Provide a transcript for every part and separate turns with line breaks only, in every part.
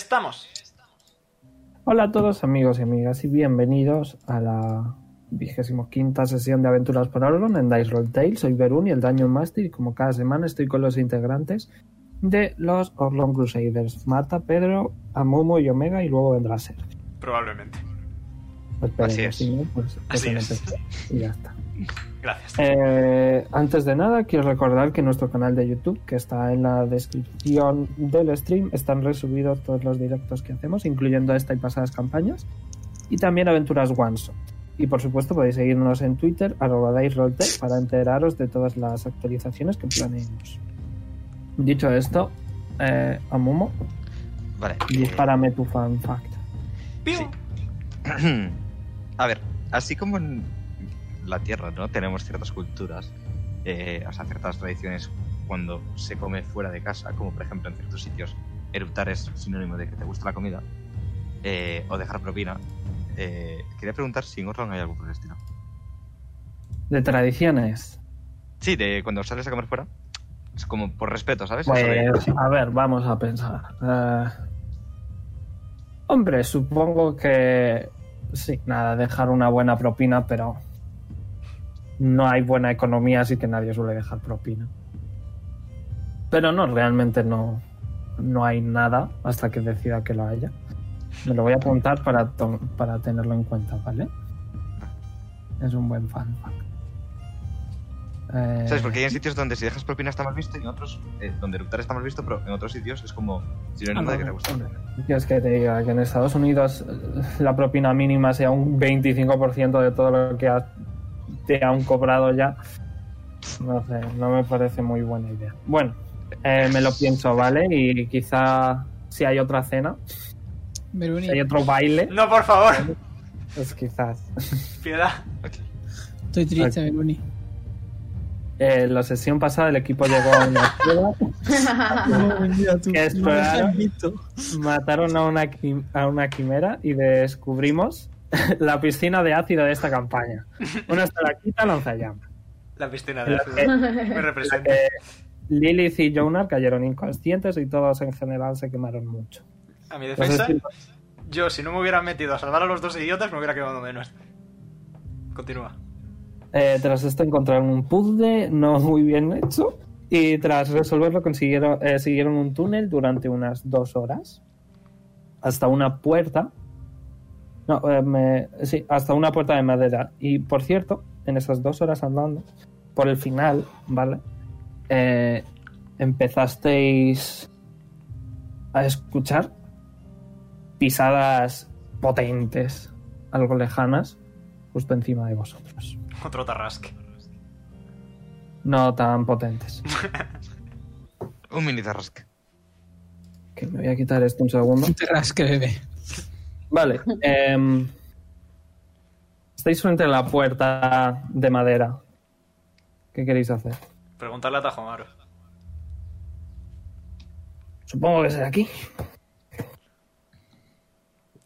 Estamos.
Hola a todos amigos y amigas y bienvenidos a la vigésimo quinta sesión de Aventuras por Auron en Dice Roll Tales. Soy Berun y el Daño Master y como cada semana estoy con los integrantes de los Orlon Crusaders. Mata, Pedro, Amumu y Omega y luego vendrá Ser.
Probablemente.
Así es.
si no, pues, que
Así
se
es.
empezó. Y ya está.
Gracias.
Eh, antes de nada, quiero recordar que nuestro canal de YouTube, que está en la descripción del stream, están resubidos todos los directos que hacemos, incluyendo esta y pasadas campañas, y también Aventuras One Shot. Y por supuesto podéis seguirnos en Twitter, arroba dicerolltech, para enteraros de todas las actualizaciones que planeemos. Dicho esto, eh, Amumo,
Vale. eh,
dispárame tu fan fact.
Piu.
sí. A ver, así como en la Tierra, ¿no? Tenemos ciertas culturas, eh, o sea, ciertas tradiciones cuando se come fuera de casa, como por ejemplo en ciertos sitios, eruptar es sinónimo de que te gusta la comida, eh, o dejar propina. Eh, quería preguntar si en Orlon hay algo por el estilo.
De tradiciones.
Sí, de cuando sales a comer fuera, es como por respeto, ¿sabes? Eso de-
Pues, a ver, vamos a pensar. Eh, hombre, supongo que sí, nada, dejar una buena propina, pero no hay buena economía, así que nadie suele dejar propina. Pero no, realmente no, no hay nada hasta que decida que lo haya. Me lo voy a apuntar para, to- para tenerlo en cuenta, ¿vale? Es un buen fan. Eh,
¿Sabes? Porque hay sitios donde si dejas propina está mal visto y en otros, eh, donde eruptar está mal visto, pero en otros sitios es como sinónimo
Ah,
de que te
no,
gusta.
hombre. ¿Quieres que te diga que en Estados Unidos eh, la propina mínima sea un 25% de todo lo que ha- te han cobrado ya? No sé, no me parece muy buena idea. Bueno, eh, me lo pienso, ¿vale? Y quizá si hay otra cena, si hay
Veruni,
otro baile,
No, por favor.
pues quizás.
Piedad.
estoy triste, Veruni.
Eh, la sesión pasada el equipo llegó a una cueva,
mira, tú.
Que es
no me dejas
raro.
visto.
mataron a una, quim- a una quimera y descubrimos la piscina de ácido de esta campaña. Una estalactita lanzallamas.
La piscina de
en la
ácido.
que- en
Me
la
representa.
que Eh, Lilith y Jonar cayeron inconscientes y todos en general se quemaron mucho.
A mi
Los
defensa,
estil-
yo si no me hubiera metido a salvar a los dos idiotas, me hubiera quedado menos. Continúa.
eh, tras esto encontraron un puzzle no muy bien hecho y tras resolverlo consiguieron eh, siguieron un túnel durante unas dos horas hasta una puerta. No, eh, me- sí, hasta una puerta de madera. Y por cierto, en esas dos horas andando, por el final, ¿vale? Eh, empezasteis a escuchar pisadas potentes, algo lejanas, justo encima de vosotros.
Otro Tarrask.
No tan potentes.
Un mini tarrasque.
Que me voy a quitar esto un segundo.
No te rasques, bebé.
Vale. em, estáis frente a la puerta de madera. ¿Qué queréis hacer?
Preguntarle a Tajomaro.
Supongo que será aquí.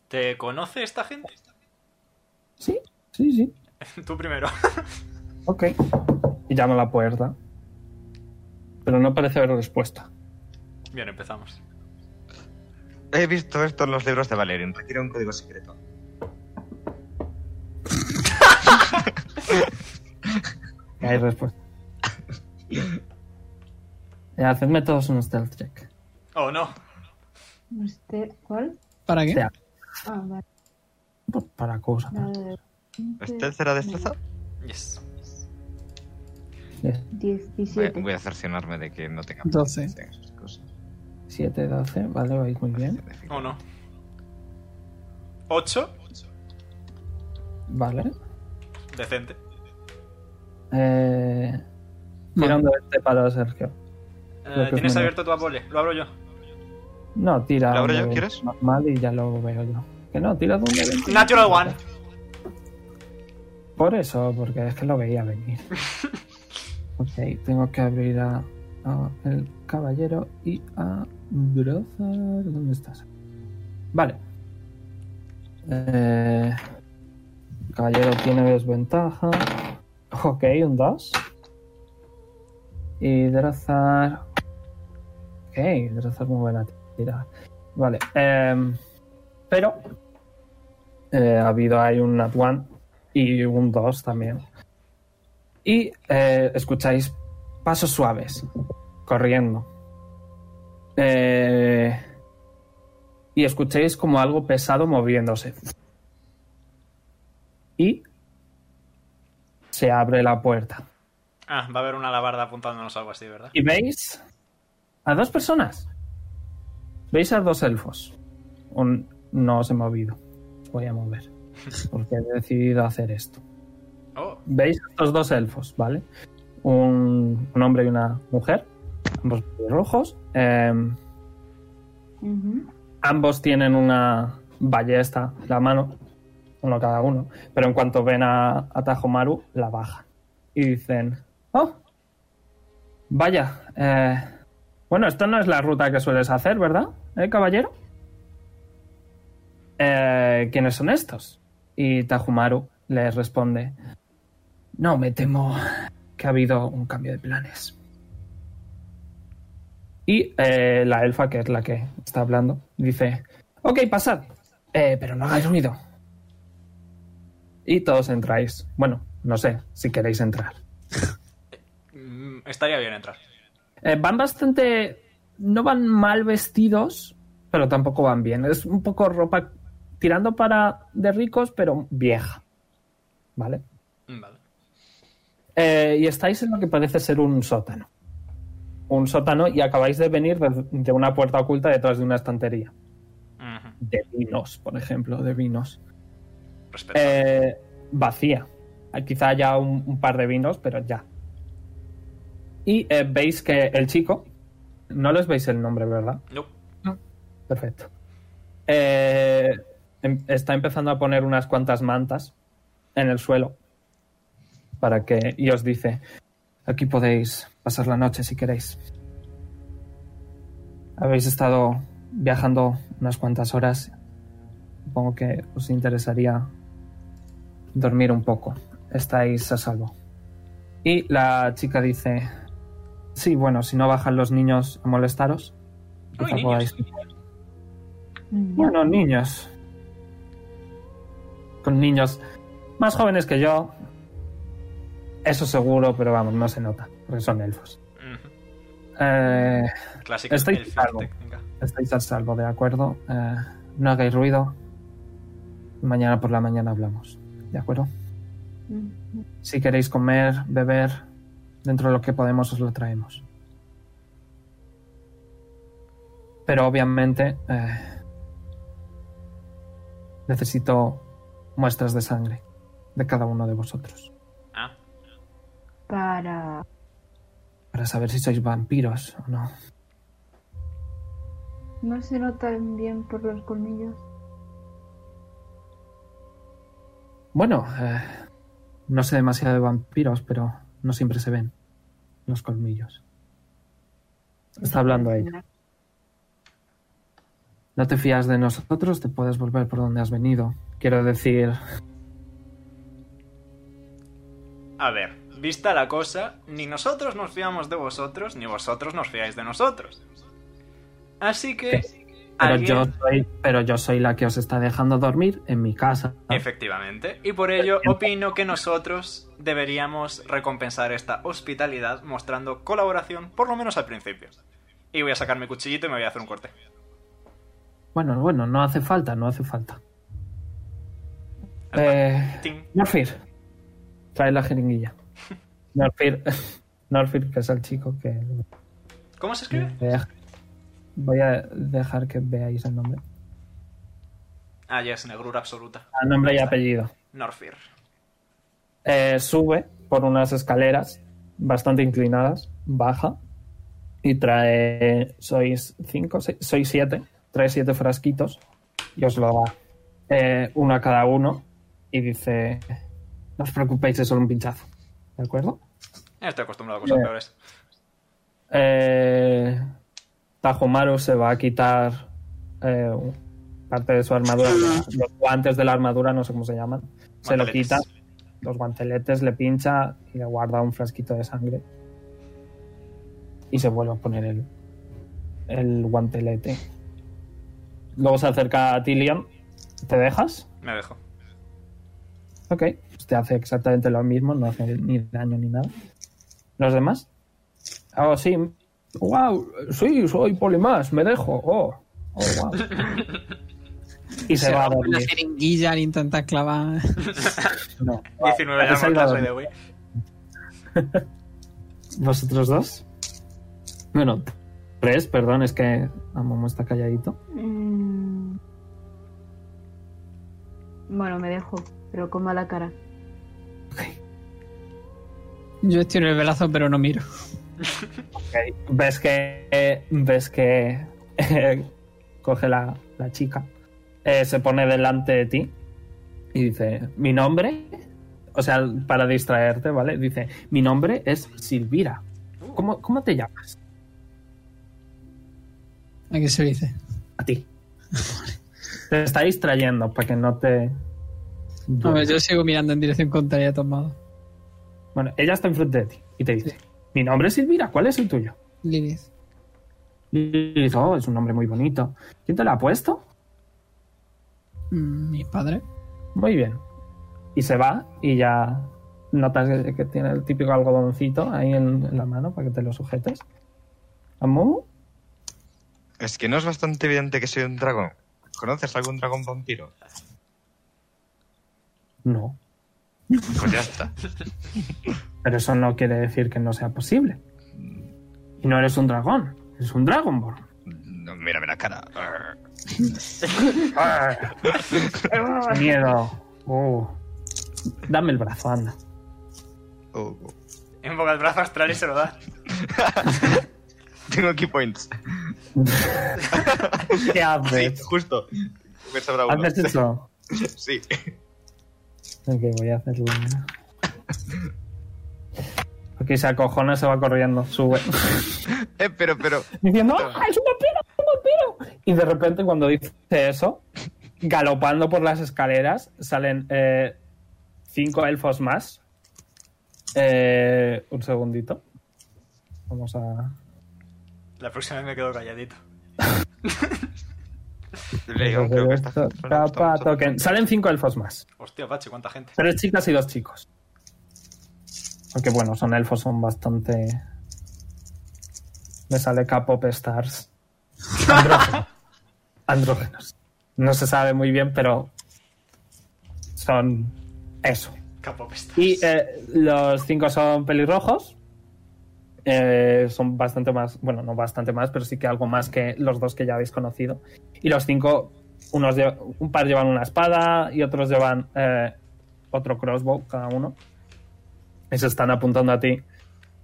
¿Te conoce esta gente?
Sí, sí, sí.
Tú primero.
Ok. Y llamo a la puerta. Pero no parece haber respuesta.
Bien, empezamos.
He visto esto en los libros de Valerian. Requiere un código secreto.
No hay respuesta. Eh, hacedme todos un stealth check.
Oh, no.
Este- ¿Cuál?
¿Para qué?
O sea,
Ah, vale.
por- para cosa.
la de-
¿Este será destreza?
Yes.
Voy,
17.
voy a cerciorarme de que no tenga.
Doce.
Sí, esas cosas.
7, 12. Vale, vais muy bien.
Oh, no. ¿Ocho?
Vale.
Decente.
Eh, tira un este para Sergio.
Eh,
Creo que es
¿Tienes
menor.
abierto tu apole? Lo abro yo.
No, tira.
¿La abro
un
yo,
de
quieres?
Normal y ya lo veo yo. Que no, tira de un de 20.
Natural one.
Por eso, porque es que lo veía venir. ok, tengo que abrir a, a el caballero y a Brozar. ¿Dónde estás? Vale. Eh, caballero tiene desventaja. Ok, un 2. Y Drozar. Ok, Drozar muy buena tira. Vale. em, pero eh, ha habido ahí un Nat 1 y un 2 también. Y eh, escucháis pasos suaves, corriendo. Eh, y escucháis como algo pesado moviéndose. Y se abre la puerta.
Ah, va a haber una alabarda apuntándonos algo así, ¿verdad?
Y veis a dos personas. Veis a dos elfos. Un- no os he movido. Os Voy a mover. Porque he decidido hacer esto.
Oh,
Veis a estos dos elfos, ¿vale? Un, un hombre y una mujer. Ambos rojos. em,
Ujú.
Ambos tienen una ballesta en la mano, uno cada uno, pero en cuanto ven a, a Tajomaru, la bajan. Y dicen, oh, vaya, eh, bueno, esto no es la ruta que sueles hacer, ¿verdad, eh, caballero? "Eh, ¿Quiénes son estos? Y Tajomaru les responde, no, me temo que ha habido un cambio de planes. Y eh, la elfa, que es la que está hablando, dice: Ok, pasad, eh, pero no hagáis ruido. Y todos entráis. Bueno, no sé si queréis entrar.
mm, estaría bien entrar.
Eh, van bastante. No van mal vestidos, pero tampoco van bien. Es un poco ropa tirando para de ricos, pero vieja. ¿Vale?
Mm, Vale.
Eh, y estáis en lo que parece ser un sótano. Un sótano y acabáis de venir de- de una puerta oculta detrás de una estantería.
Ujú,
de vinos, por ejemplo, de vinos.
Respeto.
Eh, vacía. Ah, Quizá haya un, un par de vinos, pero ya. Y eh, veis que el chico, no les veis el nombre, ¿verdad?
No.
Perfecto. Eh, em- está empezando a poner unas cuantas mantas en el suelo para que y os dice, aquí podéis pasar la noche si queréis. Habéis estado viajando unas cuantas horas. Supongo que os interesaría dormir un poco. Estáis a salvo. Y la chica dice, sí, bueno, si no bajan los niños a molestaros,
Uy,
quizá
niños.
podáis
Niño.
bueno, niños. Con niños más jóvenes que yo. Eso seguro, pero vamos, no se nota, porque son elfos.
Ujú.
Eh,
Clásica
Estoy
elfin
calvo.
técnica.
estáis al salvo, ¿de acuerdo? Eh, no hagáis ruido. Mañana por la mañana hablamos, ¿de acuerdo?
Ujú.
Si queréis comer, beber, dentro de lo que podemos os lo traemos. Pero obviamente eh, necesito muestras de sangre de cada uno de vosotros
Ah,
Para.
para saber si sois vampiros o no.
No se notan bien por los colmillos.
Bueno, eh, no sé demasiado de vampiros, pero no siempre se ven los colmillos. Está hablando ella. No te fías de nosotros, te puedes volver por donde has venido. Quiero decir,
a ver. Vista la cosa, ni nosotros nos fiamos de vosotros, ni vosotros nos fiáis de nosotros. Así que.
Pero
alguien-
yo, soy, pero yo soy la que os está dejando dormir en mi casa.
Efectivamente. Y por ello opino que nosotros deberíamos recompensar esta hospitalidad mostrando colaboración, por lo menos al principio. Y voy a sacar mi cuchillito y me voy a hacer un corte.
Bueno, bueno, no hace falta, no hace falta.
Hasta-
Eh,
Ting.
Norfir, trae la jeringuilla. Norfir, Norfir, que es el chico que...
¿Cómo se escribe?
voy a- Voy a dejar que veáis el nombre.
Ah, ya es negrura absoluta.
Ah, nombre y apellido.
Norfir.
Eh, sube por unas escaleras bastante inclinadas, baja y trae. Sois cinco, seis, sois siete. Trae siete frasquitos y os lo da eh, uno a cada uno y dice: No os preocupéis, es solo un pinchazo. ¿De acuerdo?
Estoy acostumbrado a cosas
Bien.
peores.
Eh, Tajomaru se va a quitar eh, parte de su armadura, los guantes de la armadura, no sé cómo se llaman. Se lo
Guanteletes.
quita, los guanteletes, le pincha y le guarda un frasquito de sangre. Y se vuelve a poner el, el guantelete. Luego se acerca a ti, Leon. ¿Te dejas?
Me dejo.
Ok. Pues te hace exactamente lo mismo, no hace ni daño ni nada. ¿Los demás? Oh, sí. ¡Wow! Sí, soy polimás, me dejo. ¡Oh! ¡Oh, wow! Y se, va a
Una
dormir.
jeringuilla al intentar clavar.
No.
19
Antes
ya
ha ido a
muerta, soy
dormir.
de güey.
¿Vosotros dos? Bueno, tres, perdón, es que Amomo está calladito.
Mm. Bueno, me dejo, pero con mala cara.
Yo estiro el velazo, pero no miro.
Ves que. eh, ves que. eh, coge la, la chica. eh, se pone delante de ti. Y dice: Mi nombre. O sea, para distraerte, ¿vale? Dice: Mi nombre es Silvira. ¿Cómo, cómo te llamas?
¿A qué se lo dice?
A ti. Te está distrayendo para que no te.
No, yo sigo mirando en dirección contraria a Tomado.
Bueno, ella está enfrente de ti y te dice: Mi nombre es Silvira, ¿cuál es el tuyo?
Lilith.
Y dice: Oh, es un nombre muy bonito. ¿Quién te lo ha puesto?
Mm, Mi padre.
Muy bien. Y se va y ya notas que- que tiene el típico algodoncito ahí en, en la mano para que te lo sujetes. ¿Amomo?
Es que no es bastante evidente que soy un dragón. ¿Conoces algún dragón vampiro?
No.
Pues ya está.
Pero eso no quiere decir que no sea posible. Y no eres un dragón, eres un Dragonborn.
No, mírame la cara. Arr.
Miedo. Oh. Dame el brazo, anda.
Oh, oh.
Invoca el brazo astral y se lo da.
Tengo key points.
¿Qué
Sí,
haces?
justo. Me sobra uno.
¿Haces eso?
Sí.
Ok, voy a hacerlo. Ok, se acojona, se va corriendo, sube.
Eh, pero, pero.
diciendo ¡Ah, es un vampiro, es un vampiro! Y de repente cuando dice eso, galopando por las escaleras, salen eh, cinco elfos más. Eh, un segundito. Vamos a...
La próxima vez me quedo calladito.
Leon, creo que está.
Tapa, token. Salen cinco elfos más.
Hostia, Pachi, cuánta gente.
Tres chicas y dos chicos. Porque bueno, son elfos, son bastante... Me sale K-pop stars. Andrógenos. Andrógenos. No se sabe muy bien, pero son eso.
Capo pesta.
Y eh, los cinco son pelirrojos. Eh, son bastante más, bueno, no bastante más, pero sí que algo más que los dos que ya habéis conocido. Y los cinco, unos lle- un par llevan una espada y otros llevan eh, otro crossbow cada uno. Y se están apuntando a ti.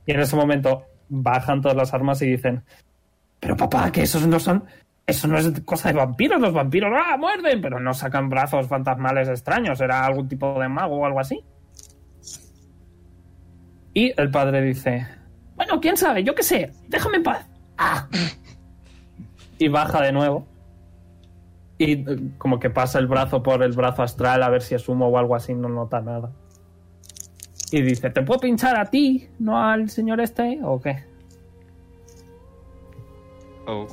Y en ese momento bajan todas las armas y dicen, pero papá, que esos no son... Eso no es cosa de vampiros, los vampiros ¡ah, muerden, pero no sacan brazos fantasmales extraños, era algún tipo de mago o algo así. Y el padre dice: Bueno, quién sabe, yo qué sé, déjame en paz. ¡Ah! Y baja de nuevo. Y eh, como que pasa el brazo por el brazo astral a ver si es humo o algo así, no nota nada. Y dice: ¿Te puedo pinchar a ti, no al señor este? ¿O qué?
Oh.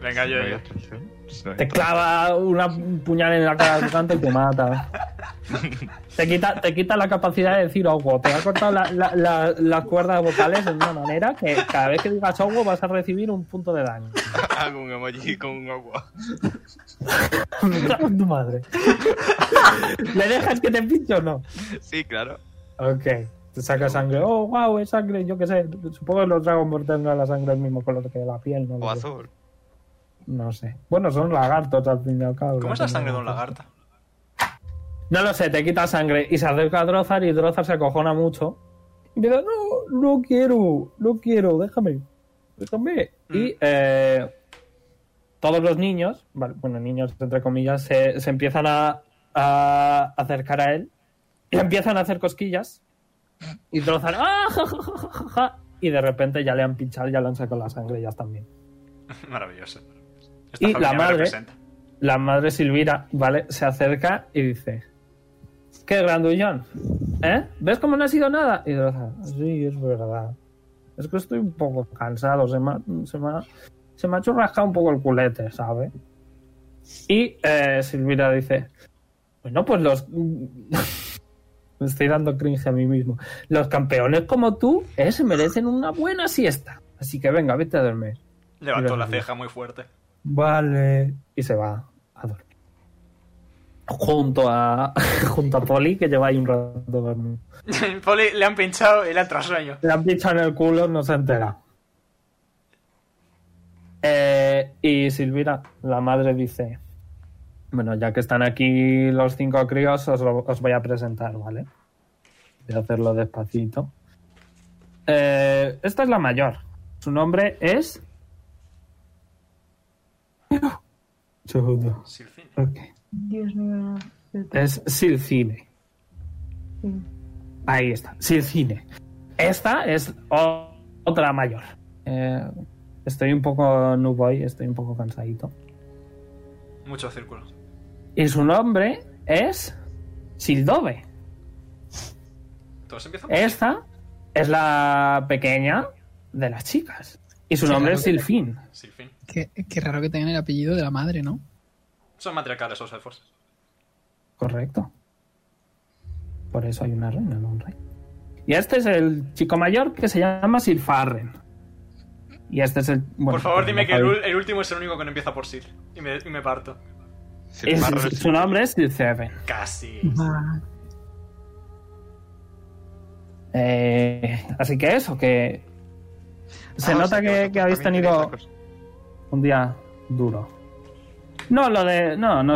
Venga, yo.
No hay otra opción. Pues No hay
Te
otra.
clava una un puñal en la cara durante y te mata. Te quita, te quita la capacidad de decir ogo. Te ha cortado la- la- la- las cuerdas vocales de una manera que cada vez que digas ogo vas a recibir un punto de daño.
Hago un emoji con un agua.
Cago en tu madre. ¿Le dejas que te pinche o no?
Sí, claro.
Ok. Te saca sangre. Oh, wow, es sangre. Yo qué sé. Supongo que los Dragon Ball tendrán la sangre del mismo color que la piel. No, lo
O
sé.
azul.
No sé. Bueno, son lagartos al fin y al cabo.
¿Cómo es la sangre de un lagarto?
No lo sé, te quita sangre. Y se acerca a Drozar y Drozar se acojona mucho. Y empieza, no, no quiero, no quiero, déjame, déjame. Y eh, todos los niños, vale, bueno, niños entre comillas, se, se empiezan a, a acercar a él. Y le empiezan a hacer cosquillas. Y Drozar, ¡ah! Ja, ja, ja, ja, ja". Y de repente ya le han pinchado, ya le han sacado la sangre, ya están bien.
Maravilloso. Esta
Y
familia
la
me
madre,
representa.
la madre Silvira, ¿vale? Se acerca y dice: Qué grandullón, ¿eh? ¿Ves cómo no ha sido nada? Y Droza, sí, es verdad. Es que estoy un poco cansado, se me, ha- se me ha- se me ha churrascado un poco el culete, ¿sabe? Y eh, Silvira dice, bueno, pues los... me estoy dando cringe a mí mismo. Los campeones como tú eh, se merecen una buena siesta. Así que venga, vete a dormir.
Levantó
Mira,
la
mira.
ceja muy fuerte.
Vale. Y se va a dormir. Junto a, junto a Polly, que lleva ahí un rato dormido.
Poli le han pinchado el atrasueño.
Le han pinchado en el culo, no se entera. Eh, y Silvira, la madre, dice: Bueno, ya que están aquí los cinco críos, os, lo- os voy a presentar, ¿vale? Voy a hacerlo despacito. Eh, esta es la mayor. Su nombre es. Segundo.
Silfine.
Ok.
Dios mío. no.
Es Silcine.
Sí.
Ahí está, sin cine. Esta es o- otra mayor. Eh, estoy un poco nuboy, estoy un poco cansadito.
Muchos círculos.
Y su nombre es Sildobe.
¿Todos empiezan?
Esta es la pequeña de las chicas. Y su
Sí,
nombre
claro
es
que-
Silfin.
Silfine.
Qué, qué raro que tengan el apellido de la madre, ¿no?
Son matriarcales los elfos.
Correcto. Por eso hay una reina, no un rey. Y este es el chico mayor que se llama Silfarren. Y este es el. bueno,
por favor,
pues,
dime
no
que el,
sabéis-
ul- el último es el único que no empieza por Sil. Y me, y me parto.
Sin
es-
embargo,
Su nombre es Silseven.
Casi.
Eh, así que eso, que se
Ah, o
nota
sea,
que,
vosotros
que habéis
también
tenido
tenéis la
un día duro. No, lo de. No, no.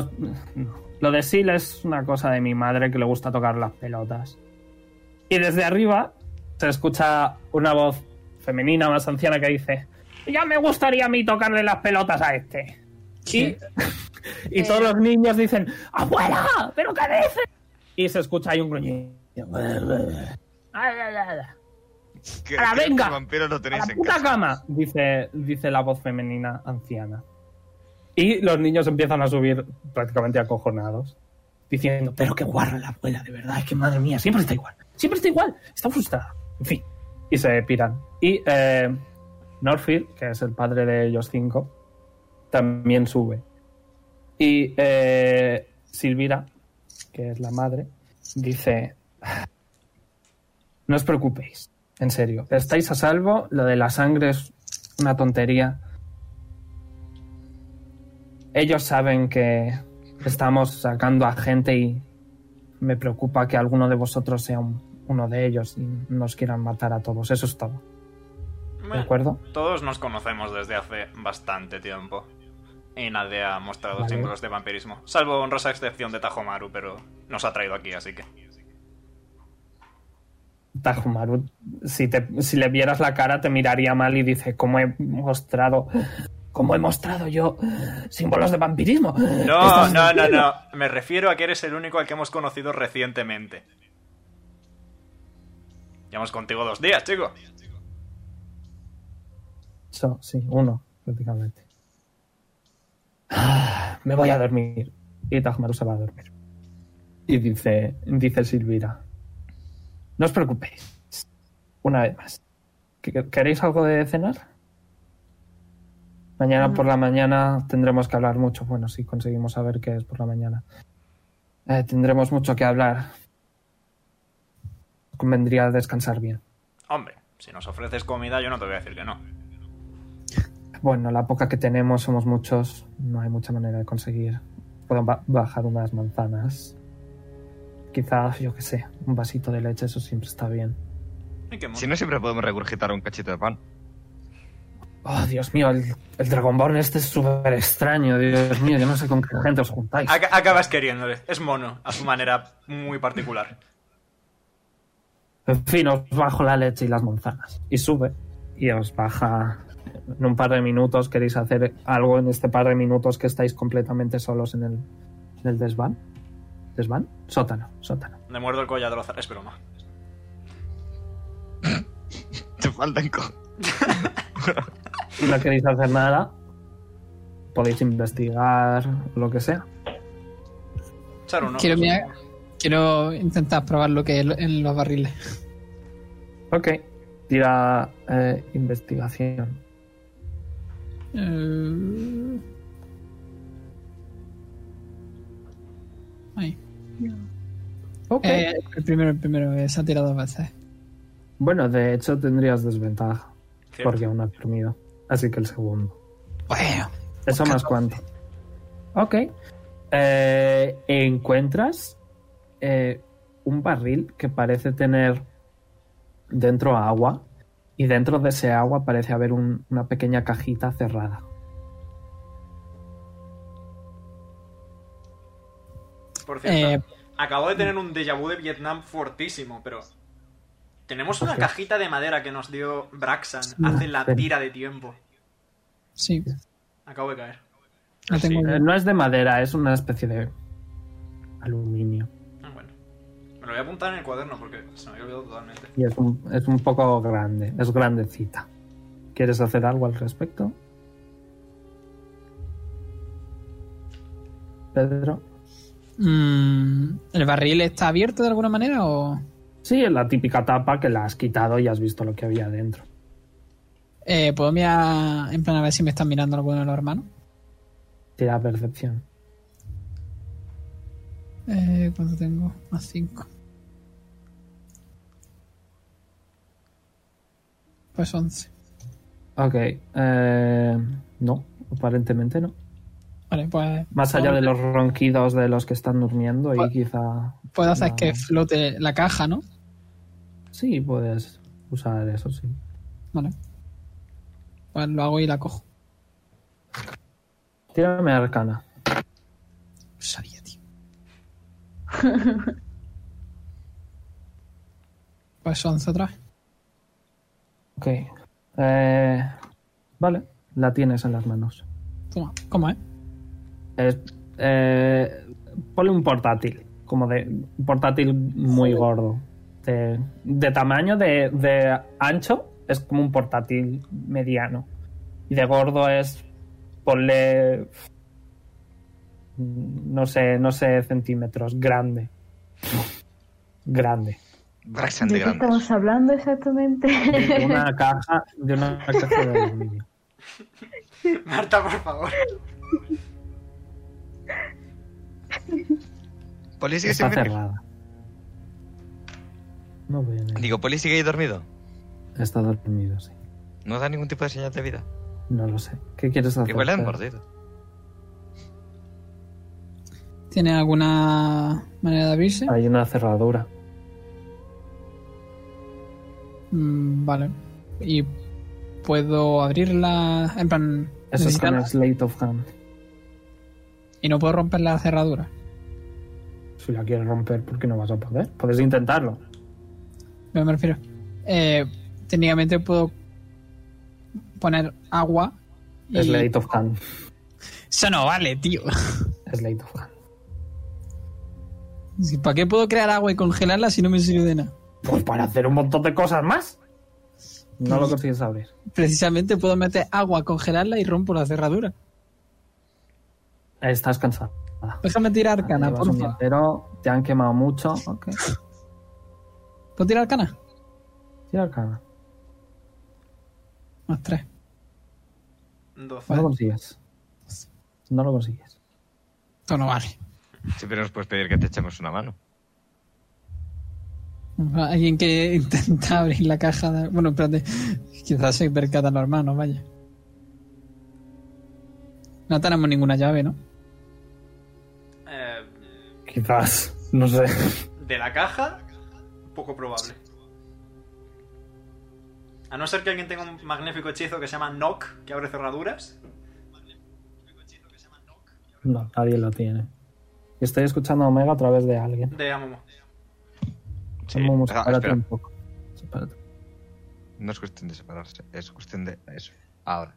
no. Lo de Sil es una cosa de mi madre que le gusta tocar las pelotas. Y desde arriba se escucha una voz femenina más anciana que dice: Ya me gustaría a mí tocarle las pelotas a este. Y, y todos los niños dicen: ¡Abuela! ¿Pero qué dices? Y se escucha ahí un gruñido.
cosa. Que-
¡A la
que el
venga!
vampiro lo tenéis
¡A la
en
puta
casa.
cama! Dice, dice la voz femenina anciana. Y los niños empiezan a subir prácticamente acojonados, diciendo, pero qué guarra la abuela, de verdad, es que madre mía, siempre está igual, siempre está igual, está frustrada. En fin, y se piran. Y eh, Norfield, que es el padre de ellos cinco, también sube. Y eh, Silvira, que es la madre, dice, no os preocupéis, en serio, estáis a salvo, lo de la sangre es una tontería. Ellos saben que estamos sacando a gente y me preocupa que alguno de vosotros sea un- uno de ellos y nos quieran matar a todos, eso es todo, ¿de
Bueno,
acuerdo?
todos nos conocemos desde hace bastante tiempo. Y nadie ha mostrado
Vale.
símbolos de vampirismo. Salvo honrosa excepción de Tajomaru, pero nos ha traído aquí, así que.
Tajumaru, si, te- si le vieras la cara te miraría mal y dice, ¿cómo he mostrado, cómo he mostrado yo símbolos de vampirismo?
No, no, no, no. Me refiero a que eres el único al que hemos conocido recientemente. Llevamos contigo dos días, chico.
So- sí, uno, prácticamente. Ah, Me voy a dormir. Y Tajmaru se va a dormir. Y dice, dice Silvira. No os preocupéis. Una vez más. ¿Que- ¿Queréis algo de cenar? Mañana por la mañana tendremos que hablar mucho. Bueno, si conseguimos saber qué es por la mañana. Eh, tendremos mucho que hablar. Convendría descansar bien.
Hombre, si nos ofreces comida, yo no te voy a decir que no.
Bueno, la poca que tenemos somos muchos, no hay mucha manera de conseguir. Puedo ba- bajar unas manzanas. Quizás, yo qué sé, un vasito de leche, eso siempre está bien.
Ay, qué mono.
Si no, siempre podemos regurgitar un cachito de pan.
Oh, Dios mío, el, el Dragonborn este es súper extraño, Dios mío, yo no sé con qué gente os juntáis.
Ac- acabas queriéndole. Es mono, a su manera muy particular.
En fin, os bajo la leche y las manzanas. Y sube. Y os baja. En un par de minutos queréis hacer algo en este par de minutos que estáis completamente solos en el, en el desván. ¿Desván? Sótano, sótano.
Le muerdo el collar de los... Es broma.
Te faltan co-
si no queréis hacer nada, podéis investigar lo que sea.
Echar un ojo.
Quiero mirar- Quiero intentar probar lo que es lo- en los barriles.
Ok. Tira eh, investigación.
Eh, Ahí.
Ok.
Eh, el primero, el primero, eh, se ha tirado dos veces.
Bueno, de hecho tendrías desventaja
Cierto.
porque aún has dormido. Así que el segundo.
Bueno,
Eso más cuánto. Ok. Eh, encuentras eh, un barril que parece tener dentro agua y dentro de ese agua parece haber un- una pequeña cajita cerrada.
Por
eh,
cierto, acabo de tener un déjà vu de Vietnam fortísimo, pero. Tenemos una
Ok.
cajita de madera que nos dio Braxan
Ah,
hace la
sí.
tira de tiempo.
sí,
Acabo de caer.
la tengo.
Eh, no es de madera, es una especie de aluminio.
Ah, bueno. Me lo voy a apuntar en el cuaderno porque se me había olvidado totalmente.
Y es un, es un poco grande, es grandecita. ¿Quieres hacer algo al respecto? Pedro.
Mm, ¿El barril está abierto de alguna manera o...?
Sí, es la típica tapa que la has quitado y has visto lo que había dentro.
Eh, ¿Puedo mirar en plan a ver si me están mirando alguno de los hermanos?
Tira percepción.
Eh, ¿Cuánto tengo? Más 5. Pues 11.
Ok. eh, no, aparentemente no.
Vale, pues
Más allá de los ronquidos de los que están durmiendo y
Vale.
quizá...
puedo hacer
no.
que flote la caja, ¿no?
Sí, puedes usar eso, sí.
Vale. Pues lo hago y la cojo.
Tírame arcana.
Lo sabía, tío. pues 11 otra vez.
Ok. Eh, vale, la tienes en las manos.
Toma, ¿cómo es?
Es, eh, ponle un portátil, como de un portátil muy gordo. De, de tamaño, de, de ancho, es como un portátil mediano. Y de gordo es, ponle, no sé, no sé, centímetros, grande. Grande.
Braxan
¿De
de
qué
grandes.
estamos hablando exactamente?
De una caja, de una caja de aluminio.
Marta, por favor.
Poli sigue sin
Está
venir.
cerrada. No veo nada.
Digo, Poli sigue ahí dormido.
Está dormido, sí.
No da ningún tipo de señal de vida.
No lo sé. ¿Qué quieres hacer?
Igual le han
Fer?
mordido.
¿Tiene alguna manera de abrirse?
Hay una cerradura.
Mm, vale. Y puedo abrirla. En plan.
Eso es
necesitan-
con Slate of Hand.
Y no puedo romper la cerradura.
Si la quieres romper, ¿por qué no vas a poder? Puedes intentarlo.
No me refiero. Eh, técnicamente puedo poner agua. y-
Slate of Hand.
Eso no vale, tío.
Slate of Hand.
Si, ¿Para qué puedo crear agua y congelarla si no me sirve de nada?
Pues para hacer un montón de cosas más. No lo consigues abrir.
Precisamente puedo meter agua, congelarla y rompo la cerradura.
Estás cansada.
Déjame tirar cana,
Llevas un día
porfa.
entero, te han quemado mucho. Ok.
¿Puedo tirar cana?
Tira arcana.
Más tres.
No
12.
lo consigues. No lo consigues.
Esto no vale.
Siempre nos puedes pedir que te echemos una mano.
Alguien que intenta abrir la caja. de- Bueno, espérate. Quizás se percata los hermanos, vaya. No tenemos ninguna llave, ¿no?
Eh,
Quizás. No sé.
de la caja, poco probable. A no ser que alguien tenga un magnífico hechizo que se llama Knock, que abre cerraduras.
No, nadie lo tiene. Estoy escuchando a Omega a través de alguien.
De Amomo.
Sí.
Vamos,
Ah,
párate
espera.
un poco. Sepárate.
No es cuestión de separarse, es cuestión de eso. Ahora.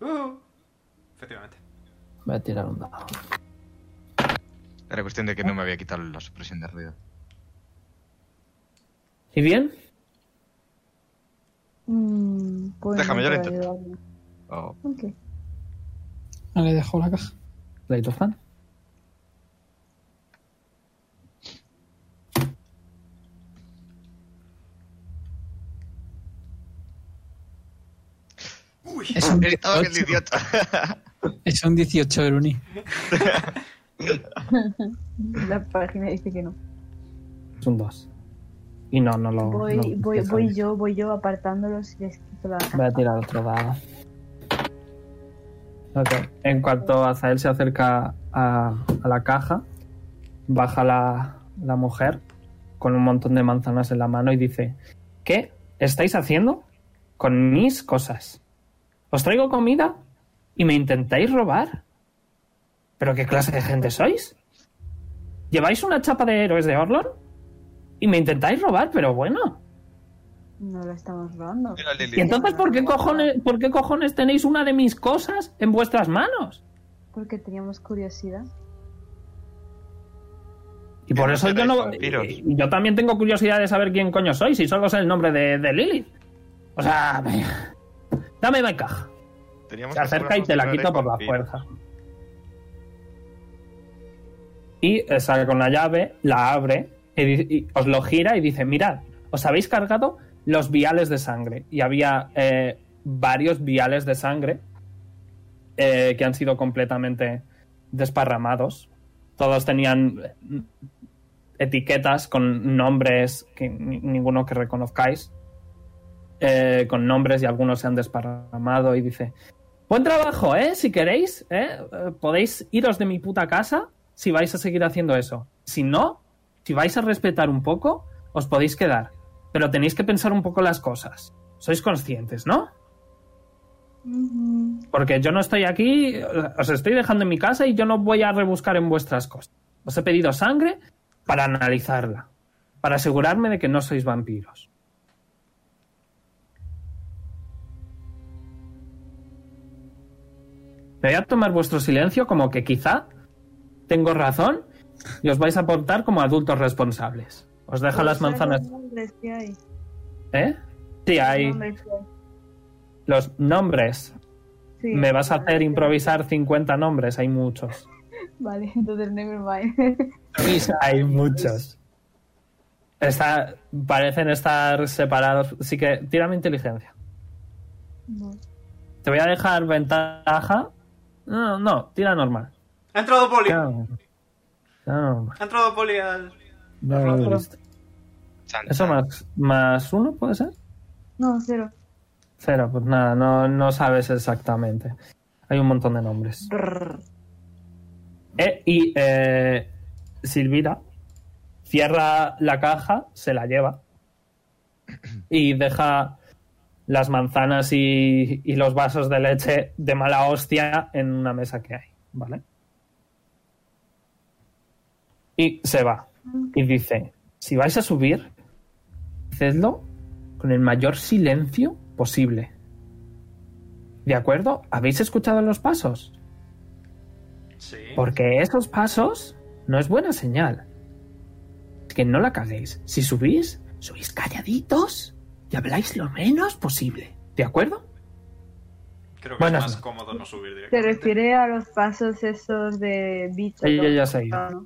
Uh, efectivamente.
Voy a tirar un dado.
Era cuestión de que no me había quitado la supresión de ruido.
¿Y bien?
Mm, pues
Déjame,
no
yo lo
puedo
intento.
ayudarle.
Oh,
Ok.
No le dejo la caja.
Light of Hand.
Uy,
Eso un
Necesitaba que el
18.
idiota.
Es un 18 Bruni.
La página dice que no.
Es un 2. Y no, no lo.
Voy,
no,
voy,
no.
voy yo, voy yo apartándolos y les quito la
Voy a tirar otro dado. Ok. En cuanto Azael se acerca a, a la caja, baja la, la mujer con un montón de manzanas en la mano y dice: ¿Qué estáis haciendo con mis cosas? ¿Os traigo comida y me intentáis robar? ¿Pero qué clase de gente sois? ¿Lleváis una chapa de héroes de Orlon? Y me intentáis robar, pero bueno.
No la estamos robando.
Mira, Lili.
¿Y entonces por qué cojones, por qué cojones tenéis una de mis cosas en vuestras manos?
Porque teníamos curiosidad.
Y por
Que no
eso yo
seáis
no.
vampiros.
y- y Yo también tengo curiosidad de saber quién coño soy, si solo sé el nombre de, de Lilith. O sea, me- dame mi caja.
Teníamos
Se
que
acerca y
asegurarnos
te la
que no
quito
erais
por la
vampiros.
fuerza. Y eh, sale con la llave, la abre y, di- y os lo gira y dice: Mirad, os habéis cargado los viales de sangre. Y había eh, varios viales de sangre eh, que han sido completamente desparramados. Todos tenían eh, etiquetas con nombres, que ni- ninguno que reconozcáis, eh, con nombres y algunos se han desparramado y dice, buen trabajo, ¿eh? Si queréis, ¿eh? Eh, podéis iros de mi puta casa si vais a seguir haciendo eso. Si no, si vais a respetar un poco, os podéis quedar. Pero tenéis que pensar un poco las cosas. Sois conscientes, ¿no? Porque yo no estoy aquí, eh, os estoy dejando en mi casa y yo no voy a rebuscar en vuestras cosas. Os he pedido sangre para analizarla, para asegurarme de que no sois vampiros. Me voy a tomar vuestro silencio como que quizá tengo razón y os vais a portar como adultos responsables. Os dejo las
Pues
manzanas. ¿Eh? Sí, hay los nombres. Me vas a hacer improvisar 50 nombres, hay muchos.
Vale, entonces nevermind.
Hay muchos. Está- parecen estar separados. Así que tírame inteligencia.
no.
Te voy a dejar ventaja. No, no, tira normal.
Ha entrado Poli.
Tira normal. Tira normal.
Ha entrado Poli al.
No, no, no, no.
Chan,
Eso
chan.
más, más uno puede ser.
no, cero.
Cero, pues nada, no, no sabes exactamente. Hay un montón de nombres.
Brrr.
Eh, y eh, Silvira cierra la caja, se la lleva y deja las manzanas y, y los vasos de leche de mala hostia en una mesa que hay, ¿vale? Y se va y dice, si vais a subir, hacedlo con el mayor silencio posible. ¿De acuerdo? ¿Habéis escuchado los pasos?
Sí.
Porque esos pasos no es buena señal. Es que no la caguéis. Si subís, subís calladitos y habláis lo menos posible. ¿De acuerdo?
Creo que
Buenas
es más
no.
cómodo no subir
Se
directamente.
refiere a los pasos esos de bicho.
Ella
¿no?
ya se ha ido.
No,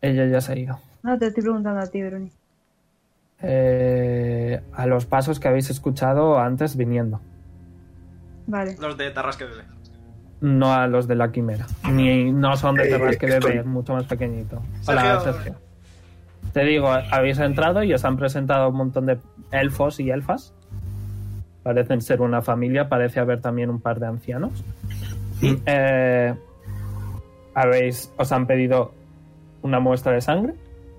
Ella ya se ha ido.
No, te estoy preguntando a ti, Veroni.
Eh, a los pasos que habéis escuchado antes viniendo.
Vale.
Los de Tarrasque Bebé.
No a los de la quimera. Ni no son de
Eh,
terras que
estoy-
debe, es mucho más pequeñito. Hola,
Sergio.
Sergio. Te digo, habéis entrado y os han presentado un montón de elfos y elfas. Parecen ser una familia, parece haber también un par de ancianos. Y eh, habéis, os han pedido una muestra de sangre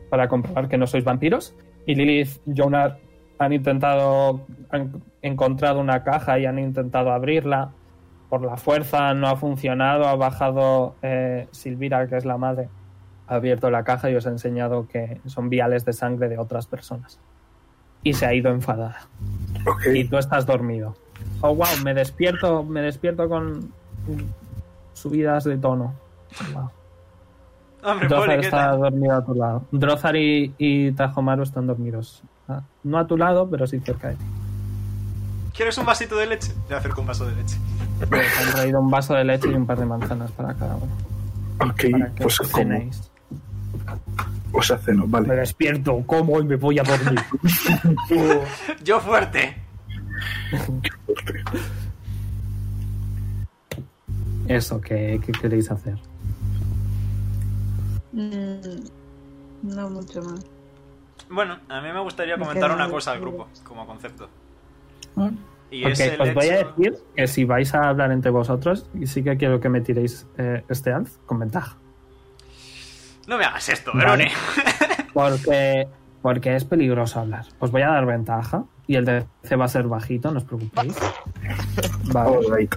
para comprobar que no sois vampiros. Y Lilith, Jonar han intentado, han encontrado una caja y han intentado abrirla. Por la fuerza no ha funcionado, ha bajado eh, Silvira, que es la madre, ha abierto la caja y os ha enseñado que son viales de sangre de otras personas. Y se ha ido enfadada.
Ok.
Y tú estás dormido. Oh, wow, me despierto, me despierto con subidas de tono. Wow.
Hombre, Poli,
Drozar
¿qué
está
tal?
dormido a tu lado. Drozar y, y Tajomaru están dormidos. Ah, No a tu lado, pero sí cerca de ti.
¿Quieres un vasito de leche? Le acerco un vaso de leche.
Les han traído un vaso de leche y un par de manzanas para cada uno.
Ok,
Para que
pues como.
cenéis.
O sea, ceno,
Me
vale.
despierto, como y me voy a dormir.
Yo fuerte.
eso, ¿qué, qué queréis hacer?
Mm, no mucho más.
Bueno, a mí me gustaría
Me
comentar
queda
una
algo.
cosa al grupo, como concepto.
Ah,
Y
Ok,
es el
os voy a
hecho-
decir que si vais a hablar entre vosotros, y sí que quiero que me tiréis eh, este alz con ventaja.
No me hagas esto,
Vale.
Verone.
Porque, porque es peligroso hablar. Os voy a dar ventaja y el DC va a ser bajito, no os preocupéis. Vale.
Alright.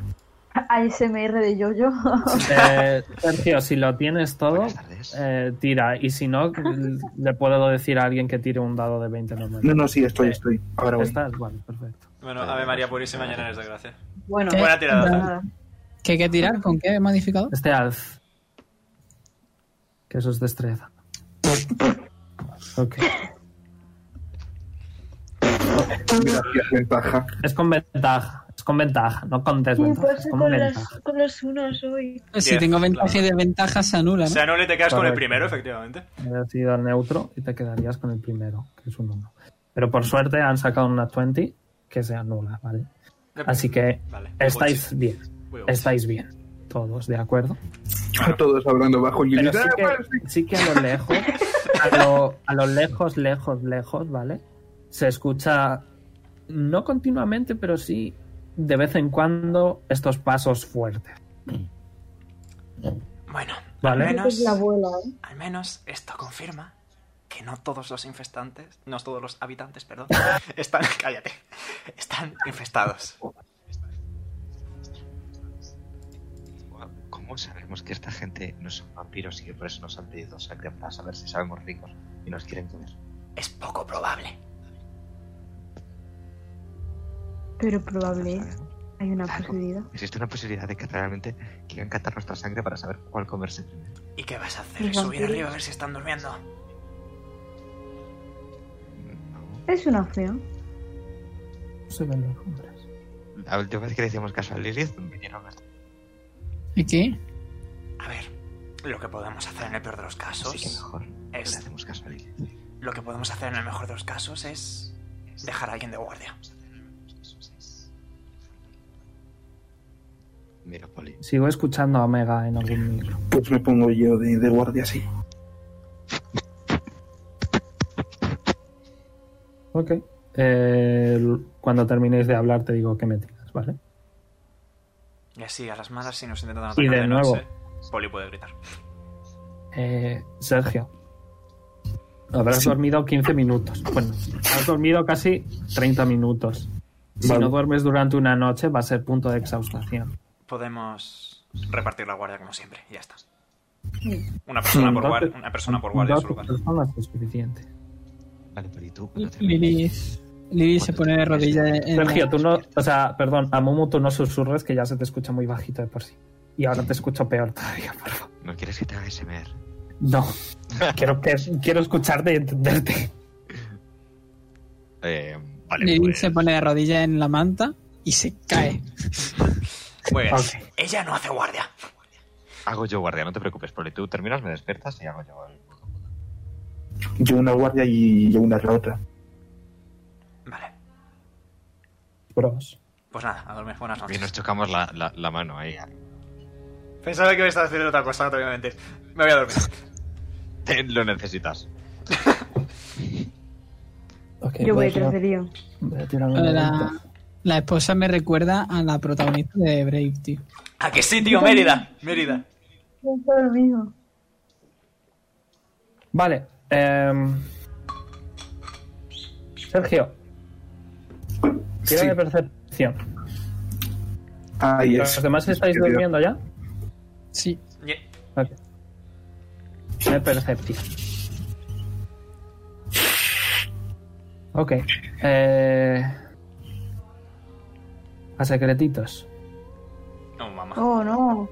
ASMR de Jojo.
Eh, Sergio, si lo tienes todo,
Buenas tardes.
eh, tira. Y si no, le puedo decir a alguien que tire un dado de 20 normal.
No, no, sí, estoy, estoy. Ahora voy.
¿Estás? Vale, perfecto.
Bueno, Ave María Purísima, llena eres de gracia.
bueno,
¿Qué?
Buena tirada.
Vale.
nada.
¿Qué hay que tirar? ¿Con qué modificador?
Este alz. Que eso es destreza. Ok.
Gracias, ventaja.
Es con ventaja. Es con ventaja, no con desventaja. Es con ventaja.
con los unos hoy.
Pues Si
Diez,
tengo ventaja
claro.
y desventaja se anula,
O
¿no?
sea, no le te quedas con el
Correcto.
primero, efectivamente.
Hubieras ido al neutro y te quedarías con el primero, que es un 1. Pero por suerte han sacado una 20 que se anula, ¿vale? Así que
Vale.
estáis bien.
Voy, voy.
Estáis bien. Todos, ¿de acuerdo?
Bueno,
Todos hablando bajo "Ah, el
Ah. Pero
límite.
sí que, sí que a lo lejos, a lo, a lo lejos, lejos, lejos, ¿vale? Se escucha, no continuamente, pero sí de vez en cuando estos pasos fuertes,
bueno,
¿vale?
Al
Creo que
menos,
es la abuela, ¿eh?
al menos esto confirma que no todos los infestantes, no todos los habitantes, perdón, están, cállate, están infestados.
¿Cómo sabemos que esta gente no son vampiros y que por eso nos han pedido sangre para saber si sabemos ricos y nos quieren comer?
Es poco probable.
Pero probable es.
¿Sabemos?
Hay una
Claro.
posibilidad.
Existe una posibilidad de que realmente quieran catar nuestra sangre para saber cuál comerse primero.
¿Y qué vas a hacer?
Los
¿Subir
vampiros.
arriba a ver si están durmiendo?
Mm, No.
Es una opción.
Se ven los hombres.
La última vez que le hicimos caso a Lilith, vinieron a
¿Y qué?
A ver, lo que podemos hacer en el peor de los casos,
Así que mejor no
es-
le hacemos caso a Lilith.
lo que podemos hacer en el mejor de los casos es dejar a alguien de guardia.
Mira, Poli.
Sigo escuchando a Omega en algún micro.
Pues me pongo yo de, de guardia así.
Ok. Eh, cuando terminéis de hablar te digo que me tiras, ¿vale?
Y así, a las malas, si nos intentan
Y
atacar
de nuevo.
noche, Poli puede gritar.
Eh, Sergio. Habrás
Sí.
dormido 15 minutos. Bueno, has dormido casi 30 minutos. Si
Vale.
no duermes durante una noche va a ser punto de exhaustación.
Podemos repartir la guardia como siempre, y ya está. Una
Mm,
persona por, guar- una persona por guardia en
Dos
su lugar.
personas es suficiente.
Vale, Poli, tú. cuando te
Lili. Lili se
Cuando
pone
termines
de
de-
rodillas en.
Sergio, tú no, o sea, perdón, a Momo tú no susurres que ya se te escucha muy bajito de por sí. Y ahora te escucho peor todavía, por favor.
¿No quieres que te haga SMR?
No, quiero, que- quiero escucharte y entenderte.
Eh,
Lili
vale, pues,
se pone de rodillas en la manta y se cae.
Muy bien.
Ok.
Pues, Ella no hace guardia.
Hago yo guardia, no te preocupes, Poli. Tú terminas, me despiertas y hago yo.
Yo una guardia y yo una a la otra.
Vale.
Bros.
Pues nada, a dormir. Buenas
Y nos
noches.
chocamos la, la, la mano ahí.
Pensaba que ibas a decir otra cosa, no te voy a mentir. Me voy a dormir.
Te- lo necesitas.
Ok,
Yo voy
a tirar-
detrás de Leon.
voy a tirar
Lo
una
de
ventaja.
La, la esposa me recuerda a la protagonista de Brave, tío.
¿A qué sitio? Mérida. Mérida.
Pienso lo mismo.
Vale. em, Sergio, tira
Sí.
de percepción.
Ahí es.
¿Los demás estáis
Querido.
durmiendo ya?
Sí.
Ye-
Ok. De percepción. Ok. eh, A secretitos.
No, mamá.
Oh, no.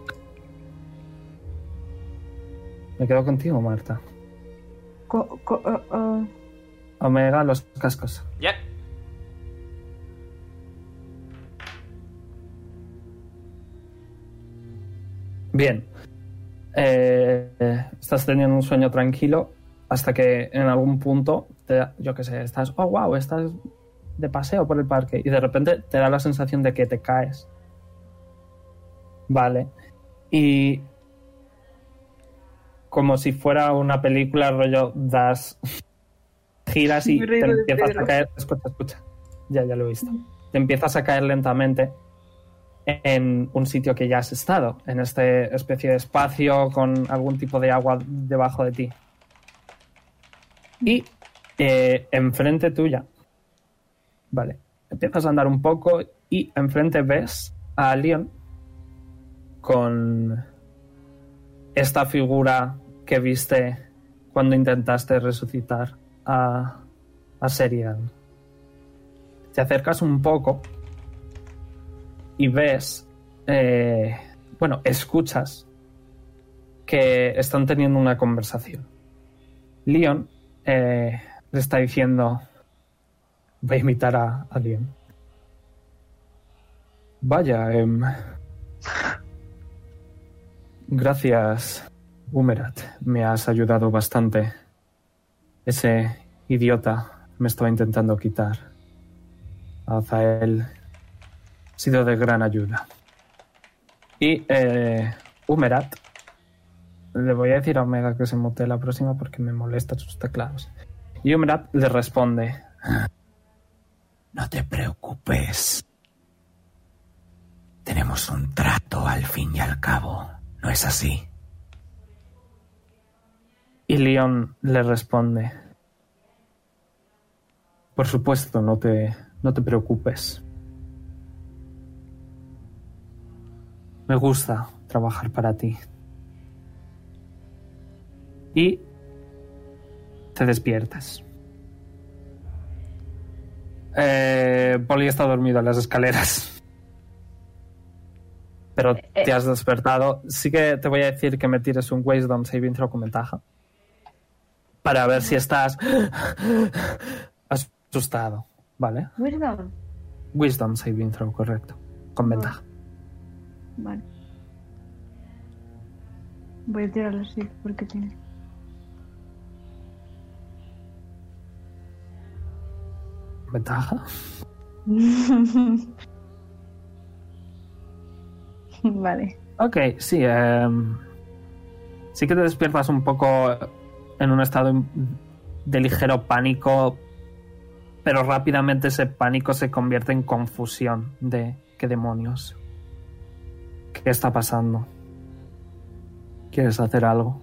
Me quedo contigo, Marta.
Co- co- oh, oh.
Omega, los cascos.
Oh.
Ya.
Bien. Eh, eh, estás teniendo un sueño tranquilo hasta que en algún punto, te da- yo qué sé, estás, oh wow, estás de paseo por el parque y de repente te da la sensación de que te caes. Vale. Y como si fuera una película rollo das giras y
Me he
te
reído de
empiezas a
Pedro.
caer escucha escucha ya ya lo he visto te empiezas a caer lentamente en un sitio que ya has estado en este especie de espacio con algún tipo de agua debajo de ti y eh, enfrente tuya vale empiezas a andar un poco y enfrente ves a Leon con esta figura que viste cuando intentaste resucitar a, a Serial. Te acercas un poco y ves, eh, bueno, escuchas que están teniendo una conversación. Leon eh, le está diciendo, voy a imitar a, a Leon. Vaya, em, gracias, Humerat. Me has ayudado bastante. Ese idiota me estaba intentando quitar. Azael ha sido de gran ayuda. Y eh, Humerat. Le voy a decir a Omega que se mute la próxima porque me molestan sus teclados. Y Humerat le responde. No te preocupes. Tenemos un trato al fin y al cabo. ¿No es así? Y Leon le responde. Por supuesto, no te, no te preocupes. Me gusta trabajar para ti. Y te despiertas. Eh, Polly está dormido en las escaleras. Pero te has despertado. Sí que te voy a decir que me tires un Wisdom Saving Throw con ventaja. Para ver si estás asustado. ¿Vale?
¿Verdad?
Wisdom Saving Throw, correcto. Con ventaja.
Vale. Voy a tirar los siete porque tiene.
¿Ventaja?
vale.
Ok, sí. em, sí que te despiertas un poco en un estado de ligero pánico, pero rápidamente ese pánico se convierte en confusión de qué demonios. ¿Qué está pasando? ¿Quieres hacer algo?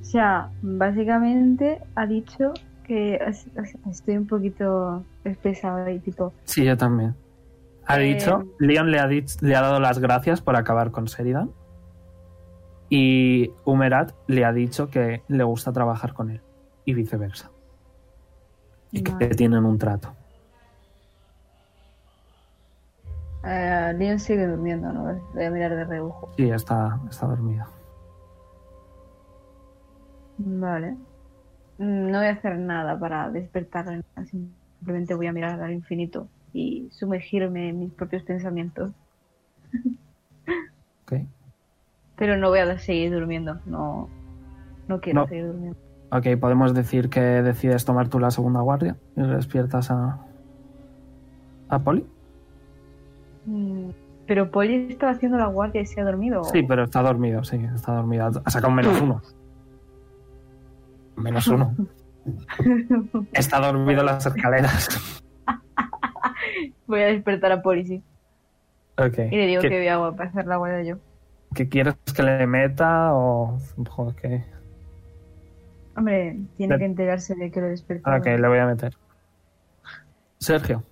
O sea, básicamente ha dicho que es- es- estoy un poquito espesada y tipo,
Sí, yo también. Ha
Eh,
dicho, Leon le ha, dich- le ha dado las gracias por acabar con Sheridan. Y Humerat le ha dicho que le gusta trabajar con él. Y viceversa. Y que
Vale.
tienen un trato.
eh, Leon sigue durmiendo, ¿no? Voy a mirar de reojo.
Sí, está, está dormido.
Vale. Mm, No voy a hacer nada para despertarlo, nada, simplemente voy a mirar al infinito y sumergirme en mis propios pensamientos.
Ok.
Pero no voy a seguir durmiendo, no, no quiero
No.
seguir durmiendo.
Ok, podemos decir que decides tomar tú la segunda guardia y despiertas a. a Polly.
Mm, Pero Polly estaba haciendo la guardia y se ha dormido. ¿o?
Sí, pero está dormido, sí, está dormido. Ha sacado un menos uno. Menos uno. Está dormido en las escaleras.
Voy a despertar a Polly, sí.
Ok.
Y le digo
¿Qué,
que voy a hacer la guardia yo.
qué quieres que le meta o.? Joder, que-
Hombre, tiene
Le-
que enterarse de que lo despertó.
Ah, Ok, le voy a meter. Sergio.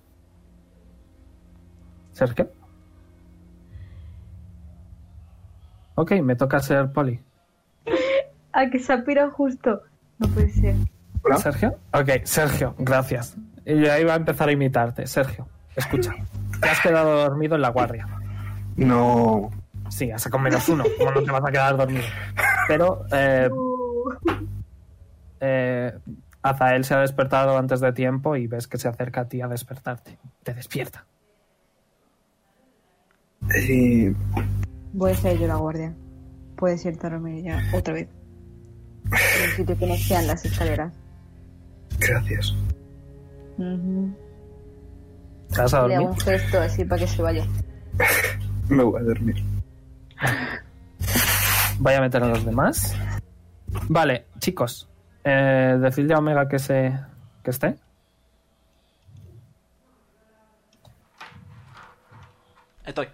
Sergio. Ok, me toca ser Poli.
Ah, que se ha pirado justo. No puede ser.
Hola.
¿Sergio? Ok, Sergio, gracias. Y ahí va a empezar a imitarte. Sergio, escucha. Te has quedado dormido en la guardia.
No.
Sí, hasta con menos uno. ¿Cómo no te vas a quedar dormido? Pero eh, eh, Azael se ha despertado antes de tiempo y ves que se acerca a ti a despertarte. Te despierta.
Eh,
Voy a ser yo la guardia. Puede ser dormir ya otra vez. En un sitio que no sean las escaleras.
gracias.
Ujú.
Te vas a
Le
dormir.
hago un gesto así para que se vaya.
Me voy a dormir.
Voy a meter a los demás. Vale, chicos. Eh, decidle a Omega que se. que esté.
Estoy.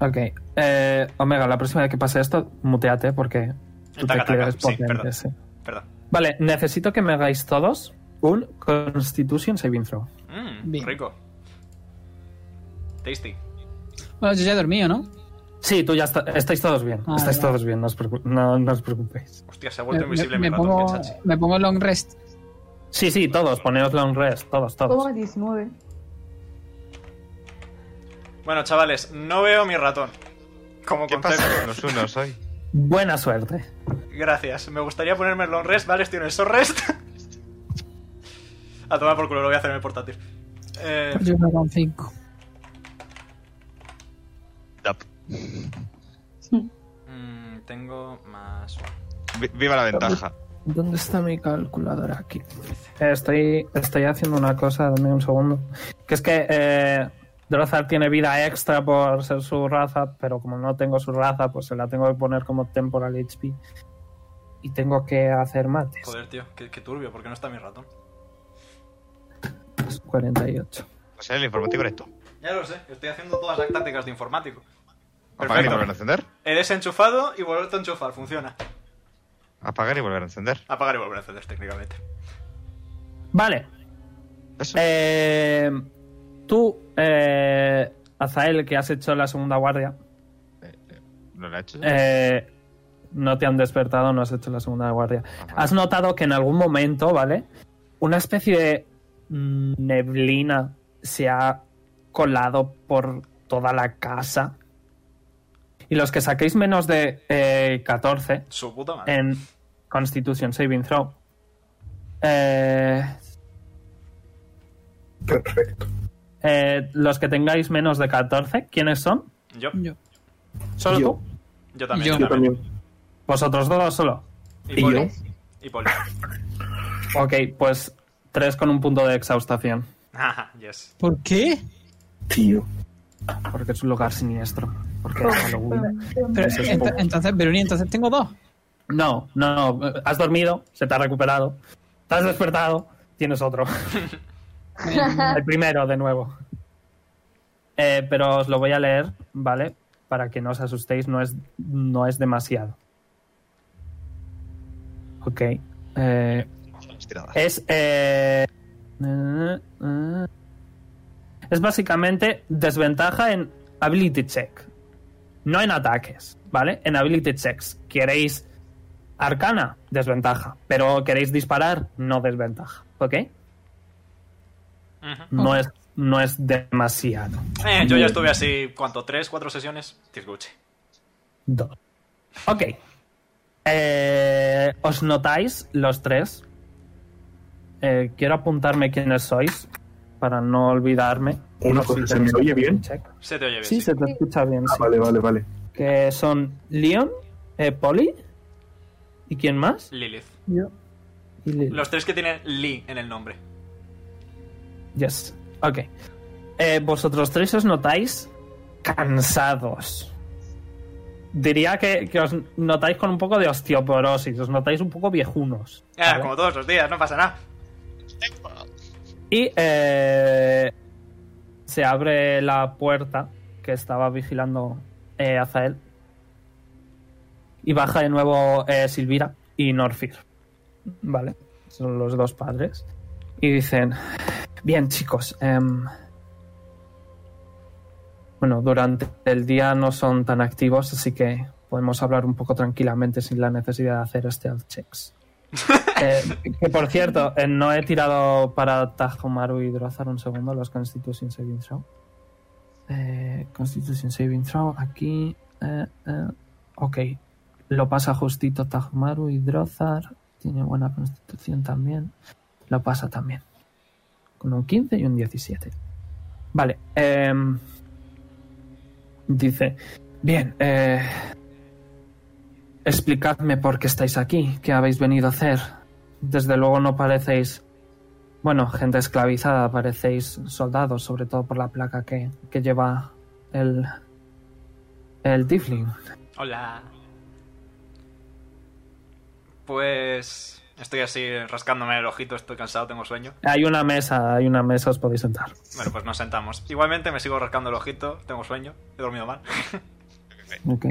Ok. eh, Omega, la próxima vez que pase esto, muteate porque tú
Taca,
te
taca,
crees
sí,
potente,
perdón.
sí.
Perdón.
Vale, necesito que me hagáis todos un Constitution Saving Throw.
Mm,
Bien.
rico. Tasty.
Bueno, yo ya he dormido, ¿no?
Sí, tú ya está- estáis todos bien.
Ah,
estáis
vale.
todos bien, no os, preocu- no- no os preocupéis.
Hostia, se ha
Me,
vuelto invisible mi
me- me
ratón,
pongo,
bien, Sachi.
me pongo long rest.
Sí, sí, todos. Poneos long rest. Todos,
Toma
todos.
19.
Bueno, chavales, no veo mi ratón. Como
¿Qué
concepto.
pasa con los unos hoy?
Buena suerte.
Gracias. Me gustaría ponerme el long rest, ¿vale? Estoy en el short rest. a tomar por culo, lo voy a hacer en el portátil. Eh,
Yo me con 5.
Tap.
mm, tengo más... uno.
Vi- Viva la ventaja.
¿Dónde está mi calculadora aquí? Estoy, estoy haciendo una cosa, dame un segundo. Que es que eh, Drozar tiene vida extra por ser su raza, pero como no tengo su raza, pues se la tengo que poner como temporal HP. Y tengo que hacer mates.
Joder, tío, qué, qué turbio, porque no está mi ratón.
48.
O sea, el informático eres tú.
Ya lo sé, estoy haciendo todas las tácticas de informático.
Apagar y
Perfecto.
volver a encender.
He desenchufado y vuelto a enchufar, funciona.
Apagar y volver a encender.
Apagar y volver a encender técnicamente.
Vale.
Eso.
eh, tú, eh, Azael, que has hecho la segunda guardia,
¿No lo ha hecho?
eh, no te han despertado, no has hecho la segunda guardia.
Ah, vale.
Has notado que en algún momento, ¿vale? Una especie de mm, neblina se ha colado por toda la casa. Y los que saquéis menos de eh, 14
Su puta madre.
en Constitution Saving Throw. eh,
Perfecto.
eh, los que tengáis menos de 14, ¿quiénes son?
Yo,
Yo.
¿Solo
Yo.
tú?
yo también.
Yo.
Yo también.
¿Vosotros dos solo?
Y
¿Y
Poli.
yo?
Y Poli.
Ok, pues tres con un punto de exhaustación.
Ajá, Ah, yes.
¿Por qué?
Tío.
Porque es un lugar siniestro. Porque es Halloween.
Pero,
Eso es
ent-
poco.
entonces, Veroni, entonces tengo dos.
No, no, no, has dormido, se te ha recuperado, te has despertado, tienes otro. El primero, de nuevo. Eh, pero os lo voy a leer, ¿vale? Para que no os asustéis, no es, no es demasiado. Ok. eh,
Las tiradas.
es. eh, eh, eh, es básicamente desventaja en ability check. No en ataques, ¿vale? En ability checks. ¿Queréis arcana? Desventaja. Pero queréis disparar, no desventaja. ¿Ok?
Ujú.
No es, no es demasiado.
Eh, yo ya estuve así, ¿cuánto? ¿Tres, cuatro sesiones? Disguche.
Dos. Ok. Eh, ¿Os notáis los tres? Eh, quiero apuntarme quiénes sois para no olvidarme.
Una
Por si
cosa, ¿se me
tenéis
oye
algún
bien?
check.
Se te oye bien.
Sí,
Sí,
se te escucha bien.
Ah,
sí.
vale, vale, vale.
Que son Leon, eh, Polly y quién más?
Lilith.
Y Lil-
Los tres que tienen Lee en el nombre. Eh,
Yes. Ok. Eh, vosotros tres os notáis cansados. Diría que, que os notáis con un poco de osteoporosis, os notáis un poco viejunos.
Ah,
¿vale?
como todos los días, no pasa nada.
Y eh, se abre la puerta que estaba vigilando eh, Azael. Y baja de nuevo eh, Silvira y Norfir. Vale, son los dos padres. Y dicen, bien chicos, em, bueno, durante el día no son tan activos, así que podemos hablar un poco tranquilamente sin la necesidad de hacer este stealth checks. Eh, que por cierto, eh, no he tirado para Tajomaru y Drozar un segundo los Constitution Saving Throw. Eh, Constitution Saving Throw, aquí. eh, eh, ok, lo pasa justito Tajomaru y Drozar. Tiene buena constitución también. Lo pasa también. Con un 15 y un 17. Vale. em, dice: Bien, eh, explicadme por qué estáis aquí. ¿Qué habéis venido a hacer? Desde luego no parecéis, bueno, gente esclavizada, parecéis soldados, sobre todo por la placa que, que lleva el, el Tiflin.
Hola. Pues estoy así rascándome el ojito, estoy cansado, tengo sueño.
Hay una mesa, hay una mesa, os podéis sentar.
Bueno, pues nos sentamos. Igualmente me sigo rascando el ojito, tengo sueño, he dormido mal.
Ok.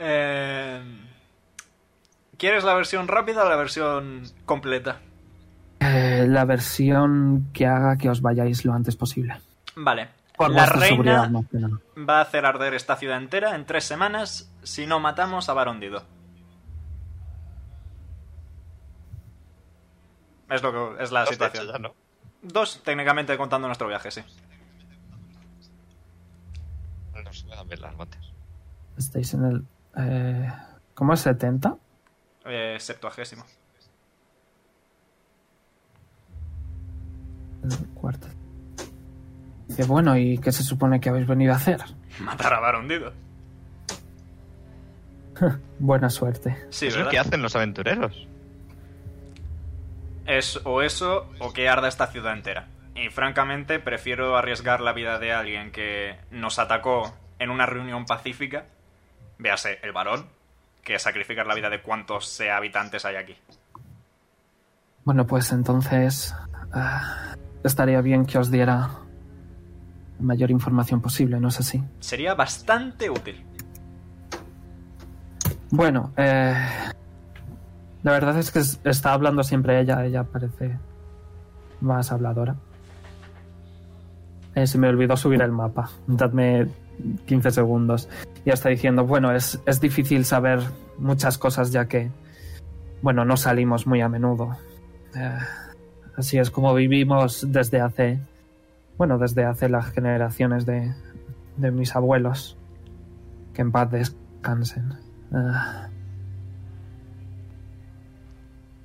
Eh, ¿Quieres la versión rápida o la versión completa?
Eh, la versión que haga que os vayáis lo antes posible.
Vale.
Por
la
vuestra seguridad,
reina
más que nada.
va a hacer arder esta ciudad entera en tres semanas si no matamos a Barondido. Es lo que es la
Dos, ¿eh? de hecho,
situación.
ya, ¿no?
Dos, técnicamente contando nuestro viaje, sí.
No se pueden ver las motes.
Estáis en el. eh, ¿Cómo es 70?
Eh, septuagésimo.
En el cuarto. Dice, bueno, ¿y qué se supone que habéis venido a hacer?
Matar a Barondido.
Buena suerte.
Sí,
es lo
¿verdad?
que hacen los aventureros.
Es o eso o que arda esta ciudad entera. Y francamente prefiero arriesgar la vida de alguien que nos atacó en una reunión pacífica, véase el varón, que sacrificar la vida de cuantos sea habitantes hay aquí.
Bueno, pues entonces. ah, estaría bien que os diera la mayor información posible, ¿no es así?
Sería bastante útil.
Bueno, eh, la verdad es que es- está hablando siempre ella, ella parece más habladora. Eh, se me olvidó subir el mapa, dadme 15 segundos. Ya está diciendo, bueno, es, es difícil saber muchas cosas ya que, bueno, no salimos muy a menudo. Eh, así es como vivimos desde hace, bueno, desde hace las generaciones de, de mis abuelos. Que en paz descansen. Ah.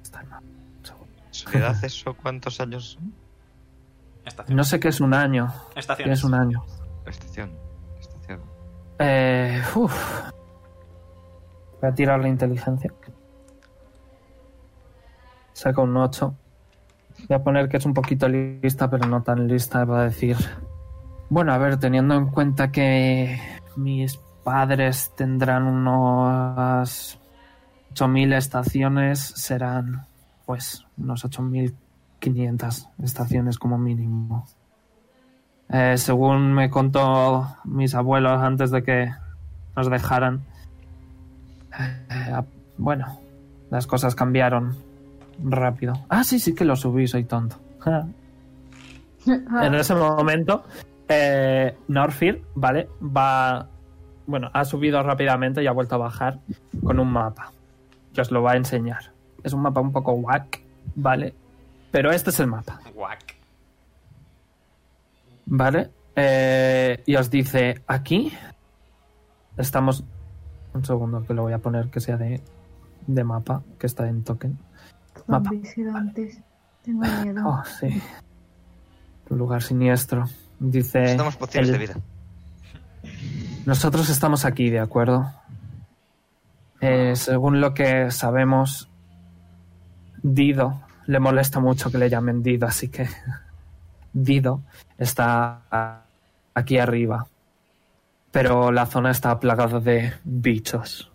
Está el mapa, un segundo.
¿Soledad eso cuántos años son?
Estación.
No sé qué es un año. ¿Qué
Estaciones.
es un año?
Estación. Estación.
Eh, uf. Voy a tirar la inteligencia. Saca un 8. Voy a poner que es un poquito lista, pero no tan lista, va a decir. Bueno, a ver, teniendo en cuenta que mis padres tendrán unos 8.000 estaciones, serán pues unos 8.500 estaciones como mínimo. Eh, según me contó mis abuelos antes de que nos dejaran, eh, ah, bueno, las cosas cambiaron rápido. Ah, sí, sí que lo subí, soy tonto. En ese momento, eh, Norfir, ¿vale? Va. Bueno, ha subido rápidamente y ha vuelto a bajar con un mapa. Que os lo va a enseñar. Es un mapa un poco whack, ¿vale? Pero este es el mapa.
Guac.
Vale. eh, y os dice, aquí estamos... Un segundo, que lo voy a poner que sea de, de mapa, que está en token.
¿Dónde
mapa.
he sido antes? Tengo miedo.
Oh, sí. Un lugar siniestro. Dice...
Nos damos pociones
Eh, el-
de vida.
Nosotros estamos aquí, ¿de acuerdo? Eh, según lo que sabemos, Dido le molesta mucho que le llamen Dido, así que Dido está a- aquí arriba. Pero la zona está plagada de bichos.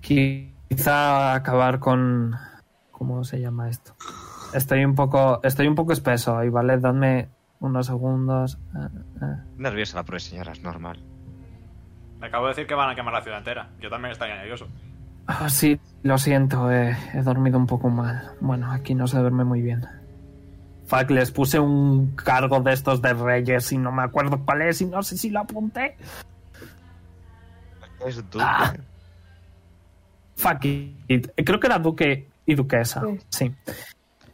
Quizá acabar con... ¿Cómo se llama esto? Estoy un poco, estoy un poco espeso ahí, ¿vale? Dadme unos segundos. Ah, ah.
Nerviosa la pobre señora, es normal.
Me acabo de decir que van a quemar la ciudad entera. Yo también estaría nervioso.
Ah, sí, lo siento, eh, he dormido un poco mal. Bueno, aquí no se duerme muy bien. Fuck, les puse un cargo de estos de reyes y no me acuerdo cuál es y no sé si lo apunté.
Es tú.
Ah. Fuck it. Creo que era duque y duquesa.
Sí.
Sí.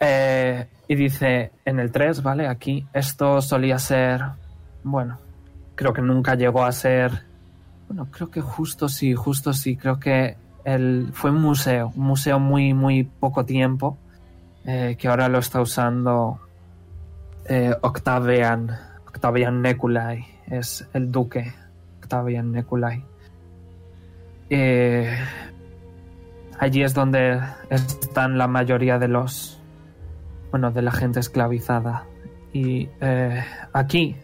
Eh, y dice en el 3, ¿vale? Aquí, esto solía ser. Bueno, creo que nunca llegó a ser. Bueno, creo que justo sí, justo sí. Creo que el, fue un museo, un museo muy, muy poco tiempo. eh, que ahora lo está usando eh, Octavian, Octavian Neculai. Es el duque Octavian Neculai. Eh, Allí es donde están la mayoría de los. Bueno, de la gente esclavizada. Y eh, aquí.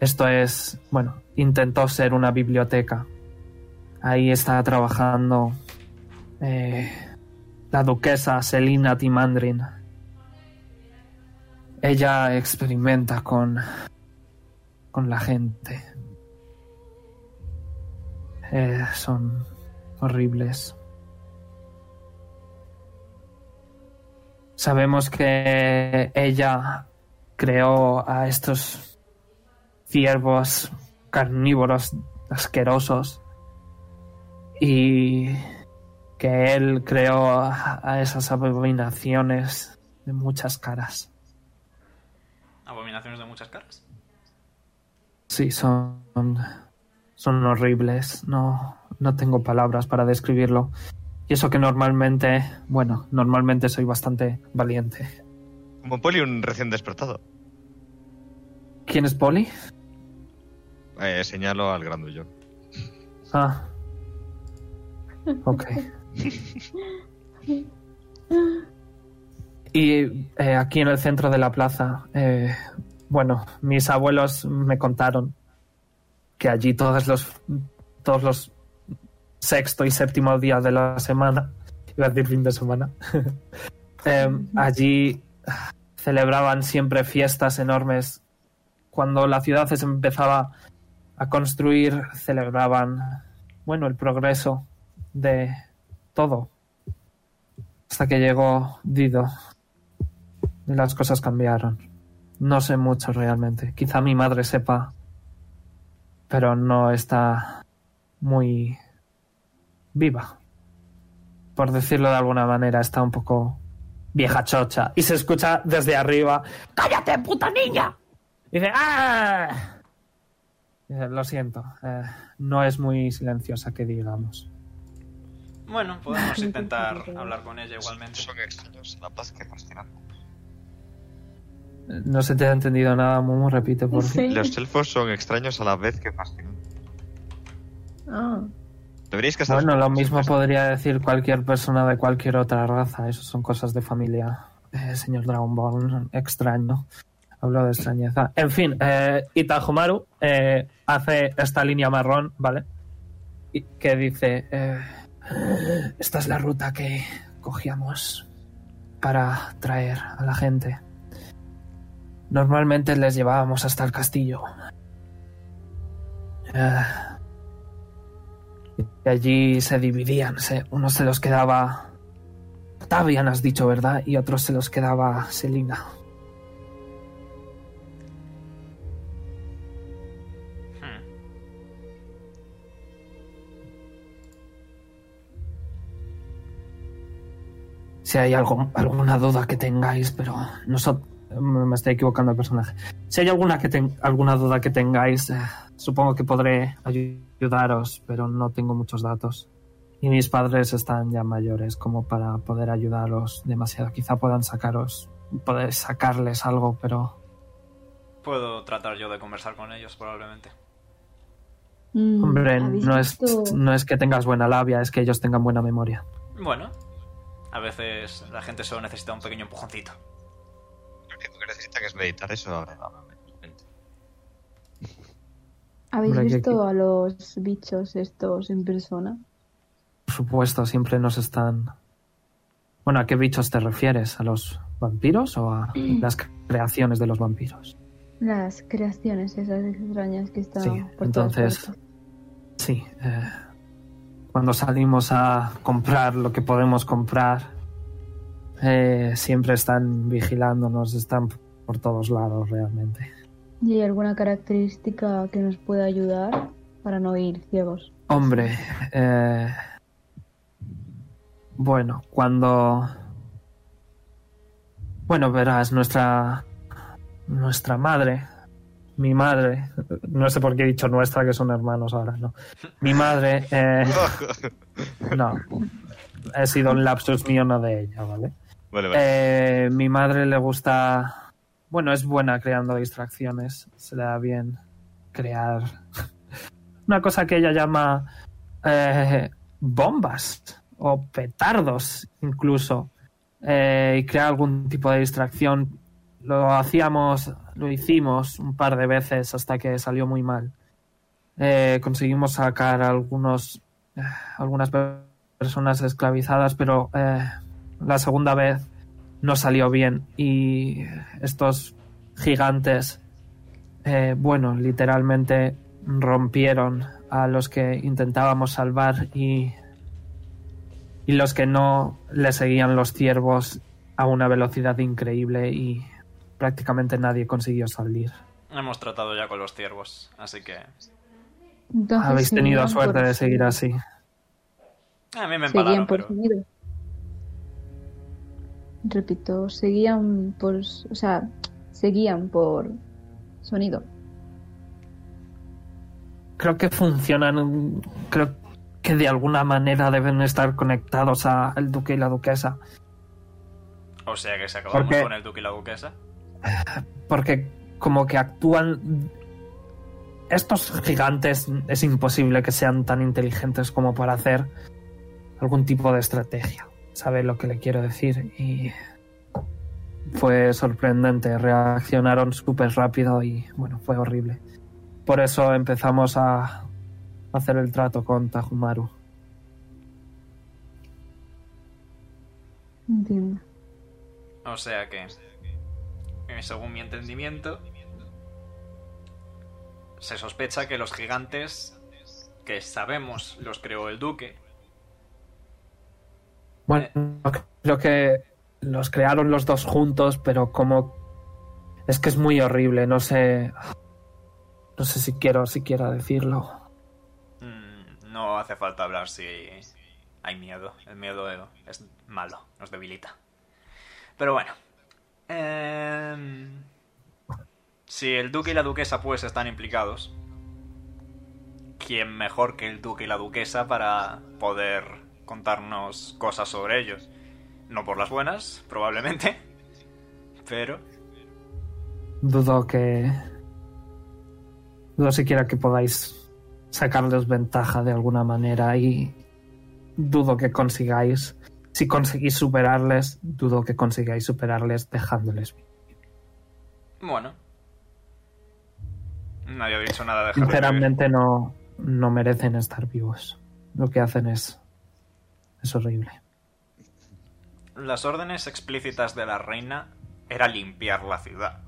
Esto es. Bueno, intentó ser una biblioteca. Ahí está trabajando eh, la duquesa Selina Timandrin. Ella experimenta con, con la gente. Eh, son horribles. Sabemos que ella creó a estos ciervos carnívoros asquerosos y que él creó a, a esas abominaciones de muchas caras.
¿Abominaciones de muchas caras?
Sí, son, son horribles. No, no tengo palabras para describirlo. Y eso que normalmente, bueno, normalmente soy bastante valiente.
Como Poli, un recién despertado.
¿Quién es Polly?
Eh, señalo al grandullo.
Ah. Ok. Y eh, aquí en el centro de la plaza, eh, bueno, mis abuelos me contaron que allí todos los, todos los sexto y séptimo día de la semana, iba a decir fin de semana, eh, allí celebraban siempre fiestas enormes. Cuando la ciudad se empezaba a construir, celebraban, bueno, el progreso de todo. Hasta que llegó Dido. Y las cosas cambiaron. No sé mucho realmente. Quizá mi madre sepa. Pero no está muy viva. Por decirlo de alguna manera, está un poco vieja chocha. Y se escucha desde arriba: ¡Cállate, puta niña! Y dice: ¡Ah! Y dice, Lo siento, eh, no es muy silenciosa que digamos.
Bueno, podemos intentar hablar con ella igualmente.
Son extraños en la paz que fascinante.
No se te ha entendido nada, Mumu, repite por
Sí.
fin.
Los elfos son extraños a la vez que fascinantes.
Ah,
Deberíais que
Bueno, lo mismo podría decir cualquier persona de cualquier otra raza. Eso son cosas de familia. Eh, señor Dragonborn, extraño. Hablo de extrañeza. En fin, eh, Itajumaru eh, hace esta línea marrón, ¿vale? Y que dice: eh, Esta es la ruta que cogíamos para traer a la gente. Normalmente les llevábamos hasta el castillo. Eh, y allí se dividían. se- unos se los quedaba. Tavian, has dicho, ¿verdad? Y otros se los quedaba Selina.
Hmm.
Si hay algo, alguna duda que tengáis, pero nosotros. Me estoy equivocando de personaje. Si hay alguna, que ten- alguna duda que tengáis, eh, supongo que podré ayu- ayudaros, pero no tengo muchos datos. Y mis padres están ya mayores como para poder ayudaros demasiado. Quizá puedan sacaros, poder sacarles algo, pero
Puedo tratar yo de conversar con ellos, probablemente.
Mm,
Hombre,
¿habéis
no es,
visto-
no es que tengas buena labia, es que ellos tengan buena memoria.
Bueno, a veces la gente solo necesita un pequeño empujoncito.
Lo único que necesitan es meditar eso ahora. lamentablemente.
¿Habéis
Hombre, que-
visto a los bichos estos en persona?
Por supuesto, siempre nos están... Bueno, ¿a qué bichos te refieres? ¿A los vampiros o a las creaciones de los vampiros?
Las creaciones esas extrañas que están
Sí,
por todas
entonces-
partes.
Sí. eh, cuando salimos a comprar lo que podemos comprar, eh, siempre están vigilándonos, están por todos lados realmente.
¿Y hay alguna característica que nos pueda ayudar para no ir ciegos?
Hombre, eh, bueno, cuando... Bueno, verás, nuestra... Nuestra madre, mi madre, no sé por qué he dicho nuestra, que son hermanos ahora, ¿no? Mi madre, eh, no, ha sido un lapsus mío, no de ella, ¿vale?
vale, vale.
Eh, mi madre le gusta. Bueno, es buena creando distracciones. Se le da bien crear. Una cosa que ella llama eh, bombas o petardos, incluso. Eh, y crear algún tipo de distracción. Lo hacíamos, lo hicimos un par de veces hasta que salió muy mal. Eh, conseguimos sacar algunos, eh, algunas personas esclavizadas, pero eh, la segunda vez no salió bien y estos gigantes, eh, bueno, literalmente rompieron a los que intentábamos salvar y, y los que no le seguían los ciervos a una velocidad increíble y prácticamente nadie consiguió salir.
Hemos tratado ya con los ciervos, así que
pues
Entonces,
Habéis tenido
seguían
suerte
por-
de seguir así.
a mí me
Seguían
empalaron,
por
pero
seguido. Repito, seguían por. O sea, seguían por sonido.
Creo que funcionan, creo que de alguna manera deben estar conectados a- al duque y la duquesa.
o sea que se acabamos
Porque-
con el duque y la duquesa.
porque como que actúan estos gigantes es imposible que sean tan inteligentes como para hacer algún tipo de estrategia sabe lo que le quiero decir y fue sorprendente reaccionaron súper rápido y bueno fue horrible por eso empezamos a hacer el trato con Tajumaru
Entiendo.
O sea que, eh, según mi entendimiento, se sospecha que los gigantes que sabemos los creó el duque.
Bueno, creo que los crearon los dos juntos, pero como es que es muy horrible, no sé no sé si quiero siquiera decirlo.
Mm, No hace falta hablar si hay miedo. El miedo es malo, nos debilita. Pero bueno. Em, si el duque y la duquesa pues están implicados, ¿quién mejor que el duque y la duquesa para poder contarnos cosas sobre ellos? No por las buenas, probablemente. Pero...
Dudo que dudo siquiera que podáis sacarles ventaja de alguna manera y dudo que consigáis si conseguís superarles, dudo que consigáis superarles dejándoles.
Bueno. Nadie ha dicho nada de Harry
Sinceramente no, no merecen estar vivos. Lo que hacen es es horrible.
Las órdenes explícitas de la reina era limpiar la ciudad.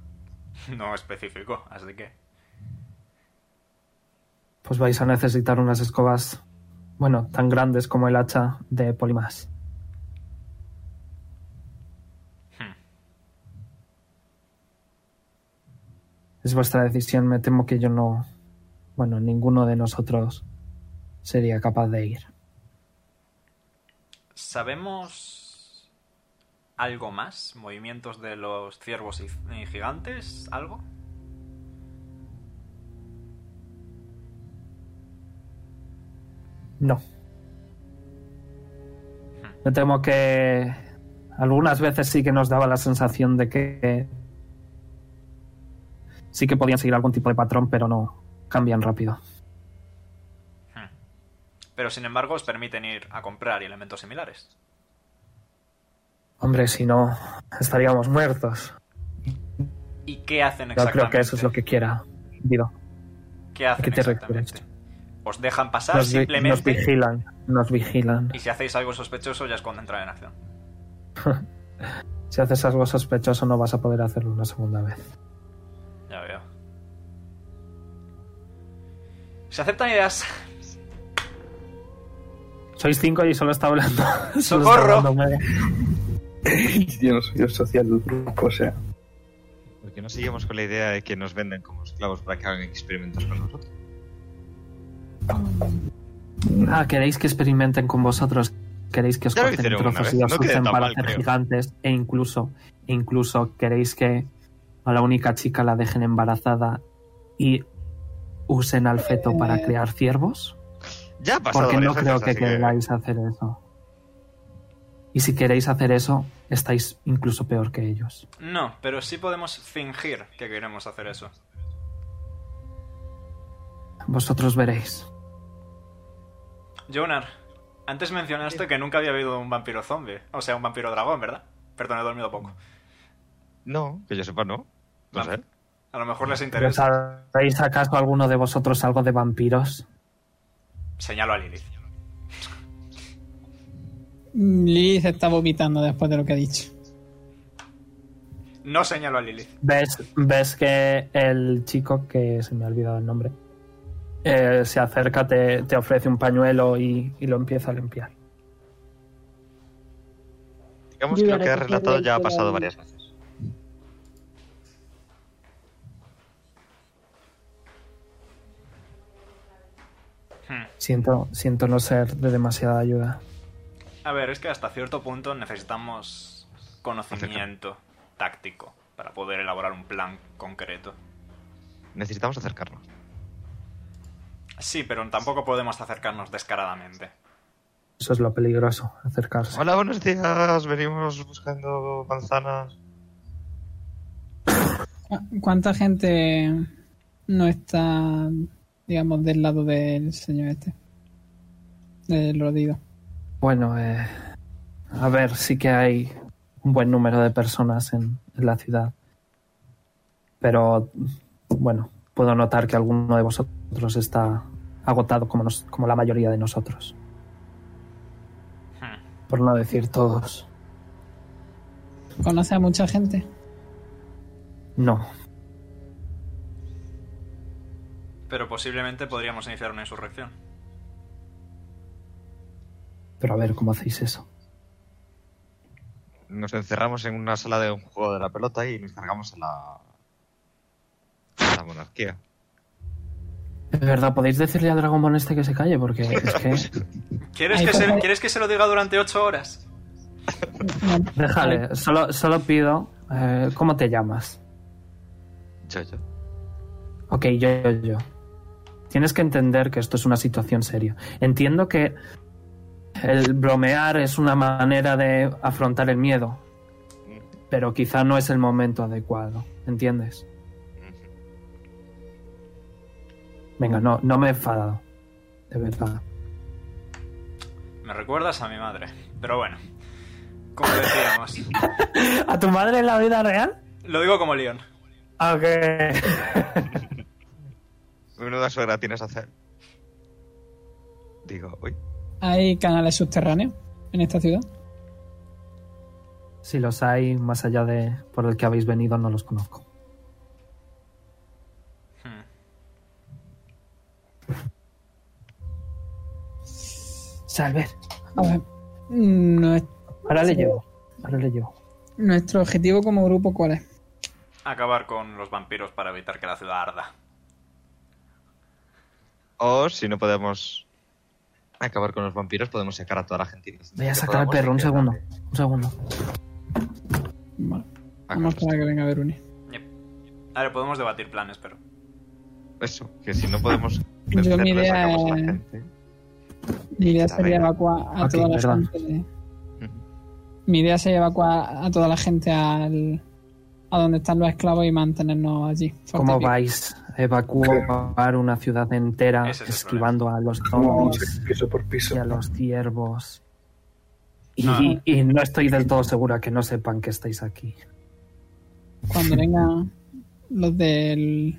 No especificó, así que...
Pues vais a necesitar unas escobas, bueno, tan grandes como el hacha de Polimas.
Hmm.
Es vuestra decisión, me temo que yo no, bueno, ninguno de nosotros sería capaz de ir.
¿Sabemos algo más? ¿Movimientos de los ciervos y, y gigantes? ¿Algo?
No. Me temo que algunas veces sí que nos daba la sensación de que sí que podían seguir algún tipo de patrón, pero no cambian rápido.
Hmm. Pero sin embargo os permiten ir a comprar elementos similares.
Hombre, si no, estaríamos muertos.
¿Y qué hacen
Yo
exactamente?
creo que eso es lo que quiera. Digo,
¿Qué hacen
qué te
exactamente? Os dejan pasar
nos, vi- nos
simplemente
vigilan, nos vigilan.
y si hacéis algo sospechoso ya es cuando entran en acción.
Si haces algo sospechoso no vas a poder hacerlo una segunda vez.
Ya veo. Se aceptan ideas.
Sois cinco y solo está hablando. solo está
¡Socorro!
hablando Mega.
Yo no soy el social del grupo, o sea.
¿Por qué no seguimos con la idea de que nos venden como esclavos para que hagan experimentos con nosotros?
Ah, queréis que experimenten con vosotros. Queréis que os
Ya lo
corten en
hicieron una
trozos
vez,
y os
no quedé
usen
tan
para
mal,
hacer
creo.
gigantes. E incluso, e incluso queréis que a la única chica la dejen embarazada y usen al feto para crear ciervos.
Ya ha pasado
Porque no
varias
creo
veces,
que
así
queráis hacer eso. Y si queréis hacer eso, estáis incluso peor que ellos.
No, pero sí podemos fingir que queremos hacer eso.
Vosotros veréis.
Jonar, antes mencionaste que nunca había habido un vampiro zombie. O sea, un vampiro dragón, ¿verdad? Perdón, he dormido poco.
No, que yo sepa, no. No
Ah.
sé.
A lo mejor les
¿Pero
interesa.
¿Sabéis acaso alguno de vosotros algo de vampiros?
Señalo a Lilith.
Lilith Mm, está vomitando después de lo que ha dicho.
No señalo a Lilith.
¿Ves, ves que el chico, que se me ha olvidado el nombre, eh, se acerca, te, te ofrece un pañuelo y, y lo empieza a limpiar.
Digamos
Yo
que
ya
lo que he
recogí
relatado
el
ya ha
pelo
pasado
ahí.
varias veces.
Hmm.
Siento, siento no ser de demasiada ayuda.
A ver, es que hasta cierto punto necesitamos conocimiento táctico para poder elaborar un plan concreto.
Necesitamos acercarnos.
Sí, pero tampoco podemos acercarnos descaradamente.
Eso es lo peligroso, acercarse.
Hola, buenos días. Venimos buscando manzanas.
¿Cu- Ah, ¿Cuánta gente no está, digamos, del lado del señor este? Del rodillo.
Bueno, eh, a ver, sí que hay un buen número de personas en, en la ciudad. Pero, bueno, puedo notar que alguno de vosotros está agotado como, nos- como la mayoría de nosotros.
Hmm.
Por no decir todos.
¿Conoce a mucha gente?
No,
Pero posiblemente podríamos iniciar una insurrección.
pero a ver cómo hacéis eso.
Nos encerramos en una sala de un juego de la pelota y nos cargamos a la, a la monarquía.
De verdad, podéis decirle a Dragomon este que se calle, porque es que.
¿Quieres
Ay,
que, se,
joder.
¿Quieres que se lo diga durante ocho horas?
Bueno,
Déjale, solo, solo pido. eh, ¿Cómo te llamas?
Yo, yo.
Ok, yo, yo, yo. Tienes que entender que esto es una situación seria. Entiendo que el bromear es una manera de afrontar el miedo, pero quizá no es el momento adecuado. ¿Entiendes? Venga, no, no me he enfadado. De verdad.
Me recuerdas a mi madre. Pero bueno, como decíamos.
¿A tu madre en la vida real?
Lo digo como León.
Ok.
Menuda suegra tienes a hacer. Digo, uy.
¿Hay canales subterráneos en esta ciudad?
si los hay, más allá de por el que habéis venido, no los conozco.
Hmm.
Salver.
A ver, nue-
Ahora le llevo. Ahora le llevo.
¿nuestro objetivo como grupo cuál es?
Acabar con los vampiros para evitar que la ciudad arda.
O si no podemos acabar con los vampiros, podemos sacar a toda la gente.
Voy a sacar al perro, un segundo. Un segundo.
Bueno, vamos para que venga Veruni.
Yep. A ver, podemos debatir planes, pero.
Eso, que si no podemos.
Yo mi
vencerles,
idea
sacamos a la
es-
gente.
Mi idea
Ya,
sería
venga.
evacuar a
Ok,
toda la
perdón.
gente.
Ujú.
Mi idea sería evacuar a toda la gente al, a donde están los esclavos y mantenernos allí.
¿Cómo
fortificados.
vais a evacuar una ciudad entera
Ese es el
esquivando a los
Vamos
zombies
piso por piso.
y a los ciervos? Y
No.
y- y no estoy del todo segura que no sepan que estáis aquí.
Cuando vengan los del,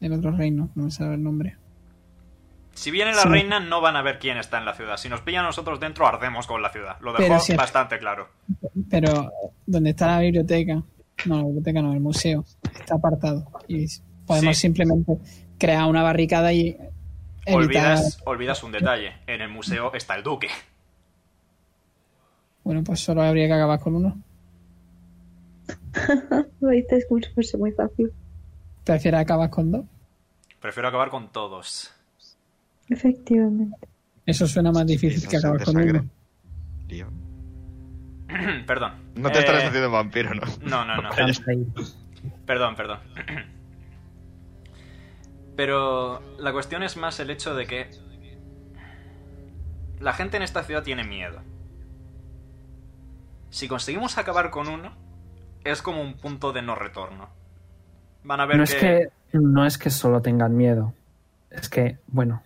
del otro reino, no me sabe el nombre.
Si viene la
Sí.
reina, no van a ver quién está en la ciudad. Si nos pillan a nosotros dentro, ardemos con la ciudad. Lo
Pero
dejó
si-
bastante claro.
Pero donde está la biblioteca, no, la biblioteca no, el museo, está apartado. Y podemos
Sí.
simplemente crear una barricada y evitar.
Olvidas, olvidas un detalle. En el museo está el duque.
Bueno, pues solo habría que acabar con uno.
Este es mucho, mucho, muy fácil.
Prefiero acabar con dos.
Prefiero acabar con todos.
Efectivamente.
Eso suena más difícil
Esas
que acabar
de
con
sangre.
uno.
Lío.
Perdón.
No te
Eh,
estarás haciendo vampiro, ¿no?
No, no, no. Perdón, perdón. Pero la cuestión es más el hecho de que la gente en esta ciudad tiene miedo. Si conseguimos acabar con uno, es como un punto de no retorno. Van a ver
No
que,
es que no es que solo tengan miedo. Es que, bueno,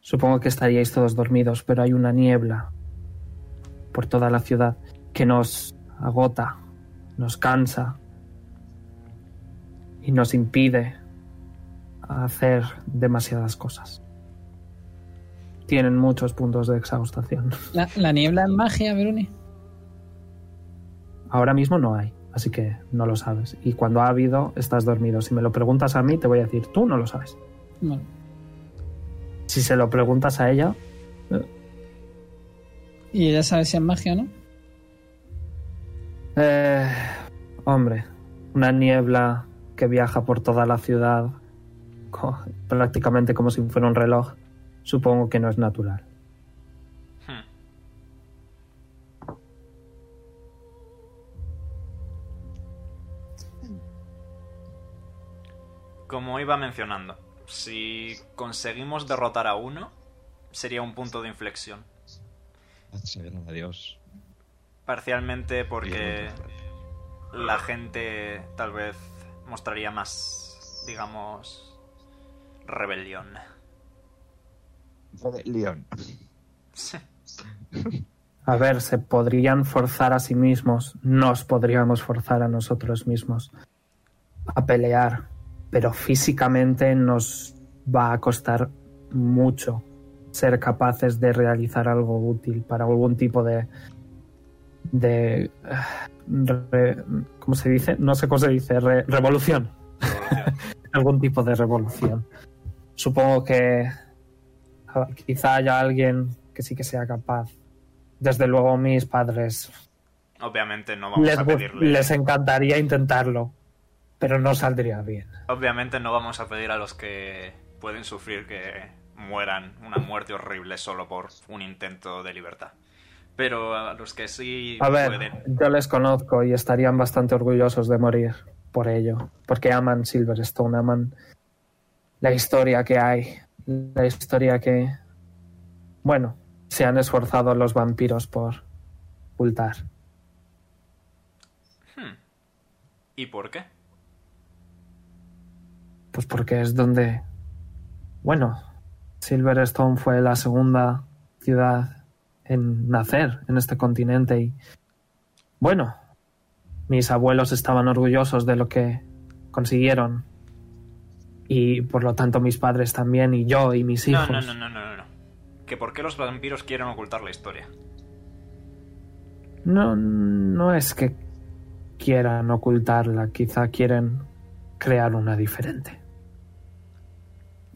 supongo que estaríais todos dormidos, pero hay una niebla por toda la ciudad que nos agota, nos cansa y nos impide hacer demasiadas cosas. tienen muchos puntos de exhaustación.
La, la niebla es magia, Veroni.
Ahora mismo no hay, así que no lo sabes. Y cuando ha habido, estás dormido. Si me lo preguntas a mí, te voy a decir, tú no lo sabes.
Bueno,
Si se lo preguntas a ella,
y ella sabe si es magia o no.
Eh, hombre, una niebla que viaja por toda la ciudad, co- prácticamente como si fuera un reloj, supongo que no es natural.
Hmm. Como iba mencionando, si conseguimos derrotar a uno, sería un punto de inflexión.
Adiós.
Parcialmente
Bien,
porque la gente tal vez mostraría más, digamos, rebelión.
León.
A ver, se podrían forzar a sí mismos, nos podríamos forzar a nosotros mismos a pelear, pero físicamente nos va a costar mucho ser capaces de realizar algo útil para algún tipo de de eh, re- ¿cómo se dice? No sé cómo se dice, re- revolución,
Revolución.
algún tipo de revolución. Supongo que ah, quizá haya alguien que sí que sea capaz. Desde luego mis padres
Obviamente no vamos
les,
a
gu-
pedirle.
les encantaría intentarlo, pero no saldría bien.
Obviamente no vamos a pedir a los que pueden sufrir que mueran una muerte horrible solo por un intento de libertad. Pero a los que sí
A ver,
pueden,
yo les conozco y estarían bastante orgullosos de morir por ello, porque aman Silverstone, aman la historia que hay, la historia que, bueno, se han esforzado los vampiros por ocultar.
¿Y por qué?
Pues porque es donde. Bueno, Silverstone fue la segunda ciudad en nacer en este continente y. Bueno, mis abuelos estaban orgullosos de lo que consiguieron. Y por lo tanto mis padres también, y yo y mis
No,
hijos.
no, no, no, no, no, no. ¿Que por qué los vampiros quieren ocultar la historia?
No, no es que quieran ocultarla, quizá quieren crear una diferente.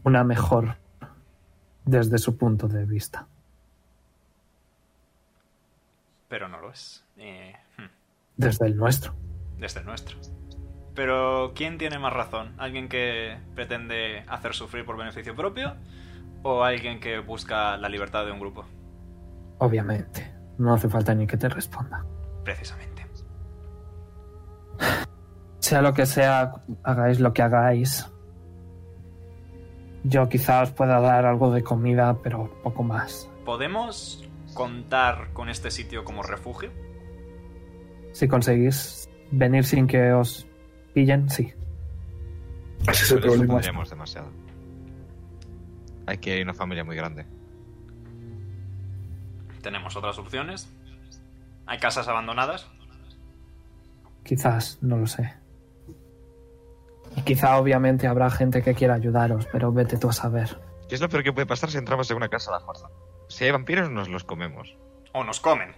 Una mejor desde su punto de vista.
Pero no lo es. Eh, hmm,
Desde el nuestro.
desde el nuestro. Pero ¿quién tiene más razón? ¿Alguien que pretende hacer sufrir por beneficio propio? ¿O alguien que busca la libertad de un grupo?
Obviamente. No hace falta ni que te responda.
Precisamente.
Sea lo que sea, hagáis lo que hagáis. Yo quizá os pueda dar algo de comida, pero poco más.
¿Podemos contar con este sitio como refugio?
Si conseguís venir sin que os pillen, sí.
Ese es
Este
Pero eso
el problema.
podríamos demasiado. Hay que ir una familia muy grande.
Tenemos otras opciones. Hay casas abandonadas.
Quizás, no lo sé. Y quizá obviamente habrá gente que quiera ayudaros, pero vete tú a saber.
¿Qué es lo peor que puede pasar si entramos en una casa a la fuerza? Si hay vampiros, nos los comemos.
O nos comen.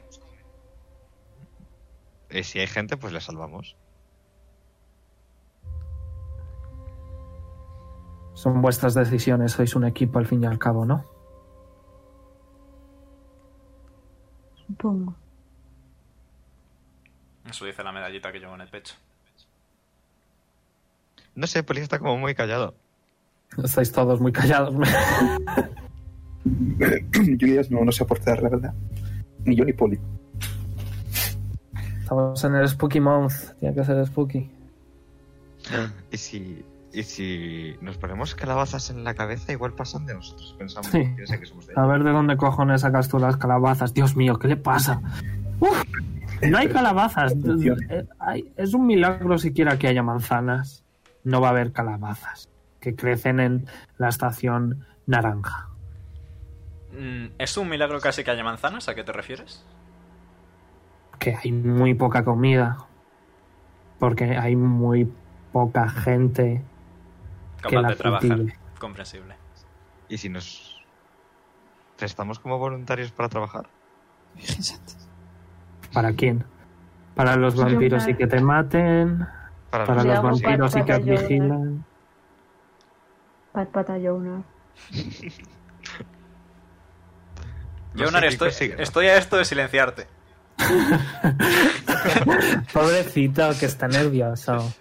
Y si hay gente, pues les salvamos.
Son vuestras decisiones, sois un equipo al fin y al cabo, ¿no?
Supongo.
Eso dice la medallita que llevo en el pecho.
No sé, Poli está como muy callado.
Estáis todos muy callados.
Julius no, no sé aportar, la verdad. Ni yo ni Poli.
Estamos en el Spooky Month, tiene que ser Spooky.
Y si, y si nos ponemos calabazas en la cabeza, igual pasan de nosotros. Pensamos,
Sí.
piensa que somos de
A ver de dónde cojones sacas tú las calabazas. Dios mío, ¿qué le pasa? Uf, no hay calabazas. Eh, hay- Es un milagro siquiera que haya manzanas. No va a haber calabazas que crecen en la estación naranja.
Mm, ¿Es un milagro casi que haya manzanas? ¿A qué te refieres?
que hay muy poca comida porque hay muy poca gente que
Capaz
la
de trabajar.
cultive.
Comprensible.
Y si nos ¿Estamos como voluntarios para trabajar?
Virgen Santa.
¿Para quién? Para los
Yo
vampiros
me-
y que te maten. Para los
Yo hago
vampiros y que os
patas, yo-
vigilan.
Pat pata Jonas.
Jonar, estoy, estoy a esto de silenciarte.
Pobrecito, que está nervioso.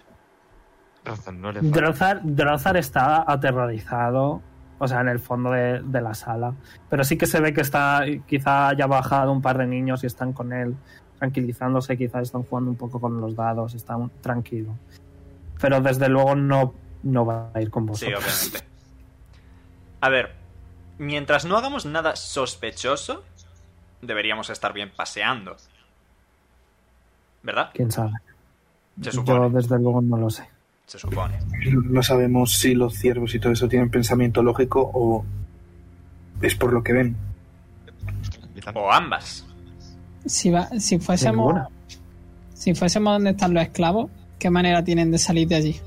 Razón, no le falta.
Drozar, Drozar está aterrorizado, o sea, en el fondo de, de la sala. Pero sí que se ve que está, quizá haya bajado un par de niños y están con él, tranquilizándose, quizá están jugando un poco con los dados, está un- tranquilo. Pero desde luego no, no va a ir con
Sí,
vosotros.
obviamente. A ver, mientras no hagamos nada sospechoso, deberíamos estar bien paseando. ¿Verdad?
¿Quién sabe?
Se
Yo
supone.
desde luego no lo sé.
Se supone.
No sabemos si los ciervos y todo eso tienen pensamiento lógico o es por lo que ven.
Quizá-
O ambas.
Si, va, si fuésemos.
Ninguna.
Si fuésemos donde están los esclavos, ¿qué manera tienen de salir de allí?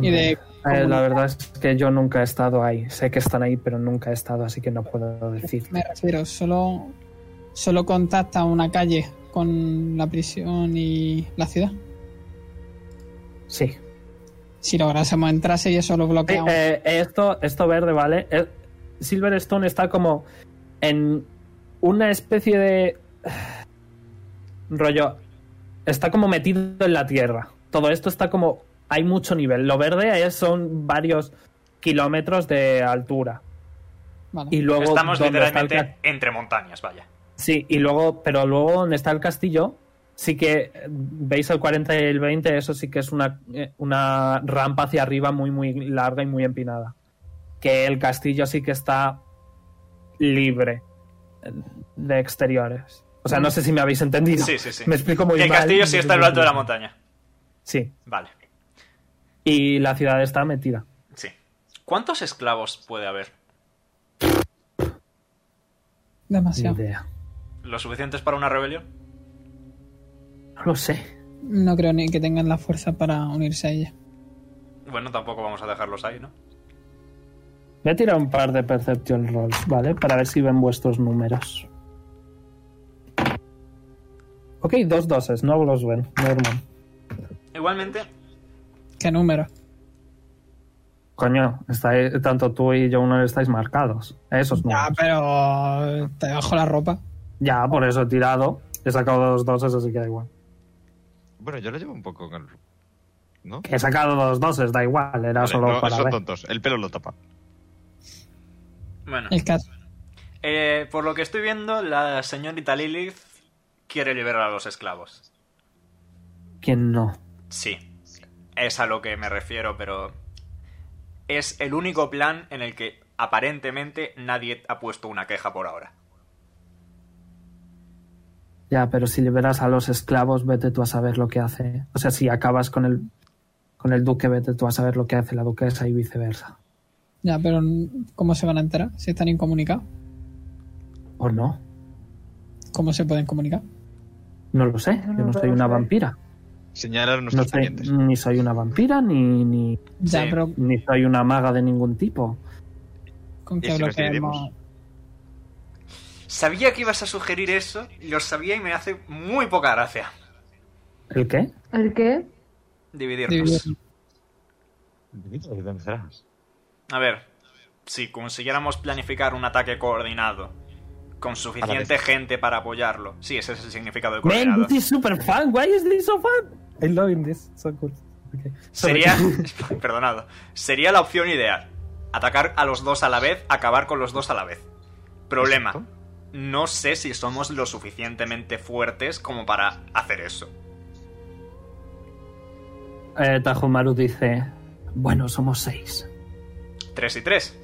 Y de.
Eh, la verdad es que yo nunca he estado ahí. Sé que están ahí, pero nunca he estado, así que no puedo decir.
Me refiero, solo. Solo contacta una calle con la prisión y la ciudad.
Sí.
Si lográsemos entrarse y eso lo
Eh,
bloqueamos.
eh, esto, esto verde, ¿vale? Eh, Silverstone está como en una especie de. rollo. Está como metido en la tierra. Todo esto está como. Hay mucho nivel. Lo verde es, son varios kilómetros de altura.
Vale.
Y luego.
Estamos
donde está el
literalmente
ca-
entre montañas, vaya.
Sí, y luego, pero luego donde está el castillo, sí que eh, veis el 40 y el 20, eso sí que es una, eh, una rampa hacia arriba muy, muy larga y muy empinada. Que el castillo sí que está libre eh, de exteriores. O sea, no sé si me habéis entendido.
Sí, sí, sí.
Me explico muy
Que el
mal.
castillo sí está en lo alto de la montaña.
Sí,
Vale,
y la ciudad está metida.
sí. ¿Cuántos esclavos puede haber?
Ni
Demasiado.
idea.
¿Lo suficientes para una rebelión?
No lo sé.
No creo ni que tengan la fuerza para unirse a ella.
Bueno, tampoco vamos a dejarlos ahí, ¿no?
Voy a tirar un par de Perception Rolls, ¿vale? Para ver si ven vuestros números. Ok, dos doses, no los ven, normal.
Igualmente,
¿Qué número?
Coño, estáis- tanto tú y yo no estáis marcados. Esos
Ya,
números.
pero. Te bajo la ropa.
Ya, por eso he tirado. He sacado dos doses, así que da igual.
Bueno, yo lo llevo un poco con el... ¿No?
Que he sacado dos doses, da igual, era
Vale,
solo
no,
para
son
ver.
tontos. El pelo lo tapa.
bueno.
El caso.
Eh, por lo que estoy viendo, la señorita Lilith quiere liberar a los esclavos.
¿Quién no?
Sí, es a lo que me refiero, pero es el único plan en el que aparentemente nadie ha puesto una queja por ahora.
Ya, pero si liberas a los esclavos, vete tú a saber lo que hace. O sea, si acabas con el, con el duque, vete tú a saber lo que hace la duquesa y viceversa.
Ya, pero ¿cómo se van a enterar? Si están incomunicados,
¿O no?
¿cómo se pueden comunicar?
No lo sé,
Eso
yo
no
no
lo
soy una
sé.
vampira.
Señalar
No
nuestros
soy-
pendientes.
ni soy una vampira, ni, ni,
Ya,
Sí.
pero
ni soy una maga de ningún tipo.
con
¿Y
que
si nos
bloqueemos.
dividimos?
Sabía que ibas a sugerir eso, lo sabía y me hace muy poca gracia
¿El qué?
¿El qué?
dividirnos.
dividirnos.
Mm. ¿Dónde serás?
A ver, si consiguiéramos planificar un ataque coordinado con suficiente gente para apoyarlo. Sí, ese es el significado de coordinado.
Man, this is super fun. Why is this so fun? I love this. So cool. Okay. Sorry.
Sería, perdonado, sería la opción ideal. Atacar a los dos a la vez, acabar con los dos a la vez. Problema,
Exacto.
no sé si somos lo suficientemente fuertes como para hacer eso.
Eh, Tajomaru dice: Bueno, somos seis.
Tres y tres.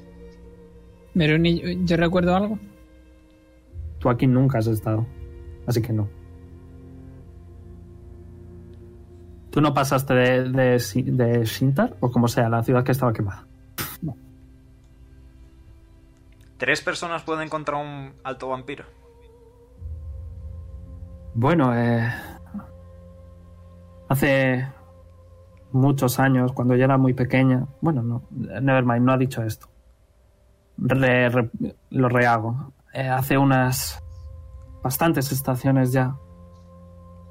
Meruni, yo- yo recuerdo algo.
Tú aquí nunca has estado. Así que no. ¿Tú no pasaste de, de, Si- de Shintar o como sea, la ciudad que estaba quemada?
Tres personas pueden contra un alto vampiro.
Bueno, eh, hace muchos años, cuando yo era muy pequeña, bueno, no, nevermind, no ha dicho esto.
re- re- lo rehago. Eh, hace unas bastantes estaciones ya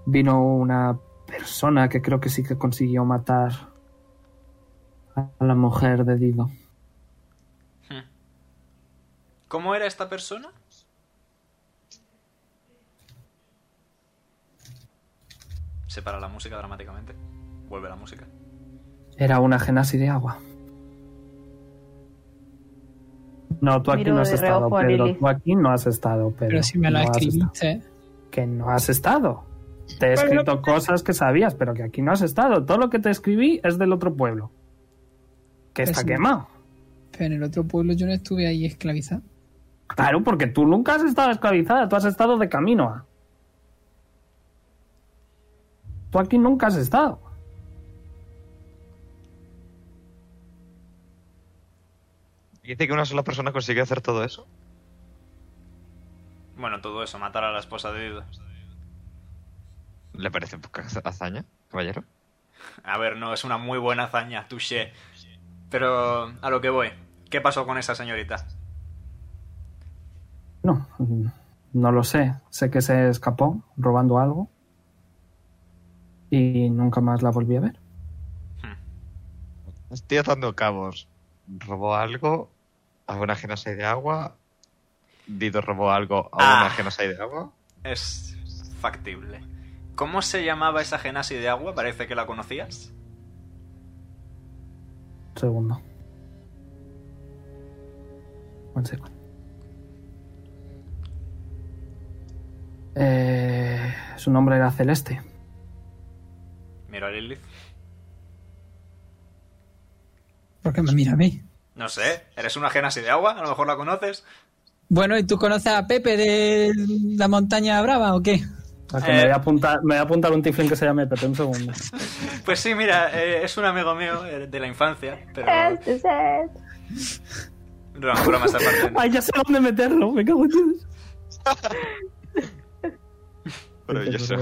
vino una persona que creo que sí que consiguió matar a la mujer de Dido.
¿Cómo era esta persona? Se para la música dramáticamente. Vuelve la música.
Era una genasi de agua. No, tú aquí
Miro
no has
de
estado,
reojo a
Pedro.
Lilith.
Tú aquí no has estado, Pedro.
Pero si me la
No has estado.
escribiste.
Que no has estado. Te he escrito cosas que sabías, pero que aquí no has estado. Todo lo que te escribí es del otro pueblo. Que está
Eso.
quemado.
Pero en el otro pueblo yo no estuve ahí esclavizado.
Claro, porque tú nunca has estado esclavizada, tú has estado de camino a. Tú aquí nunca has estado.
¿Y dice que una sola persona consiguió hacer todo eso?
Bueno, todo eso, matar a la esposa de Dido.
¿Le parece poca hazaña, caballero?
A ver, no, es una muy buena hazaña, touché. Pero a lo que voy. ¿Qué pasó con esa señorita?
No, mm, no lo sé. Sé que se escapó robando algo. Y nunca más la volví a ver.
Estoy atando cabos. Robó algo a una genasa de agua. Dido robó algo a
Ah.
una genasa de agua.
Es factible. ¿Cómo se llamaba esa genasi de agua? Parece que la conocías.
Un segundo. Un segundo. Eh, su nombre era Celeste.
Miro a Lilith.
Porque me mira a mí.
No sé, ¿eres una genasi de agua? A lo mejor la conoces.
Bueno, ¿y tú conoces a Pepe de la montaña brava o qué?
Ah, que me,
Eh.
voy a apuntar, me voy a apuntar un tiflin que se llame Pepe. Un segundo.
Pues sí, mira, eh, es un amigo mío eh, de la infancia, pero...
Este es él.
No, bromas aparte.
Ay, ya sé dónde meterlo. Me cago en Dios.
Pero yo sé.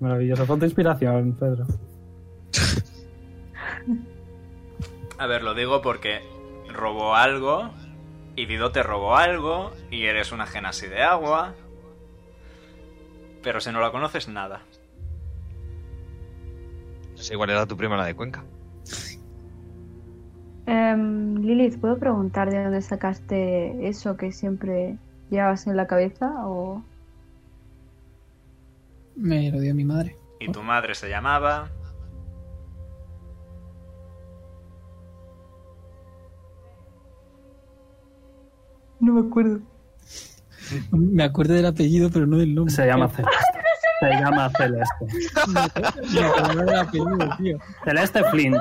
Maravillosa foto de inspiración, Pedro.
A ver, lo digo porque robó algo, y Dido te robó algo, y eres una genasi de agua. Pero si no la conoces, nada.
igual era tu prima la de Cuenca.
Em, Lilith, ¿puedo preguntar de dónde sacaste eso que siempre llevabas en la cabeza? O...
Me lo dio mi madre.
Y tu madre se llamaba...
No me acuerdo.
Me acuerdo del apellido, pero no del nombre.
Se llama Celeste. Se llama Celeste.
Me acuerdo del apellido, tío.
Celeste Flint.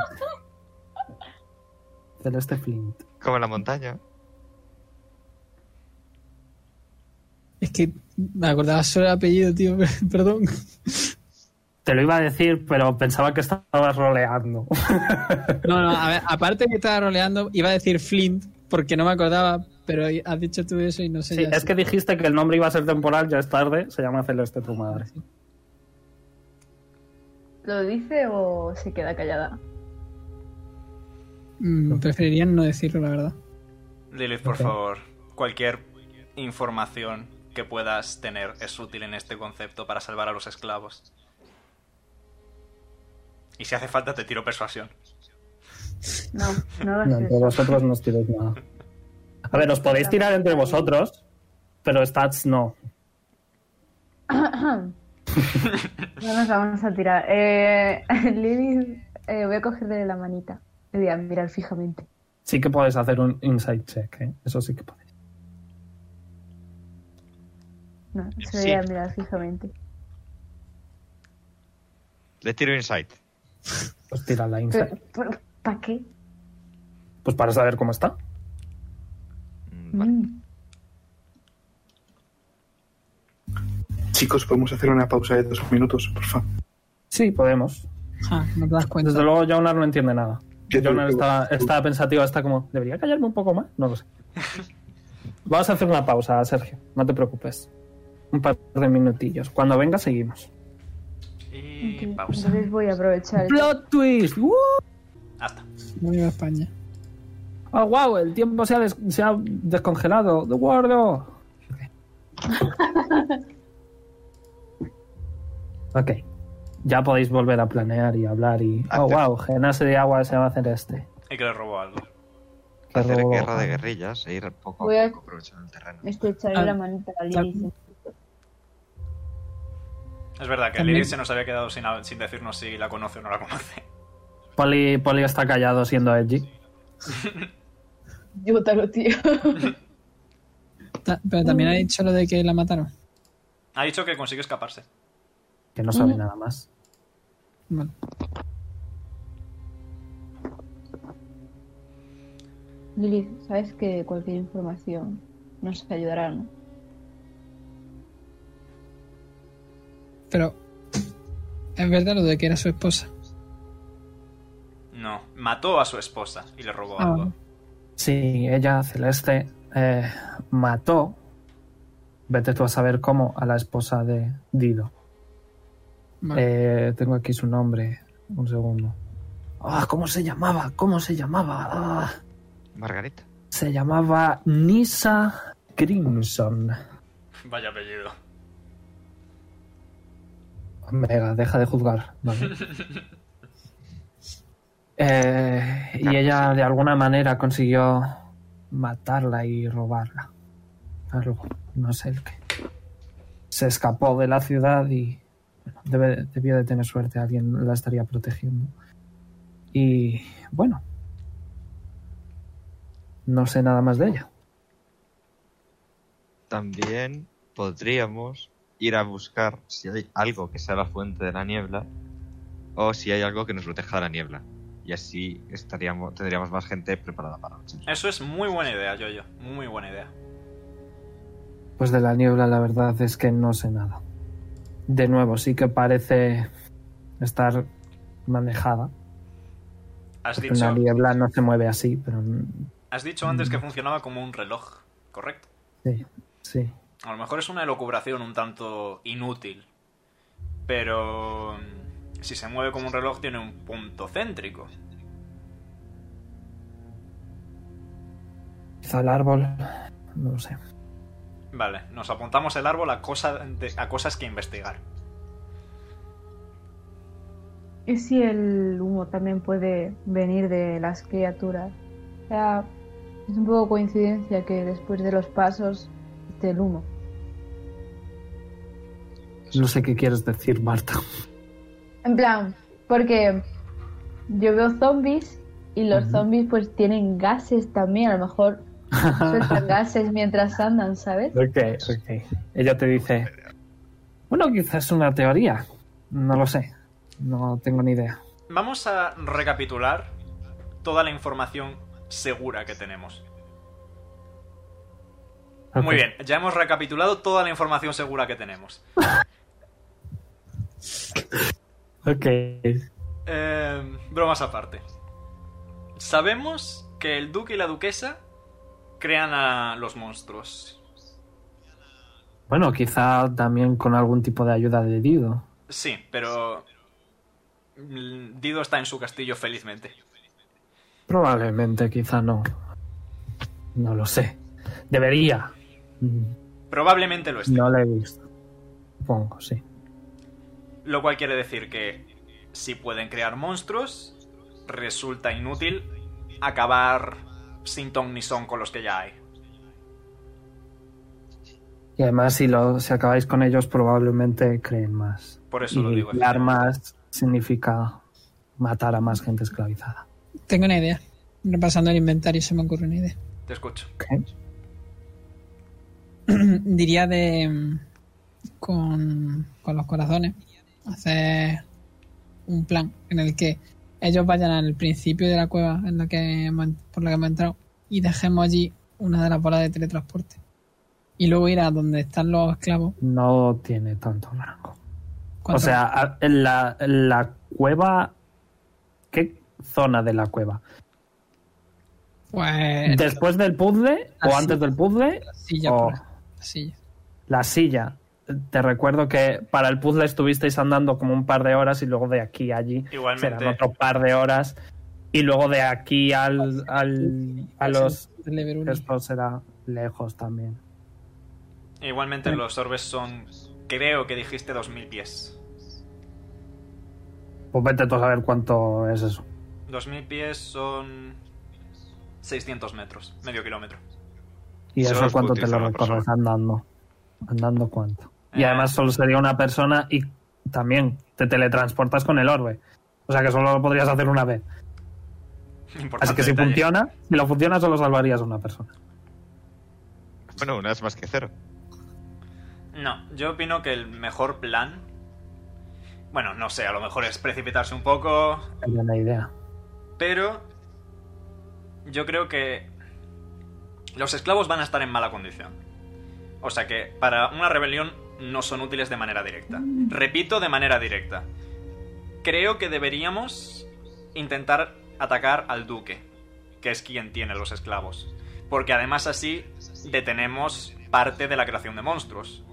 Celeste Flint.
Como en la montaña.
Es que me acordaba solo el apellido, tío. Perdón.
Te lo iba a decir, pero pensaba que estabas roleando.
No, no, a ver, aparte que estaba roleando, iba a decir Flint, porque no me acordaba, pero has dicho tú eso y no sé.
Sí,
ya
es
sé.
que dijiste que el nombre iba a ser temporal, ya es tarde. Se llama Celeste tu madre.
¿Lo dice o se queda callada?
Mm, preferiría no decirlo, la verdad.
Lilith, por
Ok.
favor, cualquier información que puedas tener es útil en este concepto para salvar a los esclavos. Y si hace falta, te tiro persuasión.
No, no lo
No,
sé.
entre vosotros no os tiréis nada. A ver, os podéis tirar entre vosotros, pero stats no.
No nos vamos a tirar. Eh, Lilith, eh, voy a cogerle de la manita. Le voy a mirar fijamente.
Sí que podéis hacer un insight check, ¿eh? Eso sí que podéis.
No, se le
Sí.
voy a mirar fijamente.
Le tiro insight.
Os tira la
Pero,
insight.
¿Para qué?
Pues para saber cómo está.
Mm, vale.
Mm.
Chicos, podemos hacer una pausa de dos minutos, por favor.
Sí, podemos.
Ah, no te das cuenta.
Desde luego, Jonar no entiende nada.
Yo creo
Jonar
que-
está, está pensativa, está como, ¿debería callarme un poco más? No lo sé. Vamos a hacer una pausa, Sergio. No te preocupes. Un par de minutillos. Cuando venga, seguimos.
Y
Ok,
pausa.
Entonces voy a aprovechar.
¡Plot twist! ¡Uh!
Hasta.
No iba a España.
¡Oh, wow! El tiempo se ha, des- se ha descongelado. ¡The guardo! Ok. Ya podéis volver a planear y hablar y... ¡Oh,
Hacer-
wow! Genase de agua se va a hacer este.
Y que le robó algo.
Qué
Hacer
robo.
guerra de guerrillas e ir poco
Voy
a
a-
poco aprovechando el terreno.
Estrecharé
Ah,
este, la manita a
tal-
Lily.
Es verdad que
También-
Lily se nos había quedado sin, sin decirnos si la conoce o no la conoce.
Polly, Polly está callado siendo Edgy.
Bótalo, tío.
Ta- pero también ha dicho lo de que la mataron.
Ha dicho que consigue escaparse.
Que no sabe
Mm.
nada más.
Vale.
Lily, sabes que cualquier información nos ayudará, ¿no?
Pero es verdad lo de que era su esposa.
No, mató a su esposa y le robó
Ah,
algo.
Sí, ella, Celeste, eh, mató, vete tú a saber cómo, a la esposa de Dido.
vale.
Eh, tengo aquí su nombre, un segundo. Ah, ¿cómo se llamaba? ¿Cómo se llamaba? Ah,
Margarita.
se llamaba Nisa Crimson.
Vaya apellido.
Mega, deja de juzgar. ¿vale? Eh, y ella de alguna manera consiguió matarla y robarla. Algo, no sé el qué. Se escapó de la ciudad y bueno, debe- debió de tener suerte, alguien la estaría protegiendo. Y bueno, no sé nada más de ella.
También podríamos ir a buscar si hay algo que sea la fuente de la niebla o si hay algo que nos proteja de la niebla. Y así estaríamos, tendríamos más gente preparada para la noche.
Eso es muy buena idea, Yoyo. Muy buena idea.
Pues de la niebla la verdad es que no sé nada. De nuevo, sí que parece estar manejada.
Has
porque
dicho,
Una niebla no Mm. se mueve así, pero mm,
has dicho antes que funcionaba como un reloj, ¿correcto?
sí, sí.
A lo mejor es una elucubración un tanto inútil. Pero mm, si se mueve como un reloj tiene un punto céntrico.
Quizá el árbol, no lo sé.
Vale, nos apuntamos el árbol a, cosa de- a cosas que investigar.
¿Y si el humo también puede venir de las criaturas? O sea, es un poco coincidencia que después de los pasos esté el humo.
No sé qué quieres decir, Marta.
En plan, porque yo veo zombies y los
Ujú.
zombies pues tienen gases también, a lo mejor sueltan gases mientras andan, ¿sabes?
ok, ok. Ella te dice, bueno, quizás es una teoría. No lo sé. No tengo ni idea.
Vamos a recapitular toda la información segura que tenemos. Muy
Ok.
bien, ya hemos recapitulado toda la información segura que tenemos.
Ok.
Eh, bromas aparte. Sabemos que el duque y la duquesa crean a los monstruos.
Bueno, quizá también con algún tipo de ayuda de Dido.
Sí, pero... mm, Dido está en su castillo felizmente.
Probablemente, quizá no. No lo sé. Debería. Mm,
Probablemente lo esté.
No la he visto. Supongo, sí.
Lo cual quiere decir que si pueden crear monstruos, resulta inútil acabar sin ton ni son con los que ya hay.
Y además, si, lo, si acabáis con ellos, probablemente creen más.
Por eso lo
Y
digo.
crear más significa matar a más gente esclavizada.
Tengo una idea. Repasando el inventario se me ocurre una idea.
Te escucho.
Diría de... mm, Con, con los corazones. Hacer un plan en el que ellos vayan al principio de la cueva en la que hemos- por la que hemos entrado y dejemos allí una de las bolas de teletransporte. Y luego ir a donde están los esclavos.
No tiene tanto rango. O
¿Cuánto?
sea, a- en la, en la cueva. ¿Qué zona de la cueva?
Pues...
¿Después del puzzle? ¿O
Así.
antes del puzzle?
Silla,
o-
por ahí. Silla.
La silla. Te recuerdo que para el puzzle estuvisteis andando como un par de horas y luego de aquí a allí serán
Igualmente,
otro par de horas. Y luego de aquí al, al- a los...
Level uno.
Esto será lejos también.
Igualmente los orbes son, creo que dijiste 2000 pies.
Pues vete tú a saber cuánto es eso.
2000 pies son 600 metros, medio kilómetro.
Y
Solo
eso
los
cuánto
puede
te lo
utilizar una
recorres
persona.
andando. Andando cuánto. Y
Eh.
además solo sería una persona y también te teletransportas con el orbe. O sea que solo lo podrías hacer una vez.
Importante
Así que si
detalle.
funciona, si lo funciona solo salvarías a una persona.
Bueno, una es más que cero.
No, yo opino que el mejor plan... Bueno, no sé, a lo mejor es precipitarse un poco,
Sería una idea.
Pero yo creo que los esclavos van a estar en mala condición. O sea que para una rebelión no son útiles de manera directa. Repito, de manera directa. Creo que deberíamos intentar atacar al duque, que es quien tiene los esclavos. Porque además así detenemos parte de la creación de monstruos.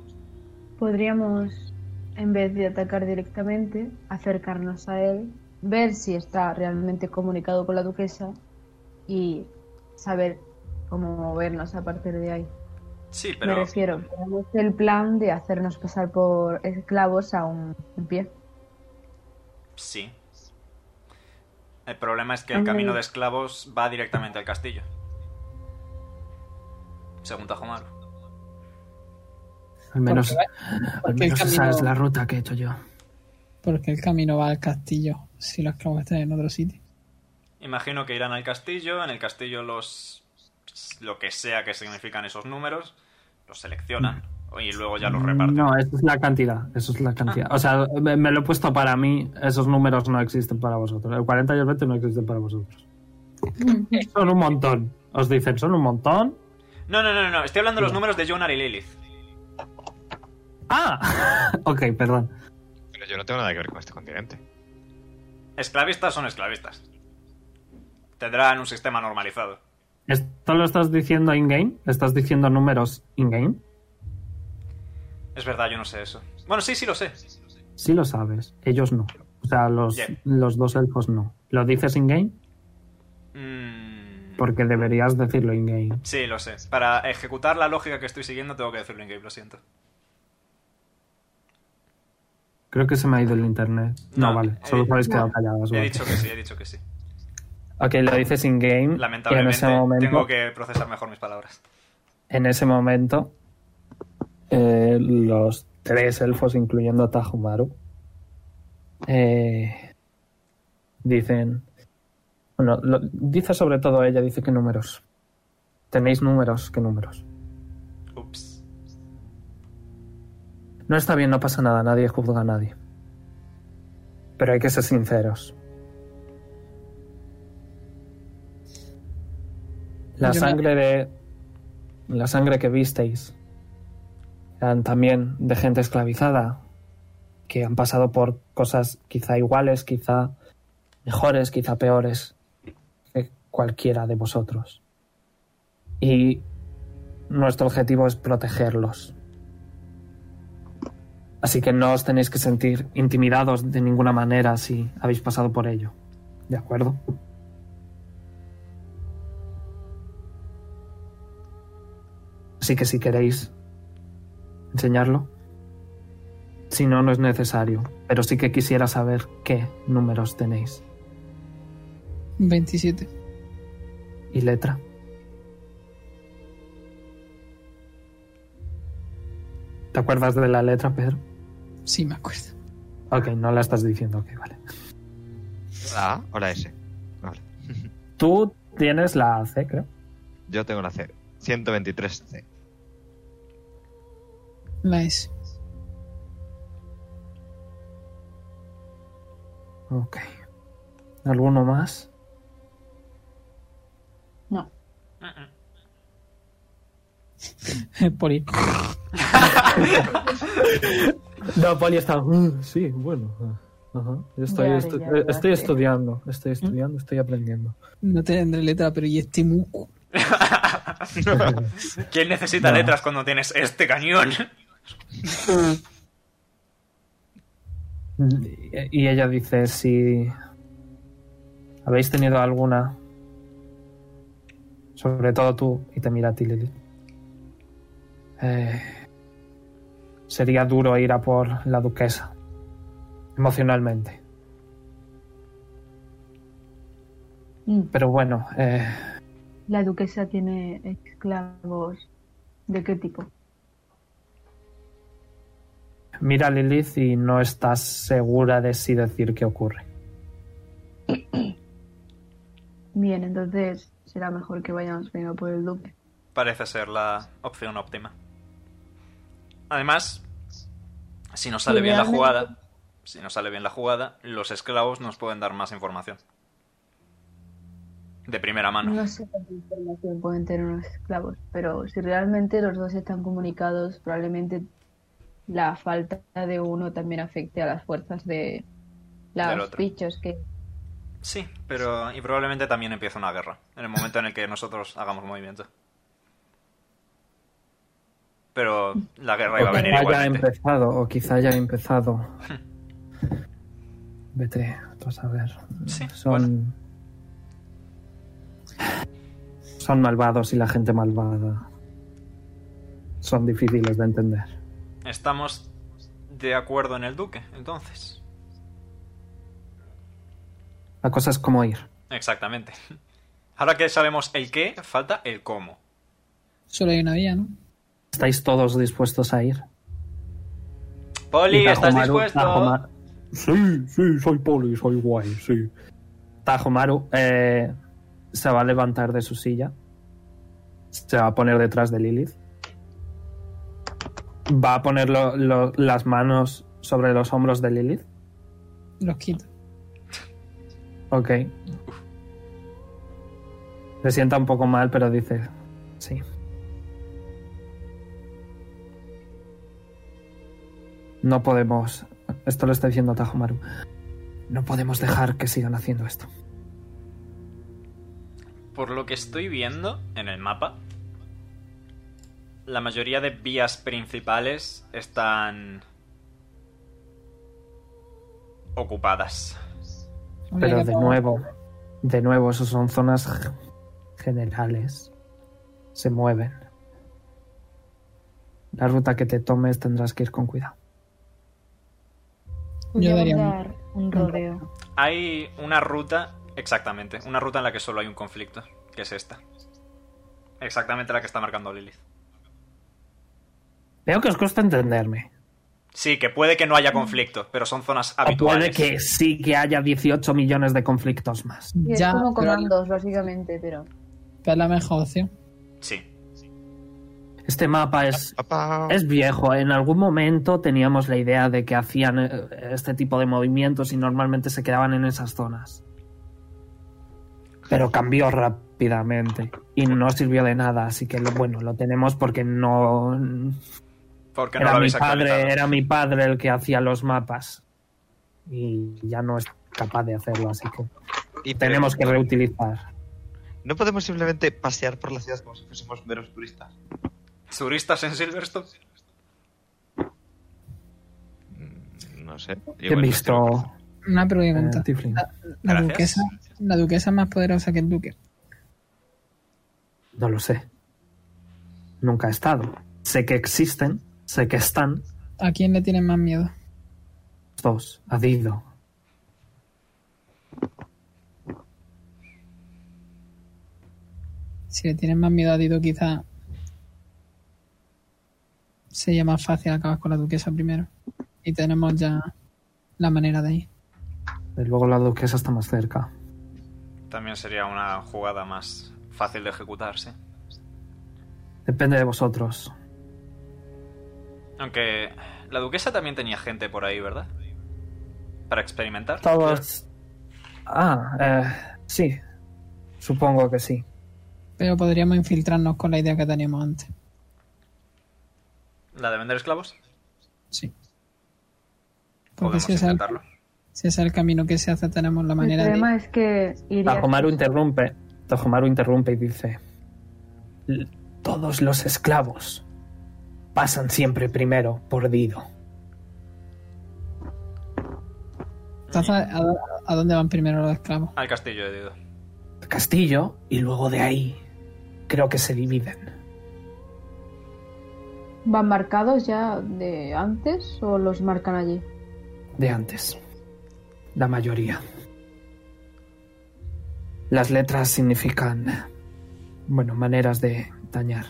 Podríamos, en vez de atacar directamente, acercarnos a él, ver si está realmente comunicado con la duquesa y saber cómo movernos a partir de ahí.
Sí, pero...
Me refiero, tenemos el plan de hacernos pasar por esclavos aún en pie.
Sí. El problema es que el
Hombre.
camino de esclavos va directamente al castillo. Según Tajomar.
Al menos,
Porque
al
porque el
menos esa
camino-
es la ruta que he hecho yo.
Porque el camino va al castillo. Si los esclavos están en otro sitio.
Imagino que irán al castillo. En el castillo los... lo que sea que significan esos números, los seleccionan. Y luego ya los reparten.
No, esa es la cantidad. Eso es la cantidad. O sea, me, me lo he puesto para mí. Esos números no existen para vosotros. El 40 y el 20 no existen para vosotros. Son un montón. Os dicen, son un montón.
No, no, no, no. Estoy hablando de los números de Jonar y Lilith.
¡Ah! ok, perdón.
Pero yo no tengo nada que ver con este continente.
Esclavistas son esclavistas. Tendrán un sistema normalizado.
¿Esto lo estás diciendo in-game? ¿Estás diciendo números in-game?
Es verdad, yo no sé eso. Bueno, sí, sí lo sé.
Sí lo sabes. Ellos no. O sea, los,
Bien.
los dos elfos no. ¿Lo dices in-game?
Mm.
Porque deberías decirlo in-game.
Sí, lo sé. Para ejecutar la lógica que estoy siguiendo tengo que decirlo en game, lo siento.
Creo que se me ha ido el internet. No,
No,
vale.
he
Solo
dicho-
habéis quedado
no.
calladas.
He
vale.
dicho que sí, he dicho que sí.
Ok, lo dices in-game. y En
Lamentablemente
ese momento,
tengo que procesar mejor mis palabras.
en ese momento eh, los tres elfos, incluyendo a Tajumaru, eh, dicen... Bueno, lo- dice sobre todo ella, dice que números. Tenéis números, qué números.
Ups.
No está bien, no pasa nada, nadie juzga a nadie. Pero hay que ser sinceros. La
Yo me-
sangre de. La sangre que visteis. Eran también de gente esclavizada. Que han pasado por cosas quizá iguales, quizá mejores, quizá peores. Que cualquiera de vosotros. Y. Nuestro objetivo es protegerlos. Así que no os tenéis que sentir intimidados de ninguna manera si habéis pasado por ello. ¿De acuerdo? Así que si queréis enseñarlo. Si no, no es necesario. Pero sí que quisiera saber qué números tenéis.
27.
¿Y letra? ¿Te acuerdas de la letra, Pedro?
Sí, me acuerdo.
Ok, no la estás diciendo. Ok, vale.
¿La A o la S? Vale.
Tú tienes la C, creo.
Yo tengo la C. 123C.
La S.
Ok. ¿Alguno más?
Mm, mm.
Por ir.
No, Poli está. "Mm, sí, bueno. ah, ajá. Yo Estoy,
Ya,
estu-
ya,
eh,
ya,
estoy
sí.
estudiando, estoy estudiando, estoy aprendiendo.
No tendré letra, pero y este muco.
¿Quién necesita
No.
letras cuando tienes este cañón?
Eh, Y y ella dice: si ¿Habéis tenido alguna? Sobre todo tú, y te mira a ti, Lilith. Eh, sería duro ir a por la duquesa. Emocionalmente.
Mm.
Pero bueno, eh,
La duquesa tiene esclavos. ¿De qué tipo?
mira a Lilith y no estás segura de si decir qué ocurre.
Bien, entonces será mejor que vayamos primero por el duque.
Parece ser la opción óptima. Además, si nos sale bien la
Idealmente-
jugada, si nos sale bien la jugada, los esclavos nos pueden dar más información. De primera mano.
No sé cuánta información pueden tener unos esclavos, pero si realmente los dos están comunicados, probablemente la falta de uno también afecte a las fuerzas de
Del
los
otro.
bichos que
Sí, pero y probablemente también empiece una guerra en el momento en el que nosotros hagamos movimiento. Pero la guerra iba a
O
venir este.
quizá haya
igualmente.
empezado, o quizá haya empezado. Vete, tú a saber.
Hmm. Sí,
Son.
bueno,
Son malvados y la gente malvada. Son difíciles de entender.
estamos de acuerdo en el duque, entonces.
La cosa es cómo ir.
Exactamente. Ahora que sabemos el qué, falta el cómo.
Solo hay una vía, ¿no?
¿Estáis todos dispuestos a ir?
Poli,
Y
¿estás
Tajomaru- Ah, pues,
dispuesto?
Tajoma- Sí, sí, soy poli, soy guay, sí. Tajomaru eh, se va a levantar de su silla. Se va a poner detrás de Lilith. Va a poner lo- lo- las manos sobre los hombros de Lilith.
Los quito.
Ok. Se sienta un poco mal, pero dice, sí. No podemos, esto lo está diciendo Tajomaru, no podemos dejar que sigan haciendo esto.
Por lo que estoy viendo en el mapa, la mayoría de vías principales están ocupadas.
Habría
Pero
que
de
probar.
nuevo, de nuevo, eso son zonas g- generales. Se mueven. La ruta que te tomes tendrás que ir con cuidado.
Yo
Podríamos
daría un-
dar un rodeo.
Hay una ruta, exactamente, una ruta en la que solo hay un conflicto, que es esta. Exactamente la que está marcando Lilith.
Veo que os cuesta entenderme.
Sí, que puede que no haya conflicto, pero son zonas
Mm. O puede
habituales.
que sí que haya 18 millones de conflictos más.
Y es
Ya,
como
pero
comandos, básicamente, pero
es la mejor opción.
Sí,
Este mapa es,
Papá.
es viejo. En algún momento teníamos la idea de que hacían eh, este tipo de movimientos y normalmente se quedaban en esas zonas. Pero cambió rápidamente y no sirvió de nada. Así que lo, bueno, lo tenemos porque no,
porque no lo
era mi
habéis
padre,
actualizado.
era mi padre el que hacía los mapas y ya no es capaz de hacerlo. Así que
Y pero-
tenemos que reutilizar.
No podemos simplemente pasear por la ciudad como si fuésemos meros turistas.
¿Turistas en Silverstone?
Mm, No sé.
He visto
Una pregunta.
eh, Tiflin.
la,
Gracias.
duquesa, la duquesa es más poderosa que el duque.
No lo sé. Nunca he estado. Sé que existen, sé que están
¿A quién le tienen más miedo?
los dos. A Dido.
Si le tienen más miedo a Dido, quizá sería más fácil acabar con la duquesa primero. Y tenemos ya la manera de ir.
Y luego la duquesa está más cerca.
También sería una jugada más fácil de ejecutar, sí.
Depende de vosotros.
Aunque la duquesa también tenía gente por ahí, ¿verdad? Para experimentar.
Todos. Ah, eh, sí. Supongo que sí.
Pero podríamos infiltrarnos con la idea que teníamos antes.
¿La de vender esclavos?
Sí. Porque
Podemos
si es, el,
intentarlo.
si es el camino que se hace, tenemos la
el
manera de
problema es que iría
Tajomaru interrumpe. Tajomaru interrumpe y dice: "L- Todos los esclavos pasan siempre primero por Dido.
Entonces, ¿a, a dónde van primero los esclavos?
Al castillo he ido.
castillo y luego de ahí creo que se dividen.
¿Van marcados ya de antes o los marcan allí?
de antes. La mayoría. Las letras significan, bueno, maneras de dañar.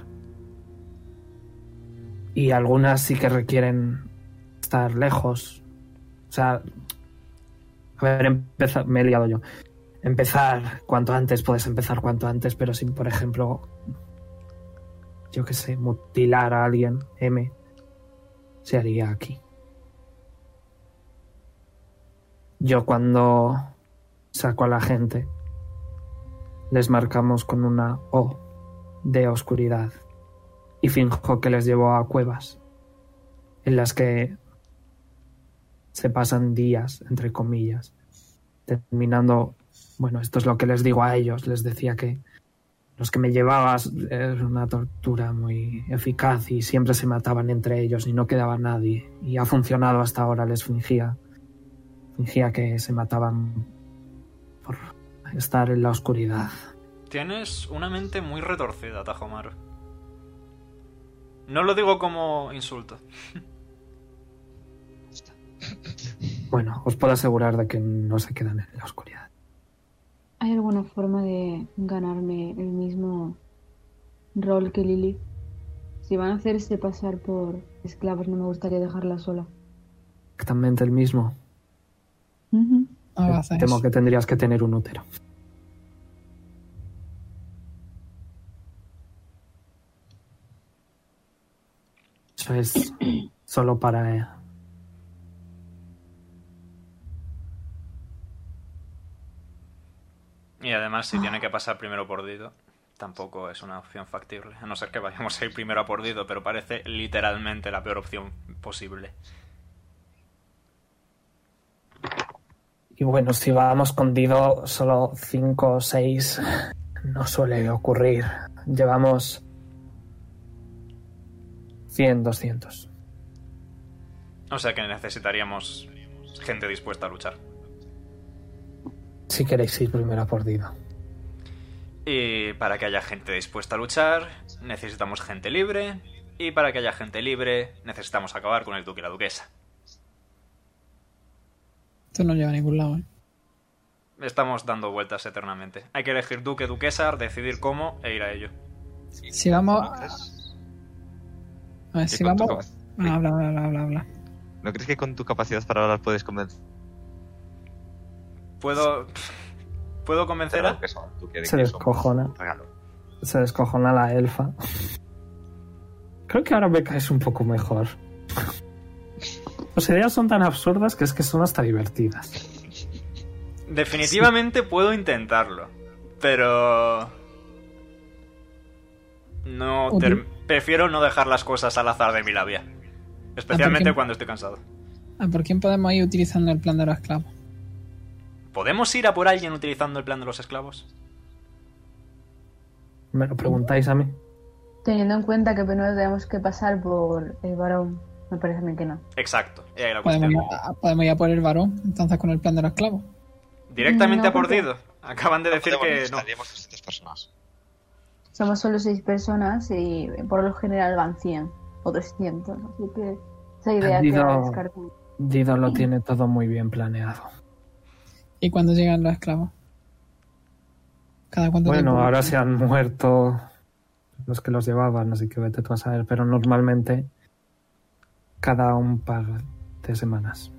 Y algunas sí que requieren estar lejos. O sea, a ver, empeza- me he liado yo. Empezar cuanto antes, puedes empezar cuanto antes, pero sin, por ejemplo, yo qué sé, mutilar a alguien, M, se haría aquí. Yo cuando saco a la gente, les marcamos con una O de oscuridad y finjo que les llevo a cuevas en las que se pasan días, entre comillas, terminando, bueno, esto es lo que les digo a ellos, les decía que los que me llevabas era una tortura muy eficaz y siempre se mataban entre ellos y no quedaba nadie y ha funcionado hasta ahora, les fingía fingía que se mataban por estar en la oscuridad.
Tienes una mente muy retorcida, Tajomaru. No lo digo como insulto.
Bueno, os puedo asegurar de que no se quedan en la oscuridad.
¿Hay alguna forma de ganarme el mismo rol que Lily? Si van a hacerse pasar por esclavos, no me gustaría dejarla sola.
Exactamente el mismo.
Ujú.
No va a hacer
Temo
eso.
que tendrías que tener un útero. Eso es solo para... eh,
Y además, si tiene que pasar primero por Dido, tampoco es una opción factible. A no ser que vayamos a ir primero a por Dido, pero parece literalmente la peor opción posible.
Y bueno, si vamos con Dido, solo 5 o 6 no suele ocurrir. Llevamos 100, 200.
O sea que necesitaríamos gente dispuesta a luchar.
Si queréis ir primero a por Dido.
Y para que haya gente dispuesta a luchar, necesitamos gente libre. Y para que haya gente libre, necesitamos acabar con el duque y la duquesa.
Esto no lleva a ningún lado, ¿eh?
Estamos dando vueltas eternamente. Hay que elegir duque, duquesa, decidir cómo e ir a ello.
Si vamos... A
que
ver, si
con tu
vamos...
capa-
Ah, Habla, habla, habla, habla, habla.
¿No crees que con tu capacidad para hablar puedes convencer
Puedo. ¿Puedo convencer
a
a.?
que son? Tú que-
Se
que son
descojona.
un regalo.
Se descojona la elfa. Creo que ahora me caes un poco mejor. Las ideas son tan absurdas que es que son hasta divertidas.
Definitivamente puedo intentarlo. Pero. No.
Obvio.
ter- Prefiero no dejar las cosas al azar de mi labia. Especialmente
no?
cuando estoy cansado.
Ah, ¿Por quién podemos ir utilizando el plan de los esclavos?
¿Podemos ir a por alguien utilizando el plan de los esclavos?
¿Me lo preguntáis a mí?
Teniendo en cuenta que primero tenemos que pasar por el varón, me parece a mí que no.
Exacto. Y ahí la
Podemos,
cuestión.
ir a- podemos ir a por el varón, entonces con el plan de los esclavos.
Directamente
No,
a por
porque-
Dido. Acaban de decir
Podemos,
que no.
necesitaríamos 200 personas.
Somos solo seis personas y por lo general van 100 o 200, así que esa idea
Digo-
queda descartada.
Dido lo tiene todo muy bien planeado.
¿Y cuándo llegan los esclavos? ¿Cada cuánto
Bueno,
tiempo?
ahora eh, se han muerto los que los llevaban, así que vete tú a saber, pero normalmente cada un par de semanas.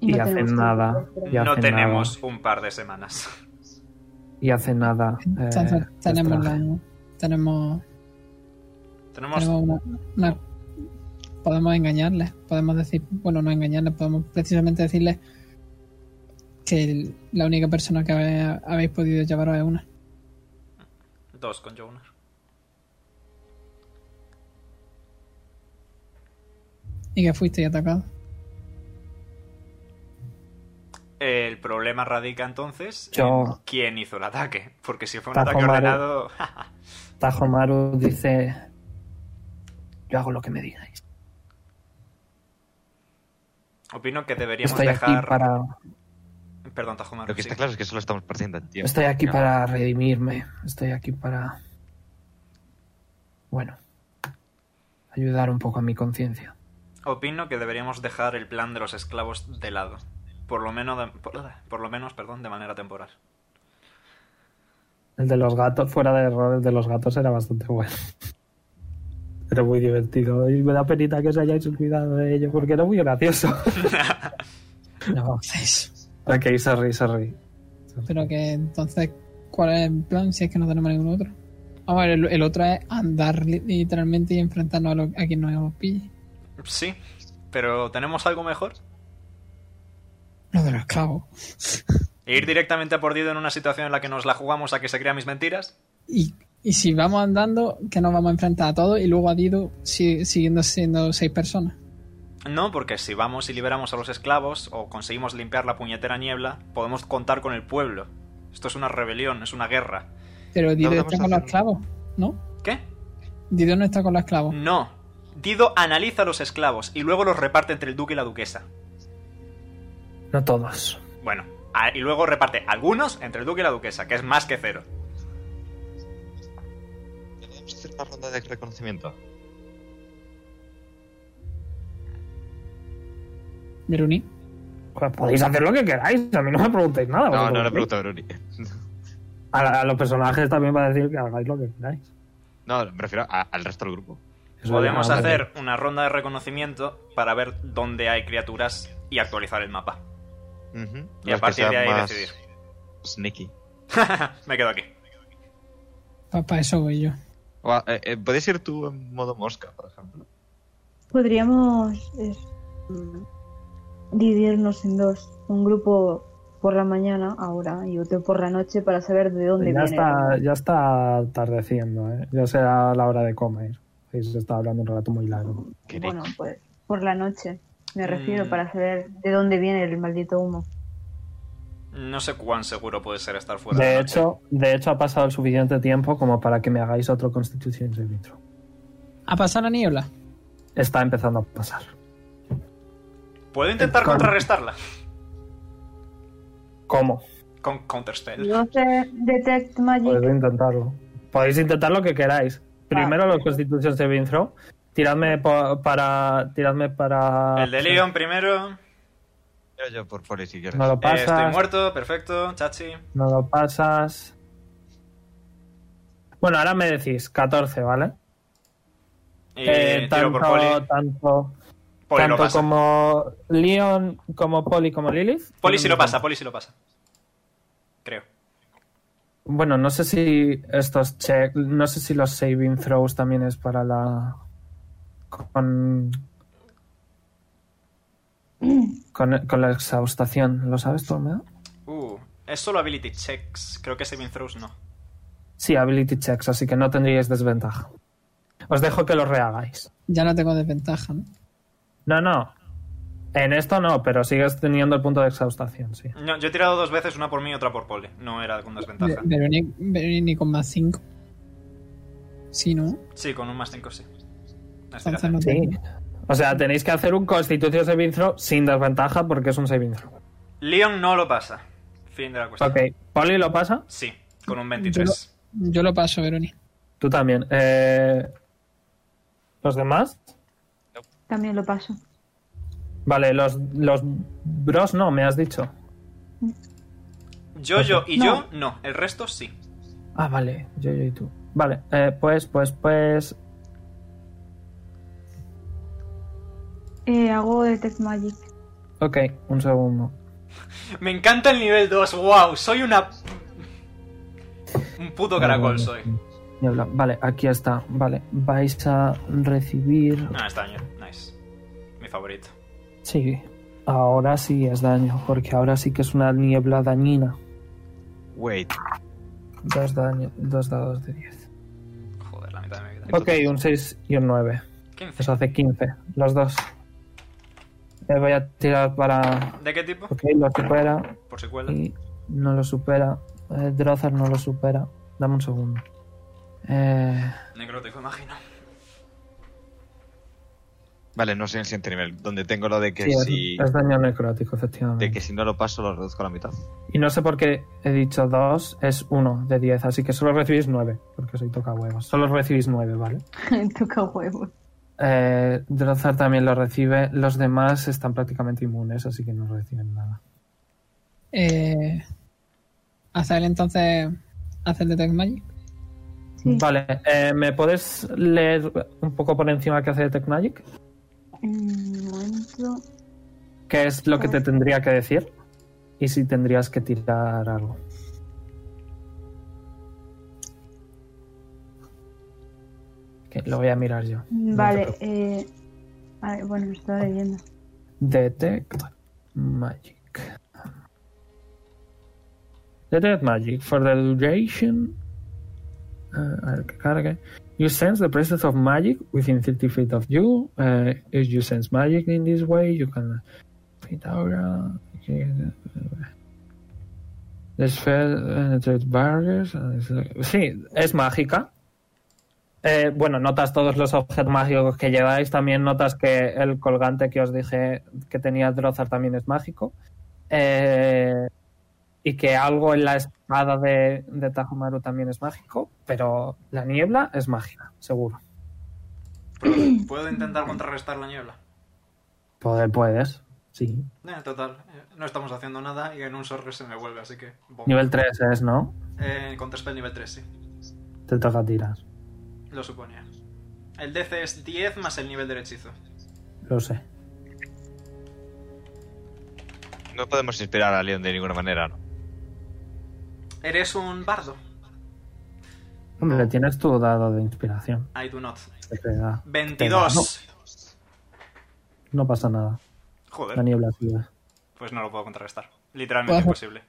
Y,
no
hace
tenemos
nada.
tiempo para
y
esperar.
No
hace
tenemos un par de semanas.
nada- y hace nada. eh,
Entonces tenemos,
los traje.
la- tenemos,
Tenemos.
tenemos una, una- Podemos engañarles, podemos decir... Bueno, no engañarles, podemos precisamente decirles que el- la única persona que habe- habéis podido llevaros es una.
Dos con Jonas.
Y que fuisteis atacados.
El problema radica entonces
Yo-
en quién hizo el ataque. Porque si fue un
Tajo
ataque
Maru.
ordenado.
Tajomaru dice: Yo hago lo que me digáis.
Opino que deberíamos
Estoy aquí
dejar.
para,
Perdón, Tajomaro.
Lo que
Ah, sí.
está claro es que solo estamos perdiendo el tiempo.
estoy aquí
Ya.
para redimirme. Estoy aquí para. Bueno. Ayudar un poco a mi conciencia.
Opino que deberíamos dejar el plan de los esclavos de lado. Por lo menos, de, por, por lo menos perdón, de manera temporal.
El de los gatos, fuera de error, el de los gatos era bastante bueno. Era muy divertido. Y me da penita que os hayáis olvidado de ello, porque era muy gracioso.
No,
Entonces,
ok, sorry, sorry.
Pero que entonces, ¿cuál es el plan si es que no tenemos ningún otro? Vamos a ver, el, el otro es andar li- literalmente y enfrentarnos a, lo- a quien nos pille.
Sí, pero ¿tenemos algo mejor?
Lo de los esclavos.
¿E ¿Ir directamente a por Dido en una situación en la que nos la jugamos a que se crean mis mentiras?
Y, y si vamos andando, que nos vamos a enfrentar a todos y luego a Dido si- siguiendo siendo seis personas.
No, porque si vamos y liberamos a los esclavos o conseguimos limpiar la puñetera niebla, podemos contar con el pueblo. Esto es una rebelión, es una guerra.
Pero Dido
vamos
está
a
con los
hacer-
esclavos, ¿no?
¿Qué?
Dido no está con los esclavos.
No. Dido analiza a los esclavos y luego los reparte entre el duque y la duquesa.
no todos.
Bueno, a- y luego reparte algunos entre el duque y la duquesa, que es más que cero.
Deberíamos hacer una ronda de
Ah,
reconocimiento.
Meruní.
Pues podéis hacer lo que queráis, a mí no me preguntéis nada.
No,
vosotros.
no le pregunto a Bruni.
A, a los personajes también va a decir que hagáis lo que queráis.
No, me refiero a- al resto del grupo.
Eso
Podemos
ya-
hacer una ronda de reconocimiento para ver dónde hay criaturas y actualizar el mapa.
Ujú.
Y a
Los que
partir
sean
de ahí
más
decidir.
Sneaky.
Me quedo aquí.
Para eso voy yo.
O, a- eh, eh, Puedes ir tú en modo mosca, por ejemplo.
Podríamos es, mm, dividirnos en dos. Un grupo por la mañana ahora y otro por la noche para saber de dónde
Ya
Pues
viene.
está, ya está atardeciendo, ¿eh? ya será la hora de comer. Ahí se está hablando un rato muy largo.
Bueno, pues por la noche me refiero
Mm.
para saber de dónde viene el maldito humo.
No sé cuán seguro puede ser estar fuera.
De
la noche.
hecho, de hecho, ha pasado el suficiente tiempo como para que me hagáis otro Constitución de vitro.
¿A pasar la niebla?
Está empezando a pasar.
¿Puedo intentar
Con-
contrarrestarla?
¿Cómo?
Con Counterspell.
Yo sé Detect Magic.
Podéis intentarlo. Podéis intentar lo que queráis.
Ah.
Primero los Constitución de vitro. Tiradme po- para. Tiradme para.
El de Leon primero. eh,
Pero yo por por si quieres.
No lo
estoy
pasas.
muerto, perfecto. Chachi.
no lo pasas. Bueno, ahora me decís 14, ¿vale?
Y
Eh,
tiro
tanto,
por Poli.
tanto,
Poli lo
tanto
pasa.
como Leon, como Poli, como Lilith.
Poli sí lo pasa, Poli sí lo pasa. Creo.
Bueno, no sé si estos check, no sé si los saving throws también es para la con con, con la exhaustación, ¿lo sabes tú, Almeida?
Uh, es solo ability checks. Creo que saving throws no.
Sí, ability checks, así que no tendríais desventaja. Os dejo que los rehagáis.
Ya no tengo desventaja, ¿no?
No, no. En esto no, pero sigues teniendo el punto de exhaustación, sí.
No, yo he tirado dos veces, una por mí y otra por Poli. No era con desventaja.
Verónica ni con más 5. Sí, ¿no?
Sí, con un más 5 sí. Las
Entonces no
tiraciones.
Sí.
tengo.
O sea, tenéis que hacer un Constitution Saving Throw sin desventaja porque es un Saving Throw.
Leon no lo pasa. Fin de la cuestión.
Ok, Poli lo pasa,
Sí, con un 23.
Yo lo paso, Verónica.
tú también. Eh, ¿Los demás?
También lo paso.
Vale, los, los bros no, me has dicho.
Yo, yo y yo, no. El resto sí.
Ah, vale, yo, yo y tú. Vale, eh, pues, pues, pues...
Eh, hago Detect Magic.
Ok, un segundo.
Me encanta el nivel 2. ¡Wow! Soy una. Un puto caracol soy.
Ni hablar. Vale, aquí está. Vale, vais a recibir...
Ah, está daño. Nice. Mi favorito.
Sí, ahora sí es daño, porque ahora sí que es una niebla dañina.
Wait.
Dos, daño, dos dados de 10.
Joder, la mitad de mi vida.
Ok, un 6 y un 9.
15.
Eso hace 15. Los dos. Le voy a tirar para.
¿De qué tipo?
Ok, lo supera.
Por si cuela.
Y no lo supera. Eh, Drozar no lo supera. Dame un segundo. Eh,
Necrótico, imagino.
Vale, no soy en el siguiente nivel, donde tengo lo de que
Sí, es-
si
es, daño necrótico, efectivamente.
de que si no lo paso lo reduzco a la mitad.
Y no sé por qué he dicho 2, es 1 de 10, así que solo recibís 9, porque soy toca huevos. Solo recibís 9, ¿vale?
Toca huevos.
Eh, Drozar también lo recibe, los demás están prácticamente inmunes, así que no reciben nada.
Eh, hacer entonces hace el Detect Magic.
Sí.
Vale, eh, ¿me puedes leer un poco por encima qué hace Detect Magic?
Un momento.
¿Qué es lo que te tendría que decir? Y si tendrías que tirar algo. Que lo voy a mirar yo.
Mm,
Vale, eh, vale, bueno, lo estaba leyendo.
Detect Magic. Detect Magic. For the duration. uh, a ver que cargue. You sense the presence of magic within 30 feet of you. Uh, if you sense magic in this way, you can. Fit aura. The spell penetrates barriers. and it's- Sí, es mágica. Eh, bueno, notas todos los objetos mágicos que lleváis. También notas que el colgante que os dije que tenía Drozar también es mágico. Eh, y que algo en la espada de, de Tajumaru también es mágico. Pero la niebla es mágica, seguro.
Pero, ¿Puedo intentar contrarrestar la niebla?
Poder puedes. Sí.
Eh, total, eh, no estamos haciendo nada y en un sorre se me vuelve, así que... bom.
Nivel 3 es, ¿no?
Eh, Counterspell nivel 3, sí.
Te toca tirar.
Lo suponía. El DC es 10 más el nivel del hechizo.
Lo sé.
No podemos inspirar a Leon de ninguna manera, ¿no?
Eres un bardo.
Hombre, tienes tu dado de inspiración.
I do not.
que te da.
22.
No pasa nada. La
Joder,
niebla sigue.
pues no lo puedo contrarrestar. Literalmente
Ojo.
imposible.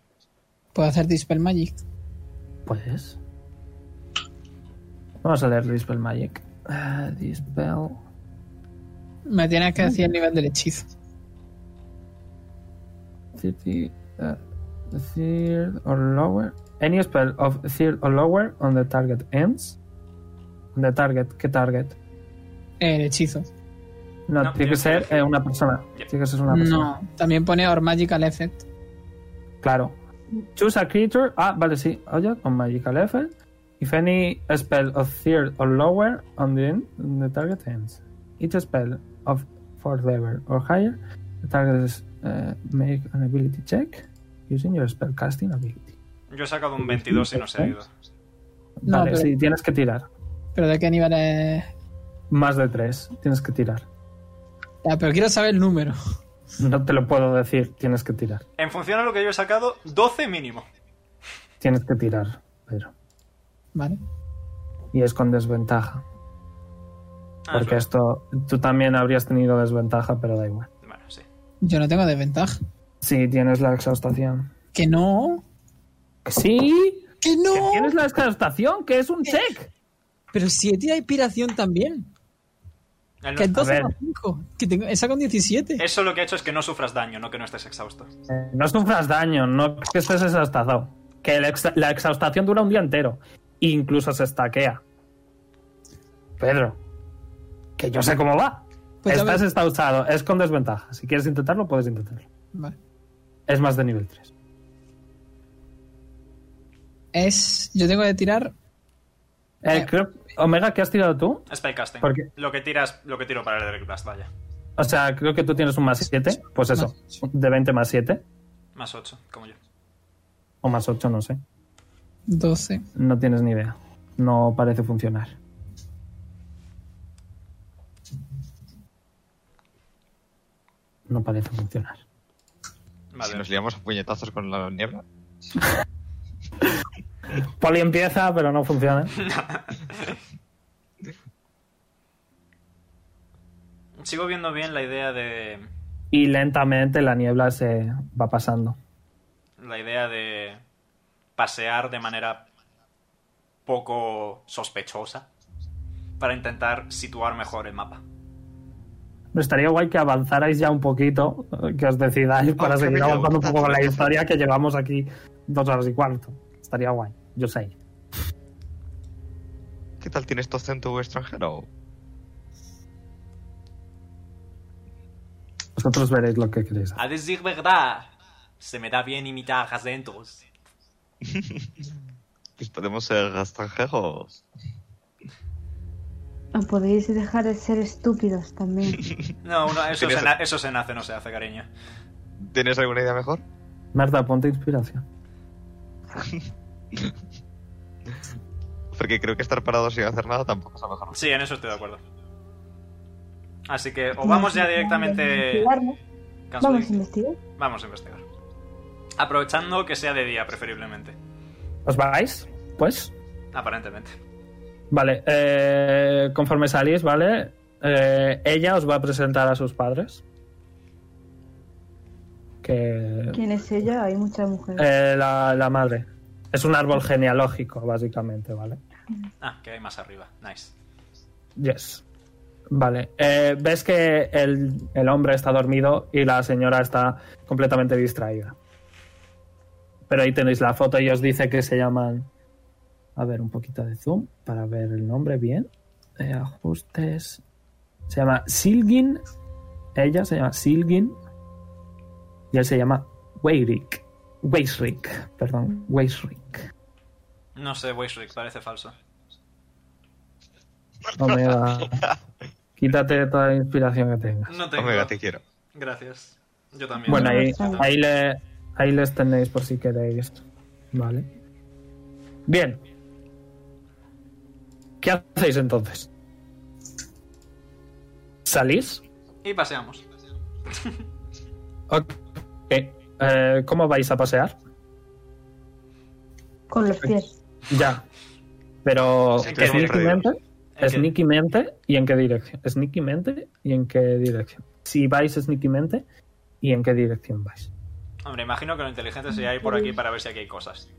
Puedo hacer Dispel Magic.
Pues. Vamos a leer Dispel Magic. Ah, Dispel.
Me tienes
Mm.
que decir el nivel del hechizo.
Thirty, uh, third or lower. Any spell of third or lower on the target ends. On the target, ¿qué target?
El hechizo.
No,
No,
tiene que
tienes que
ser
decir.
eh, una persona.
Ya.
Tiene que ser una persona.
No, también pone Or Magical Effect.
Claro. Choose a creature. Ah, vale, sí. Object on magical effect. If any spell of third or lower on the end, the target ends. Each spell of fourth level or higher, the target is, uh, make an ability check using your spell casting ability.
Yo he sacado un 22 y no se ha ido.
No,
vale,
pero-
sí, tienes que tirar.
¿Pero de qué nivel es?
Más de tres, tienes que tirar.
Ya, pero quiero saber el número.
No te lo puedo decir, tienes que tirar.
En función a lo que yo he sacado, 12 mínimo.
Tienes que tirar, Pedro.
Vale.
Y es con desventaja.
Ah,
Porque
es
esto, tú también habrías tenido desventaja, pero da igual.
verdad. Bueno, sí.
Yo no tengo desventaja.
Sí, tienes la exhaustación.
Que no.
¿Sí?
Que no.
¿Tienes la exhaustación? que es un check?
Pero si he tirado inspiración también.
Él no-
Que es
A ver.
12 más 5. Que tengo, he sacado un 17.
Eso lo que ha hecho es que no sufras daño, no que no estés exhausto.
Eh, No sufras daño, no que estés exhaustado. Que el ex- la exhaustación dura un día entero. Incluso se estaquea. Pedro, que yo sé cómo va.
Pues ya
Estás
ves.
exhaustado, es con desventaja. Si quieres intentarlo, puedes intentarlo.
Vale.
Es más de nivel 3.
Es. Yo tengo que tirar. Eh.
Omega, ¿qué has tirado tú?
Spellcasting.
¿Por qué?
Lo que tiras, lo que tiro para el Derek Blast, vaya.
O sea, creo que tú tienes un más 7. Pues eso,
Más ocho.
de 20 más 7.
Más 8, como yo.
O más 8, no sé.
12.
No tienes ni idea. No parece funcionar. No parece funcionar.
Vale.
Si nos liamos a puñetazos con la niebla.
Poli empieza, pero no funciona.
Sigo viendo bien la idea de.
Y lentamente la niebla se va pasando.
La idea de. Pasear de manera. poco sospechosa. Para intentar situar mejor el mapa.
Pero estaría guay que avanzarais ya un poquito, eh, que os decidáis para
qué
seguir
miedo.
avanzando un poco con la historia que llevamos aquí dos horas y cuarto. Estaría guay, yo sé.
¿Qué tal tienes tu acento extranjero?
Vosotros veréis lo que queréis. hacer.
A decir verdad, se me da bien imitar acentos.
Pues podemos ser extranjeros.
O podéis dejar de ser estúpidos también.
No, no, eso,
Tienes-
se na- eso se nace, no se hace, cariño.
¿Tienes alguna idea mejor?
Marta, ponte inspiración.
Porque creo que estar parado sin hacer nada tampoco es lo mejor.
Sí, en eso estoy de acuerdo. Así que o vamos ya directamente...
Investigarlo. Vamos a
Canceling.
investigar.
Vamos a investigar. Aprovechando que sea de día, preferiblemente.
¿Os vais? Pues.
Aparentemente.
Vale, eh, conforme salís, ¿vale? Eh, ella os va a presentar a sus padres. Que.
¿Quién es ella? Hay muchas mujeres.
eh, la, la madre. Es un árbol genealógico, básicamente, ¿vale?
Ah, que hay más arriba. Nice.
Yes. Vale. Eh, Ves que el, el hombre está dormido y la señora está completamente distraída. Pero ahí tenéis la foto y os dice que se llaman. A ver, un poquito de zoom para ver el nombre bien. Eh, ajustes. Se llama Silgin. Ella se llama Silgin. Y él se llama Weirik. Weisrik, perdón. Weisrik.
No sé, Waisrick, parece falso.
Omega. Quítate toda la inspiración que tengas.
No tengo.
Omega, te quiero.
Gracias. Yo también.
Bueno, ahí,
Está bien.
ahí, le, ahí les tenéis por si queréis. Vale. Bien. ¿Qué hacéis entonces? ¿Salís?
Y paseamos.
Ok. Eh, ¿Cómo vais a pasear?
Con los pies.
Ya. Pero
Sí, que hemos
sneakymente,
¿En qué?
sneakymente y en qué dirección. Sneakymente y en qué dirección. Si vais sneakymente y en qué dirección vais.
Hombre, imagino que lo inteligente sería ir por aquí para ver si aquí hay cosas.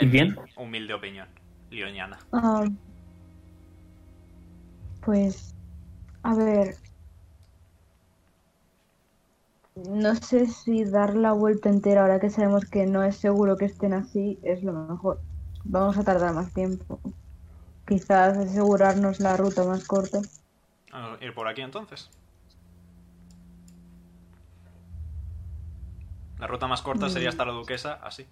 ¿Y bien?
Humilde opinión. Lioñana.
Ah, pues, a ver. No sé si dar la vuelta entera ahora que sabemos que no es seguro que estén así es lo mejor. Vamos a tardar más tiempo. Quizás asegurarnos la ruta más corta.
Ah, Ir por aquí entonces. La ruta más corta sería hasta la duquesa, así.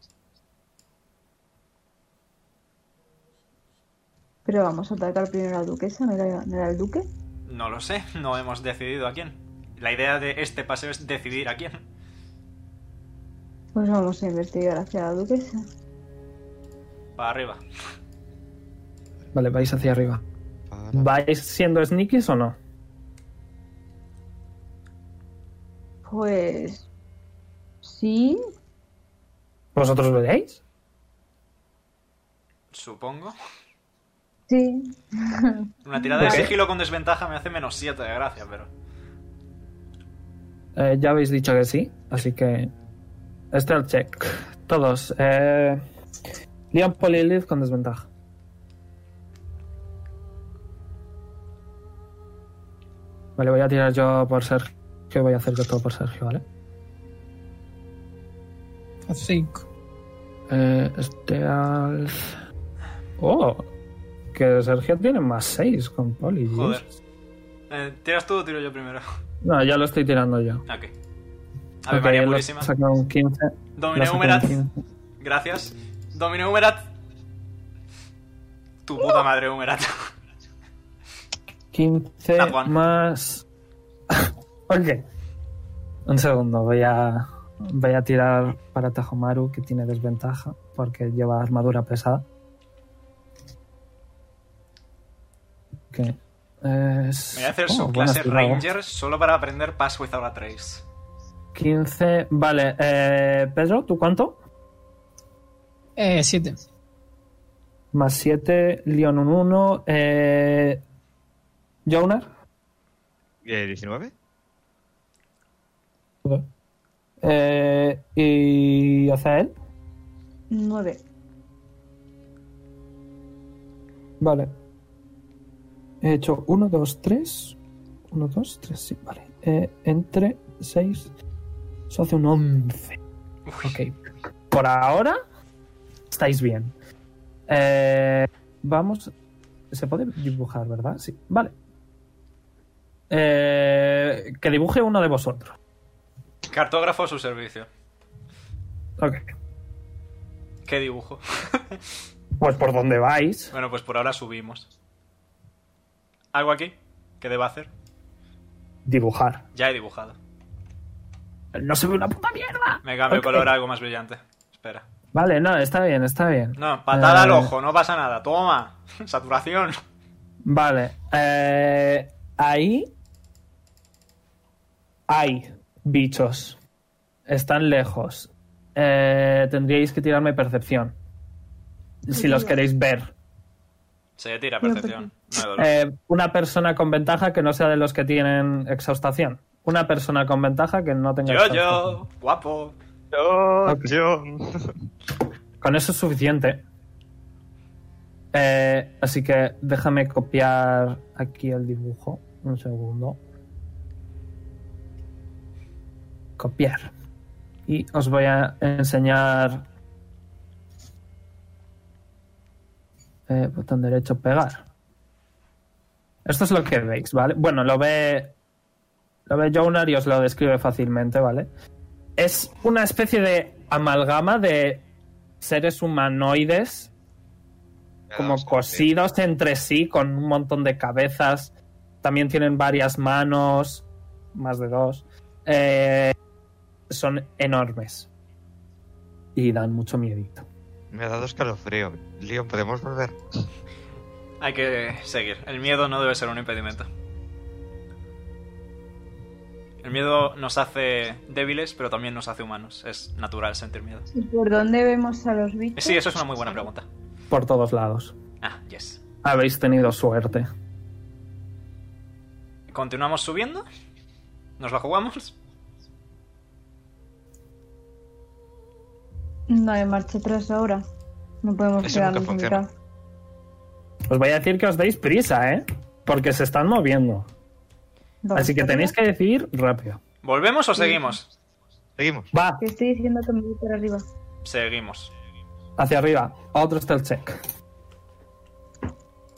Pero vamos a atacar primero a la duquesa, ¿no era, no era el duque?
No lo sé, no hemos decidido a quién. La idea de este paseo es decidir a quién.
Pues vamos a investigar hacia la duquesa.
Para arriba.
Vale, vais hacia arriba. ¿Vais siendo sneakies o no?
Pues... Sí,
¿Vosotros veréis?
Supongo.
sí.
Una tirada de
Ok.
sigilo con desventaja me hace menos 7 de gracia, pero.
Eh, ya habéis dicho que sí, así que. Stealth check. Todos. Eh, Leon Polylith con desventaja. Vale, voy a tirar yo por Sergio. Voy a hacer yo todo por Sergio, ¿vale?
Pues cinco.
Eh, Stealth. Oh, que Sergio tiene más 6 con Polylith.
Joder. Eh, ¿Tiras tú o tiro yo primero?
No, ya lo estoy tirando yo.
Ok. A ver,
Ok,
María
él lo
Purísima.
saca un 15. lo
Domine
saca un
Humerat.
15.
Gracias. Domine Humerat. Tu
Uh.
puta madre, Humerat.
15
Nat one.
más. ok. Un segundo, voy a. Voy a tirar para Tajomaru, que tiene desventaja, porque lleva armadura pesada. Ok. Es...
Me voy a hacer
oh,
su
buena
clase
tirada.
Ranger solo para aprender Pass Without a Trace.
15. Vale, eh, Pedro, ¿tú cuánto?
Eh, siete.
Más 7, Leon un 1. Eh... Jonar.
Eh, ¿19?
Eh, y Azael.
Nueve.
Vale. He hecho 1, 2, 3. 1, 2, 3, sí, vale. Eh, entre 6. Eso hace un 11. Ok. Por ahora, estáis bien. Eh, vamos. Se puede dibujar, ¿verdad? Sí. Vale. Eh, que dibuje uno de vosotros.
Cartógrafo a su servicio.
Ok.
¿Qué dibujo?
Pues por donde vais.
Bueno, pues por ahora subimos. ¿Algo aquí? ¿Qué debo hacer?
Dibujar.
Ya he dibujado.
No se ve una puta mierda.
Me cambio
Ok.
color a algo más brillante. Espera.
Vale, no, está bien, está bien.
No, patada
Eh,
al ojo, no pasa nada. Toma. Saturación.
Vale. eh, ahí hay bichos. Están lejos. Eh, tendríais que tirarme percepción. Si los queréis ver.
Se tira percepción. No hay dolor.
Eh, una persona con ventaja que no sea de los que tienen exhaustación. Una persona con ventaja que no tenga
yo,
exhaustación.
yo. Guapo.
Yo,
Ok.
yo.
Con eso es suficiente. Eh, así que déjame copiar aquí el dibujo. Un segundo. Copiar. Y os voy a enseñar. Eh, botón derecho, pegar. Esto es lo que veis, ¿vale? Bueno, lo ve. Lo ve Jonar y os lo describe fácilmente, ¿vale? Es una especie de amalgama de seres humanoides como cosidos entre sí con un montón de cabezas. También tienen varias manos, más de dos. Eh, son enormes y dan mucho miedito.
Me ha dado escalofrío. Leon, ¿podemos volver?
Hay que seguir. El miedo no debe ser un impedimento. El miedo nos hace débiles, pero también nos hace humanos. Es natural sentir miedo.
¿Y por dónde vemos a los
Eh,
bichos?
Sí, eso es una muy buena pregunta.
Por todos lados.
Ah, yes.
Habéis tenido suerte.
¿Continuamos subiendo? ¿Nos la jugamos?
No hay marcha atrás ahora. No podemos
Eso
quedarnos
nunca funciona.
ubicados.
Os voy a decir que os deis prisa, ¿eh? Porque se están moviendo.
Vamos
Así que
para
tenéis
arriba.
que decidir rápido.
¿Volvemos o seguimos?
Seguimos.
Va,
Te estoy diciendo que me voy para arriba.
Seguimos.
hacia arriba. Otro stealth check.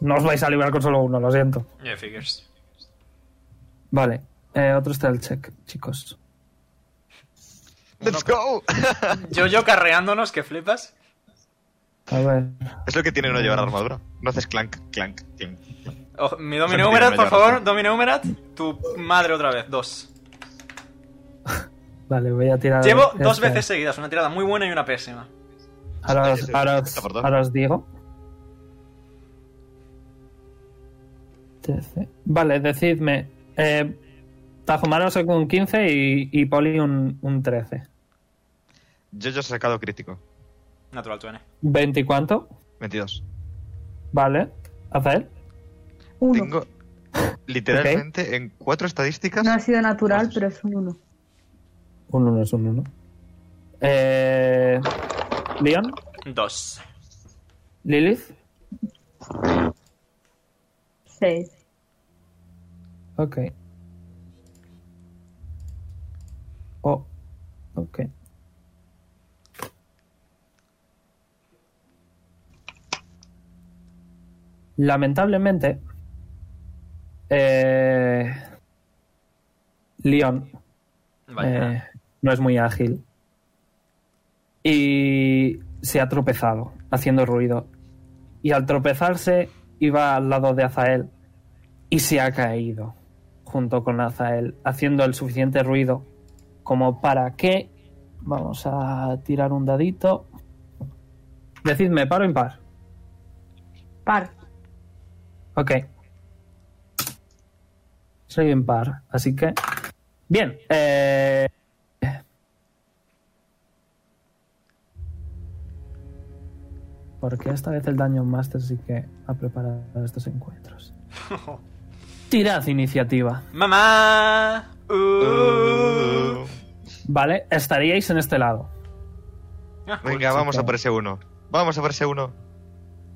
No os vais a librar con solo uno, lo siento.
Yeah, figures.
Vale, eh, otro está el check, chicos.
¡Let's go!
Yo, yo carreándonos, que flipas.
A ver.
es lo que tiene no llevar armadura. No haces clank, clank, clank.
Oh, mi
Sentido
Domino Humerat, por
mayor,
favor.
sí.
Domino Humerat, tu madre otra vez. Dos.
Vale, voy a tirar.
Llevo dos
este.
veces seguidas, una tirada muy buena y una pésima.
Ahora os,
Este,
ahora os-
este, por dos.
ahora os digo. 13. Vale, decidme. Eh, Tajumaro sacó un 15 y, y Poli un, un 13.
Yo ya he sacado crítico.
Natural 20.
¿20 y cuánto?
22.
Vale. Azael.
Uno.
Tengo literalmente en cuatro estadísticas.
No ha sido natural, pero es un uno.
Un 1 es un 1. Eh, Leon.
Dos.
Lilith.
Seis.
Ok. Oh. Ok. Lamentablemente, eh, Leon
Vaya.
eh, no es muy ágil y se ha tropezado haciendo ruido. Y al tropezarse iba al lado de Azael y se ha caído junto con Azael, haciendo el suficiente ruido como para que... Vamos a tirar un dadito. Decidme, par o impar.
Par.
Ok. Soy impar, así que. Bien. eh, Porque esta vez el Daño Master sí que ha preparado estos encuentros. Tirad iniciativa.
Mamá. Uh.
Uh,
Vale, estaríais en este lado.
Ah,
Venga, vamos a por ese uno. Vamos a por ese uno.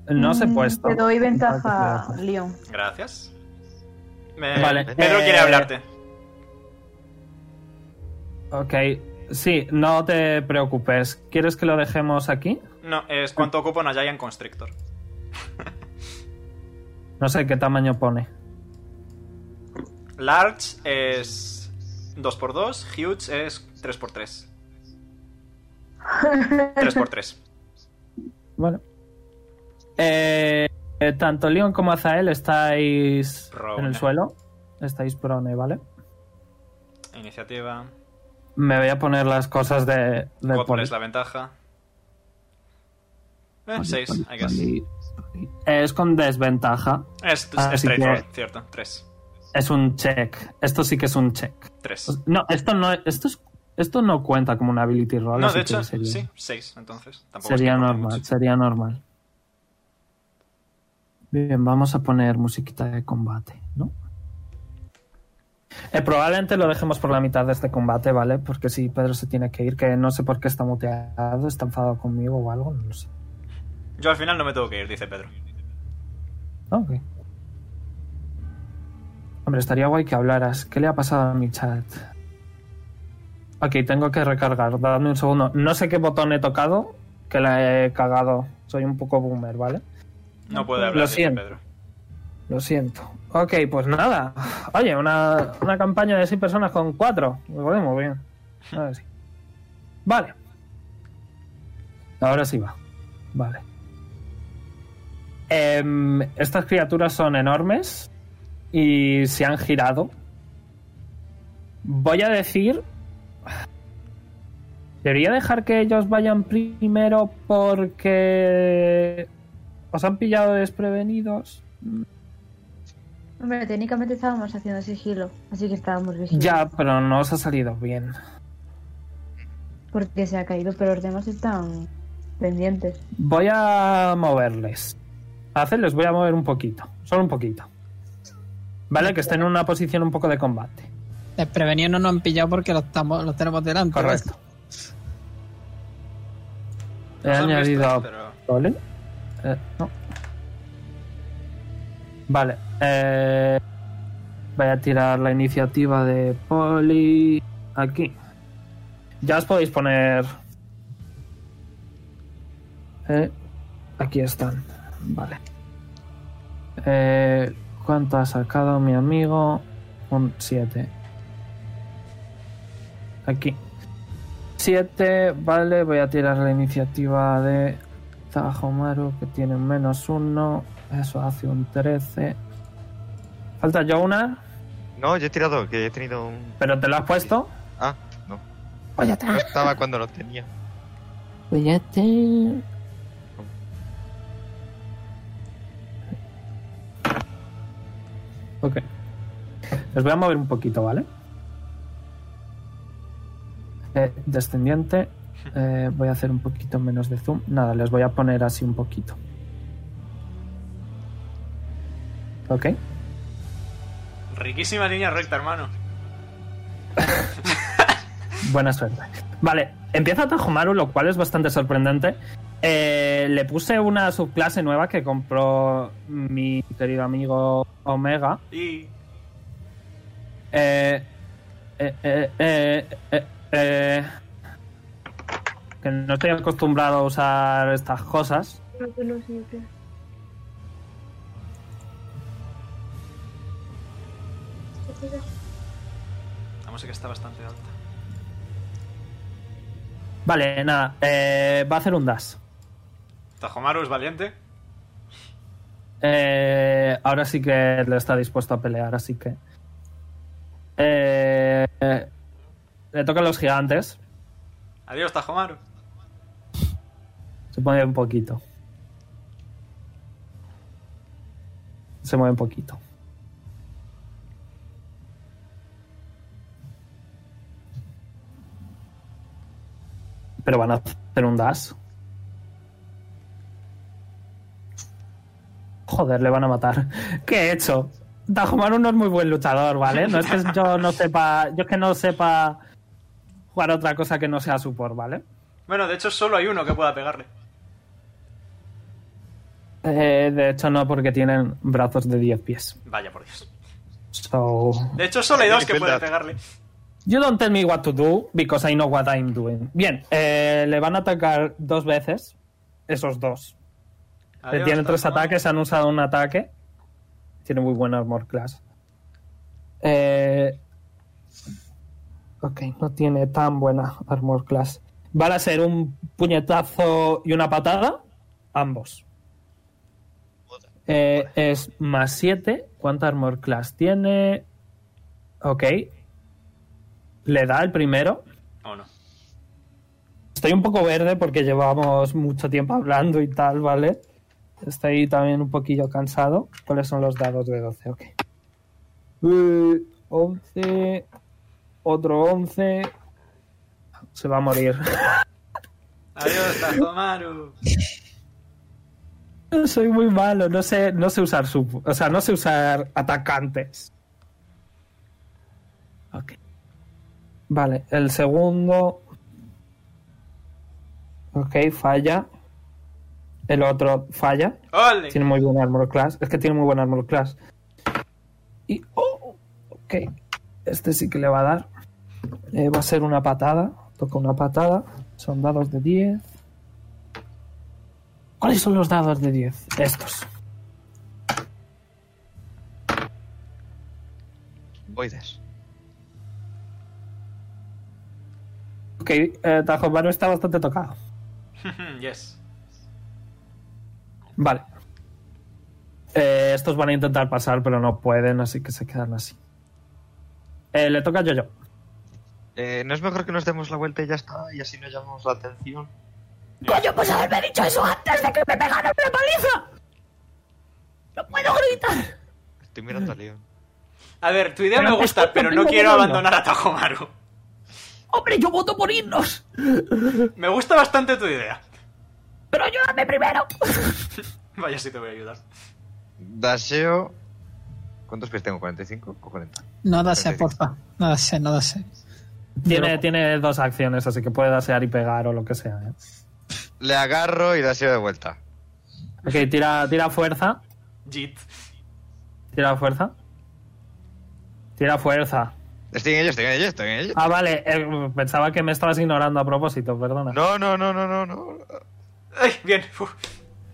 No os he
Mm,
puesto.
Te doy ventaja,
Vale.
Leon.
pues, Gracias. Me-
Vale,
Pedro
eh,
quiere hablarte.
Ok. Sí, no te preocupes. ¿Quieres que lo dejemos aquí?
No, es cuánto ocupa una Giant Constrictor.
No sé qué tamaño pone.
Large es 2x2, huge es 3x3. 3x3.
Vale. Eh, eh, tanto Leon como Azael estáis
Prone.
en el suelo. Estáis prone, ¿vale?
Iniciativa.
Me voy a poner las cosas de, de
¿Cuál
poli.
es la ventaja? Eh,
Poli,
6,
poli,
I guess.
poli, poli. Es con desventaja.
Es
Ah, así
straightforward,
que-
cierto. 3.
Es un check. Esto sí que es un check.
3.
No, esto no, esto es- esto no cuenta como una ability roll.
No,
así
de
que
hecho,
sería,
sí, 6, entonces. Tampoco es que
sería
importe
normal,
mucho.
sería normal. Bien, vamos a poner musiquita de combate, ¿no? Eh, probablemente lo dejemos por la mitad de este combate, ¿vale? Porque si Pedro se tiene que ir, que no sé por qué está muteado, está enfadado conmigo o algo, no lo sé.
Yo al final no me tengo que ir, dice Pedro.
Ah, ok. Hombre, estaría guay que hablaras. ¿Qué le ha pasado a mi chat? Ok, tengo que recargar. Dadme un segundo. No sé qué botón he tocado, que la he cagado. Soy un poco boomer, ¿vale?
No puede
Lo
hablar, dice
siento.
Pedro.
Lo siento. Ok, pues nada. Oye, una, una campaña de seis personas con cuatro. Lo podemos bien. Ahora sí. Vale. Ahora sí va. Vale. Em, estas criaturas son enormes y se han girado. Voy a decir... Debería dejar que ellos vayan primero porque... ¿Os han pillado desprevenidos?
Hombre, técnicamente estábamos haciendo sigilo, así que estábamos vigilando.
Ya, pero no os ha salido bien.
Porque se ha caído, pero los demás están pendientes.
Voy a moverles. A hacer, les voy a mover un poquito. Solo un poquito. Vale, que estén en una posición un poco de combate.
Desprevenidos Eh, no nos han pillado porque los, estamos, los tenemos delante.
Correcto. He
Nos han visto,
añadido.
pero-
¿Vale? Eh, no. Vale. eh, voy a tirar la iniciativa de Poli. Aquí. Ya os podéis poner. Eh, aquí están. Vale. Eh, ¿Cuánto ha sacado mi amigo? Un 7. Aquí. 7, vale, voy a tirar la iniciativa de Tajomaru que tiene un menos uno. Eso hace un 13. Falta Jonar,
No, yo he tirado, que he tenido un.
pero te lo has puesto.
Ah, no.
Pues
No estaba cuando lo tenía.
Pues ya te- Ok. Les voy a mover un poquito, ¿vale? Eh, descendiente. eh, voy a hacer un poquito menos de zoom. Nada, les voy a poner así un poquito. Ok.
Riquísima línea recta, hermano.
Buena suerte. Vale, empieza Tajomaru, lo cual es bastante sorprendente. Eh, le puse una subclase nueva que compró mi querido amigo Omega.
Y.
Eh, eh, eh, eh, eh, eh, que no estoy acostumbrado a usar estas cosas.
La música está bastante alta.
Vale, nada, eh, va a hacer un dash.
Tajomaru es valiente.
Eh, ahora sí que le está dispuesto a pelear, así que. Eh, eh, le tocan los gigantes.
Adiós, Tajomaru.
Se mueve un poquito. Se mueve un poquito. Pero van a hacer un dash. Joder, le van a matar. ¿Qué he hecho? Dajumaru no es muy buen luchador, ¿vale? No es que yo no sepa. Yo es que no sepa jugar otra cosa que no sea support, ¿vale?
Bueno, de hecho, solo hay uno que pueda pegarle.
Eh, de hecho, no, porque tienen brazos de 10 pies.
Vaya por Dios.
So.
De hecho, solo hay dos que
Es
pueden
verdad.
pegarle.
You don't tell me what to do because I know what I'm doing. Bien, eh, le van a atacar dos veces. Esos dos. Eh,
Adiós,
tienen tres
Tajomaru.
ataques, han usado un ataque. Tiene muy buen armor class. Eh, ok, no tiene tan buena armor class. Van a ser un puñetazo y una patada. Ambos. Eh, es más 7. ¿Cuánta armor class tiene? Ok. Le da el primero.
Oh, no.
Estoy un poco verde porque llevamos mucho tiempo hablando y tal, ¿vale? Estoy también un poquillo cansado. ¿Cuáles son los dados de 12? Ok. Eh, 11. Otro 11. Se va a morir.
Adiós, Tazomaru.
Soy muy malo. No sé, no sé usar sub. O sea, no sé usar atacantes. Ok. Vale, el segundo. Ok, falla. El otro falla.
¡Ole!
Tiene muy buen armor class. Es que tiene muy buen armor class. Y. ¡Oh! Ok. Este sí que le va a dar. Eh, va a ser una patada. Toca una patada. Son dados de 10. ¿Cuáles son los dados de 10? Estos.
Voides.
Ok, eh, Tajomaro está bastante tocado.
yes.
Vale. Eh, estos van a intentar pasar, pero no pueden, así que se quedan así. Eh, le toca a Yo-Yo.
Eh, ¿No es mejor que nos demos la vuelta y ya está? Y así no llamamos la atención.
Coño, pues haberme dicho eso antes de que me pegaran una paliza. No puedo gritar.
Estoy mirando a León.
A ver, tu idea
Pero
me
es
gusta,
justo
pero
el
no
mismo
quiero
mundo.
abandonar a Tajomaru.
Hombre, yo voto por irnos.
Me gusta bastante tu idea.
Pero ayúdame primero.
Vaya si te voy a ayudar.
Daseo. ¿Cuántos pies tengo? ¿45 o 40?
No dase,
Perfecto.
porfa. No dase, no dase.
Tiene, tiene dos acciones, así que puede dasear y pegar o lo que sea. ¿eh?
Le agarro y Daseo de vuelta.
Ok, tira, tira fuerza.
Jit.
Tira fuerza. Tira fuerza.
Estoy en ello, estoy en ello, estoy en ello.
Ah, vale. eh, pensaba que me estabas ignorando a propósito, perdona.
No, no, no, no, no, no.
Ay, bien. Uf.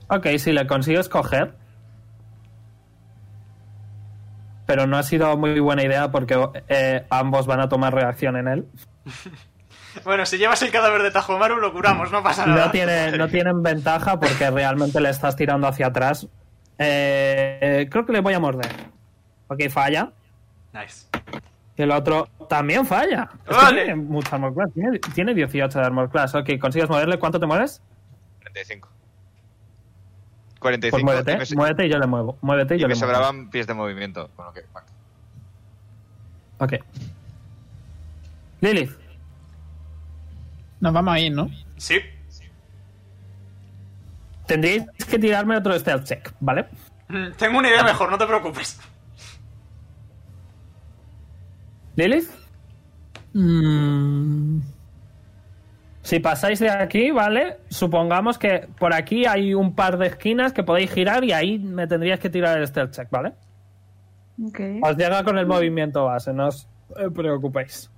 Ok, si le consigues coger. Pero no ha sido muy buena idea porque eh, ambos van a tomar reacción en él.
Bueno, si llevas el cadáver de Tajomaru, lo curamos, no pasa nada.
No, tiene, no tienen ventaja porque realmente le estás tirando hacia atrás. Eh, eh, creo que le voy a morder. Ok, falla.
Nice.
Y el otro también falla. Es que
Vale.
tiene mucho armor class. Tiene, tiene 18 de armor class. Ok, consigues moverle. ¿Cuánto te mueves?
45.
Pues
45.
muévete,
y me, so-
muévete y yo le muevo. Muévete y,
y
yo
me
le muevo.
sobraban pies de movimiento. Con lo que. fuck.
Ok. Lilith.
Nos vamos a ir, ¿no?
Sí.
Tendríais que tirarme otro stealth check, ¿vale?
Mm, Tengo una idea mejor, no te preocupes.
Lilith,
Mm,
si pasáis de aquí, ¿vale? Supongamos que por aquí hay un par de esquinas que podéis girar y ahí me tendríais que tirar el stealth check, ¿vale?
Ok.
Os llega con el movimiento base, no os eh, preocupéis.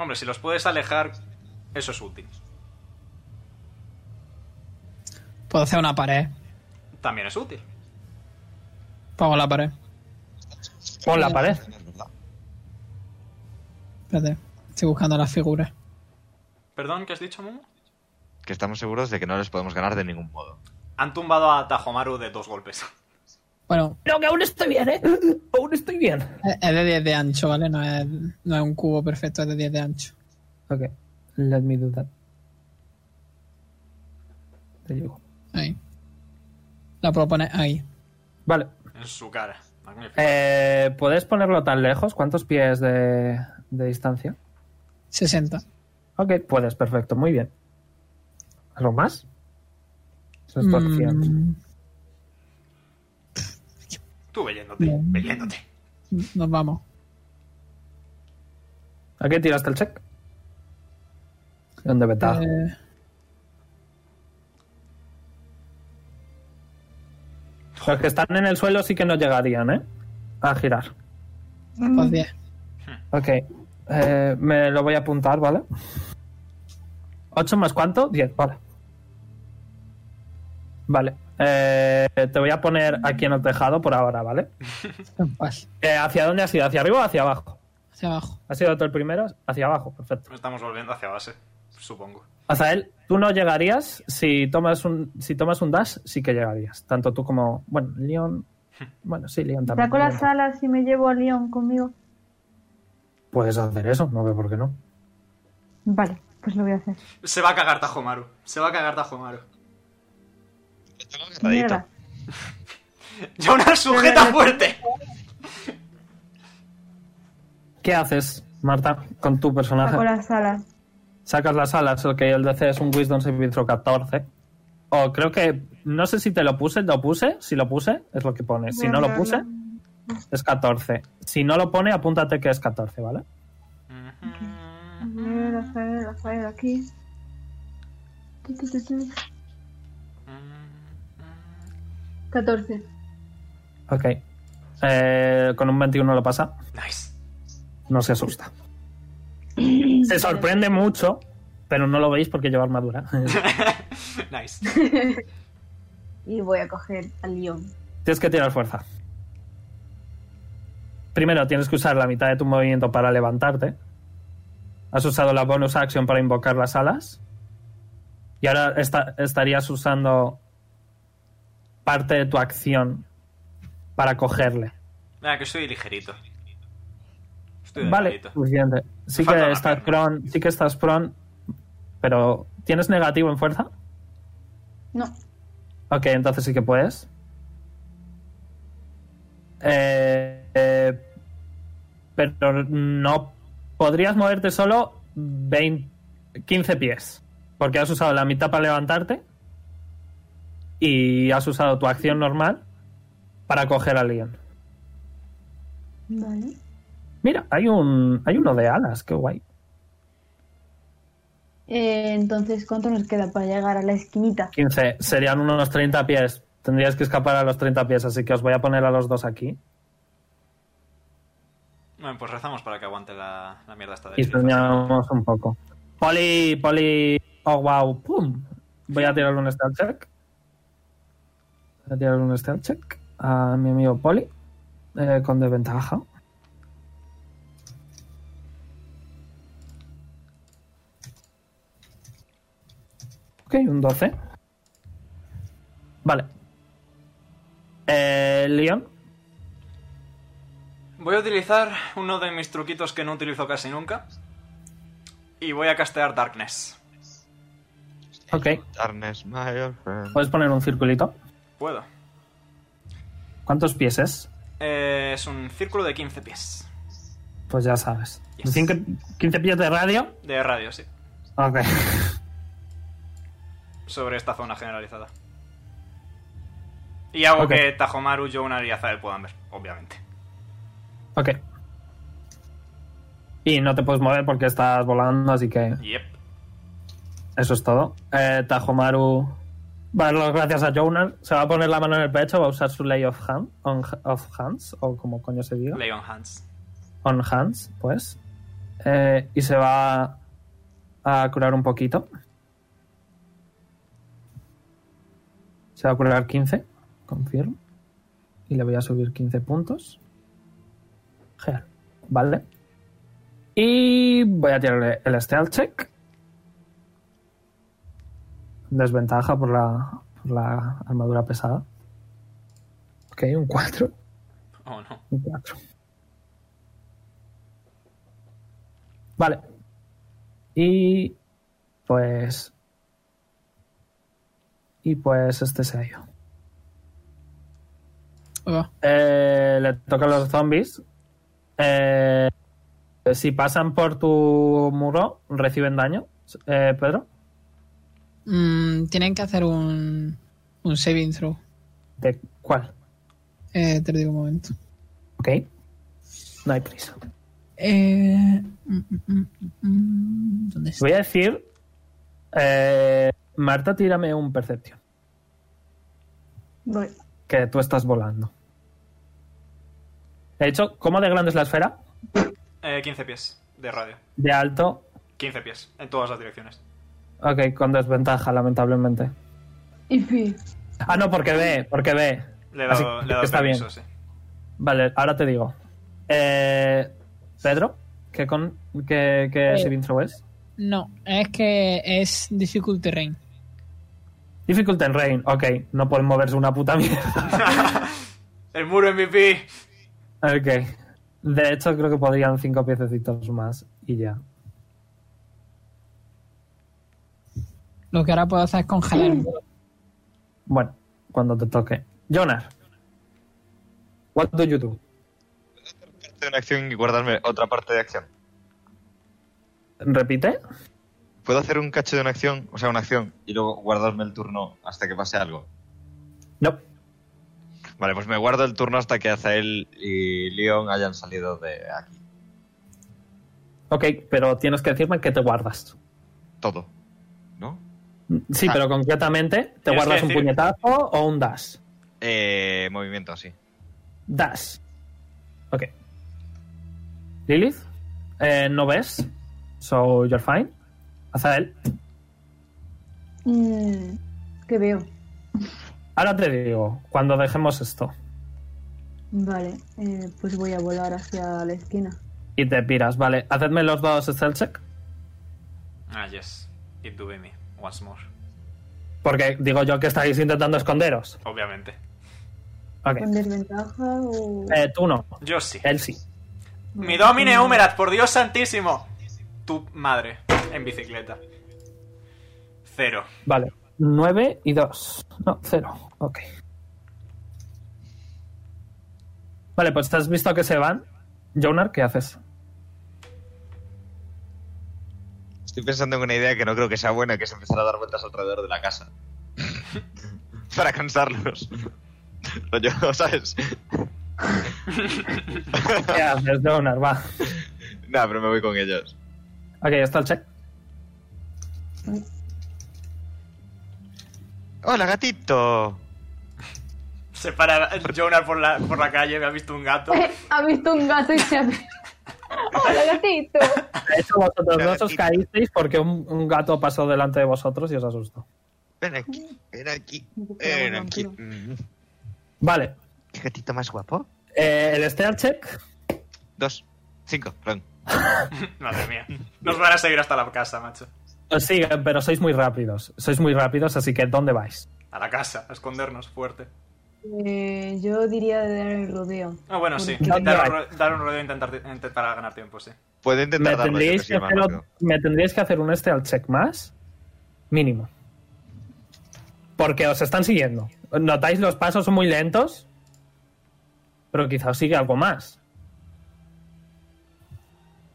Hombre, si los puedes alejar, eso es útil.
puedo hacer una pared.
También es útil.
Pongo la pared.
Pon la pared.
Espérate. Estoy buscando las figuras.
Perdón, ¿qué has dicho, Momo?
Que estamos seguros de que no les podemos ganar de ningún modo.
Han tumbado a Tajomaru de dos golpes.
Bueno,
Pero que aún estoy bien, ¿eh?
Aún estoy bien.
es es de 10 de ancho, ¿vale? No es, no es un cubo perfecto, es de 10 de ancho.
Ok, let me do that. Te llego.
Ahí. La puedo poner ahí.
Vale.
En su cara. Magnífico.
Eh, ¿Puedes ponerlo tan lejos? ¿Cuántos pies de, de distancia?
60.
Ok, puedes, perfecto, muy bien. ¿Algo más? Son estos cien.
Mm,
Tú veyéndote,
Bien.
veyéndote.
nos vamos.
¿A qué tiraste el check? ¿Dónde beta?
Eh,
Los que están en el suelo sí que no llegarían, ¿eh? A girar.
pues 10.
Ok. Eh, me lo voy a apuntar, ¿vale? ¿8 más cuánto? 10, vale. Vale. Eh, te voy a poner aquí en el tejado por ahora, ¿vale?
Vale,
Eh, ¿Hacia dónde has ido? ¿Hacia arriba o hacia abajo?
hacia abajo.
¿Has ido tú el primero? Hacia abajo, perfecto.
Estamos volviendo hacia base, supongo.
Azael, tú no llegarías si tomas un si tomas un dash, sí que llegarías. Tanto tú como, bueno, Leon. Bueno, sí, Leon también.
Saco las alas y me llevo a León conmigo.
Puedes hacer eso, no veo por qué no.
Vale, pues lo voy a hacer.
Se va a cagar Tajomaru. Se va a cagar Tajomaru.
Tengo agarradito.
Mierda.
Jonas, sujeta fuerte.
¿Qué haces, Marta, con tu personaje?
Saco las alas.
Sacas las alas, ok, el DC es un Wisdom Saving Throw 14. O creo que, no sé si te lo puse, lo puse, si lo puse, es lo que pone. Si
Voy a
no lo
mirarlo.
puse, es 14. Si no lo pone, apúntate que es 14, ¿vale?
A ver, a ver, a ver, aquí. Tu, tu, tu, tu. 14.
Ok. Eh, con un 21 lo pasa.
Nice.
No se asusta. Se sorprende mucho, pero no lo veis porque lleva armadura.
Nice.
Y voy a coger a León.
tienes que tirar fuerza. Primero tienes que usar la mitad de tu movimiento para levantarte. Has usado la bonus action para invocar las alas. Y ahora esta- estarías usando parte de tu acción para cogerle.
Mira, que estoy ligerito. Estoy de
vale,
ladito.
suficiente. Sí
Falta
que,
una
estás
pierna.
prone, sí que estás prone, pero ¿tienes negativo en fuerza?
No,
Ok, entonces sí que puedes. Eh, eh, pero no. Podrías moverte solo 20, 15 pies. Porque has usado la mitad para levantarte. Y has usado tu acción normal para coger a alguien.
vale.
Mira, hay un. hay uno de alas, qué guay.
Eh, entonces, ¿cuánto nos queda para llegar a la esquinita?
15. Serían unos 30 pies. Tendrías que escapar a los 30 pies, así que os voy a poner a los dos aquí.
Bueno, pues rezamos para que aguante la, la mierda esta de
Y soñamos un poco. Poli, poli. Oh, wow. Pum. Voy a tirar un stealth check. Voy a tirar un stealth check a mi amigo Poli. eh, con desventaja. Ok, un 12. Vale. Eh, Leon,
Voy a utilizar uno de mis truquitos que no utilizo casi nunca. Y voy a castear Darkness.
ok.
Darkness, my old friend.
Puedes poner un circulito.
Puedo.
¿Cuántos pies es?
Eh, es un círculo de 15 pies.
Pues ya sabes.
Yes.
Cinco- 15 pies de radio.
De radio, sí.
Ok.
Sobre esta zona generalizada. Y hago
Ok.
que Tajomaru, Jonar y Azael puedan ver, obviamente.
Ok. Y no te puedes mover porque estás volando, así que
Yep.
eso es todo. Eh, Tajomaru va a darle las gracias a Jonar. Se va a poner la mano en el pecho, va a usar su lay of, hand, on- of hands, o como coño se diga.
Leon Hands.
On hands, pues. Eh, y se va a curar un poquito. Se va a curar 15, confirmo. Y le voy a subir 15 puntos. Genial. Vale. Y voy a tirarle el stealth check. Desventaja por la, por la armadura pesada. Ok, un 4.
Oh no.
Un cuatro. Vale. Y pues... Y pues este se ha ido.
Ahí va.
Eh, le toca a los zombies. Eh, si pasan por tu muro, reciben daño. Eh, Pedro,
Mm, tienen que hacer un, un saving throw.
¿de cuál?
Eh, te lo digo un momento.
Ok. No hay prisa.
Eh, mm, mm, mm, mm, ¿Dónde está?
Voy a decir... eh, Marta, tírame un percepción.
Voy.
que tú estás volando. De hecho, ¿cómo de grande es la esfera?
Eh, 15 pies de radio.
De alto.
15 pies en todas las direcciones.
Ok, con desventaja, lamentablemente.
Y pi.
Ah, no, porque ve, porque ve.
Le he
Así
dado,
que
le he dado
está
permiso,
bien.
sí.
Vale, ahora te digo. Eh, Pedro, ¿qué, con, qué, qué
Eh.
saving throw es?
No, es que es difficult terrain.
Difficult and rain, ok. No pueden moverse una puta mierda.
El muro MVP.
Ok. De hecho, creo que podrían cinco piececitos más y ya.
Lo que ahora puedo hacer es congelarme.
Bueno, cuando te toque. Jonas. What do you do?
Parte de una acción y guardarme otra parte de acción.
¿Repite?
¿Puedo hacer un cacho de una acción, o sea, una acción, y luego guardarme el turno hasta que pase algo?
No.
Vale, pues me guardo el turno hasta que Azael y Leon hayan salido de aquí.
Ok, pero tienes que decirme que te guardas.
Todo. ¿No?
Sí,
Ah.
pero concretamente, ¿te
que
guardas un
decir-
puñetazo o un dash?
Eh, movimiento así.
Dash. Ok. Lilith, eh, no ves. So you're fine. Azael,
Mm, ¿Qué veo?
ahora te digo, cuando dejemos esto
Vale, eh, pues voy a volar hacia la esquina.
y te piras, vale, hacedme los dos stealth check.
Ah, yes. It do be me. Once more.
Porque digo yo que estáis intentando esconderos.
Obviamente.
Ok.
¿Con desventaja o...?
Eh, mm. tú no,
Yo sí.
él sí.
Mi domine Humerat, por Dios santísimo. Tu madre. En bicicleta. Cero.
Vale. 9 y 2. No, 0. Ok. Vale, pues has visto que se van. Jonar, ¿qué haces?
Estoy pensando en una idea que no creo que sea buena, que es empezar a dar vueltas alrededor de la casa. Para cansarlos. Rollo, ¿sabes?
¿Qué haces, Jonar? Va.
Nah, pero me voy con ellos.
Ok, está el check.
¡Hola, gatito!
Se para Jonar por la, por la calle, me ha visto un gato.
ha visto un gato y se ha... ¡Hola, gatito!
De hecho, vosotros
Una
dos os
gatita.
caísteis porque un, un gato pasó delante de vosotros y os asustó.
Ven aquí, ven aquí,
Era
ven
un
aquí.
vampiro.
Mm,
Vale.
¿Qué gatito más guapo?
Eh, el stealth check.
Dos, cinco, perdón.
Madre mía. Nos van a seguir hasta la casa, macho.
Os sigue, pero sois muy rápidos. Sois muy rápidos, así que ¿dónde vais?
A la casa, a escondernos fuerte.
Eh, yo diría de dar el rodeo.
Ah, bueno, sí.
¿Dónde
Dar un,
vais?
ro- dar un rodeo e intentar, intentar para ganar tiempo, sí.
Puedo
Me
intentar darlo yo, que
tendríais, que
soy más
hacer,
rápido.
ot- me tendríais que hacer un stealth check más. Mínimo. Porque os están siguiendo. Notáis los pasos son muy lentos. Pero quizá os sigue algo más.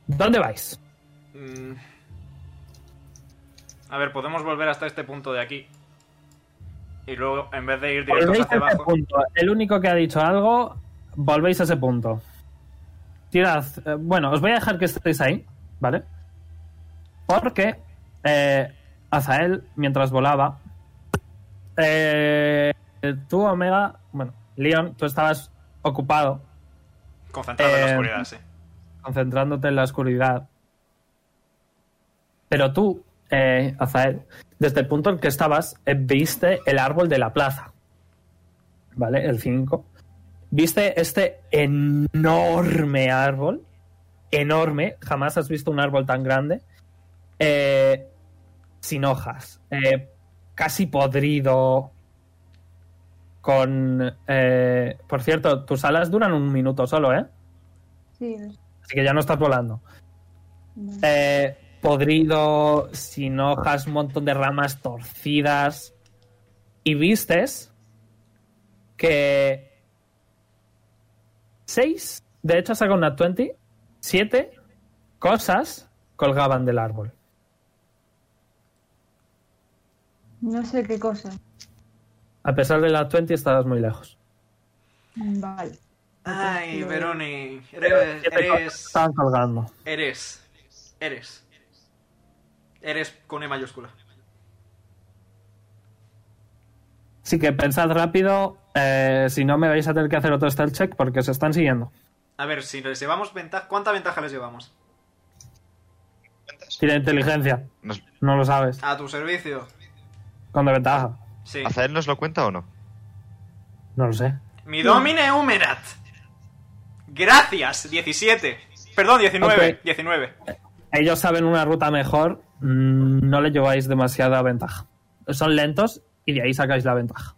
¿Dónde vais?
Mm. A ver, podemos volver hasta este punto de aquí. Y luego, en vez de ir directos
Volvéis a
hacia
ese
abajo.
punto. El único que ha dicho algo, volvéis a ese punto. Tirad. eh, bueno, os voy a dejar que estéis ahí, ¿vale? Porque eh, Azael, mientras volaba, eh, tú, Omega, bueno, Leon, tú estabas ocupado
Concentrado en la
Eh,
oscuridad, sí.
concentrándote en la oscuridad. Pero tú, eh, Azael, desde el punto en que estabas, eh, viste el árbol de la plaza. ¿Vale? El 5. Viste este enorme árbol. Enorme. Jamás has visto un árbol tan grande. eh, sin hojas. eh, casi podrido. Con. eh, por cierto, tus alas duran un minuto solo, ¿eh?
Sí, no sé.
Así que ya no estás volando.
Vale.
Eh, podrido, sin hojas, un montón de ramas torcidas. Y vistes que. 6, de hecho, saca una 20. 7 cosas colgaban del árbol.
No sé qué cosa.
A pesar de la 20, estabas muy lejos.
Vale.
Ay,
Entonces,
Veroni.
Siete cosas
Eres.
estaban colgando.
Eres. Eres. Eres con E mayúscula.
Así que pensad rápido. eh, si no, me vais a tener que hacer otro stealth check porque os están siguiendo.
A ver, si les llevamos ventaja. ¿Cuánta ventaja les llevamos?
Tira inteligencia.
Nos-
No lo sabes.
A tu servicio.
Con ventaja.
Sí.
¿Azael nos lo cuenta o no?
No lo sé.
Mi domine humerat. Gracias, 17. Perdón, 19.
Ok.
19.
Ellos saben una ruta mejor, mm, no le lleváis demasiada ventaja. Son lentos y de ahí sacáis la ventaja.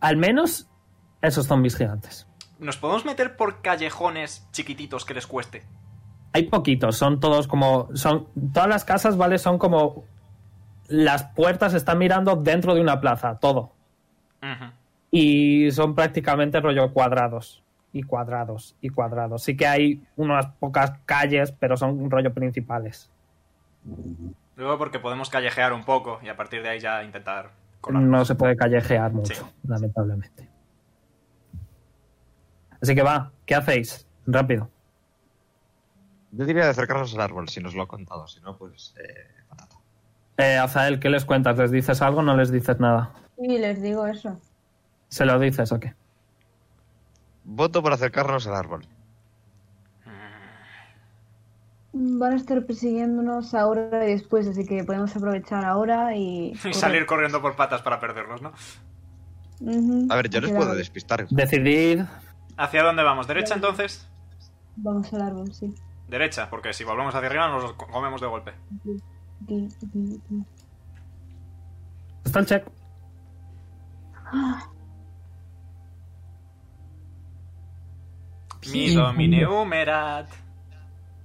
Al menos esos zombies gigantes.
¿Nos podemos meter por callejones chiquititos que les cueste?
Hay poquitos, son todos como. son Todas las casas, ¿vale? Son como. Las puertas están mirando dentro de una plaza, todo.
Ujú.
y son prácticamente rollo cuadrados y cuadrados y cuadrados. Sí que hay unas pocas calles, pero son rollo principales.
Luego porque podemos callejear un poco y a partir de ahí ya intentar colar.
No se puede callejear mucho,
Sí.
lamentablemente. Así que va, ¿qué hacéis? Rápido.
Yo diría de acercarnos al árbol, si nos lo ha contado. Si no, pues. eh, patata.
Eh, Azael, ¿qué les cuentas? ¿Les dices algo o no les dices nada?
Y les digo eso.
¿Se lo dices o qué?
Voto por acercarnos al árbol.
Van a estar persiguiéndonos ahora y después, así que podemos aprovechar ahora y.
Y salir corriendo por patas para perderlos, ¿no?
Ujú.
A ver, yo les
Quedar-
puedo despistar.
Decidid.
¿Hacia dónde vamos? ¿Derecha entonces?
Vamos al árbol, sí.
Derecha, porque si volvemos hacia arriba nos los co- comemos de golpe.
Aquí, aquí, aquí.
Está el check.
Mi domine humerat.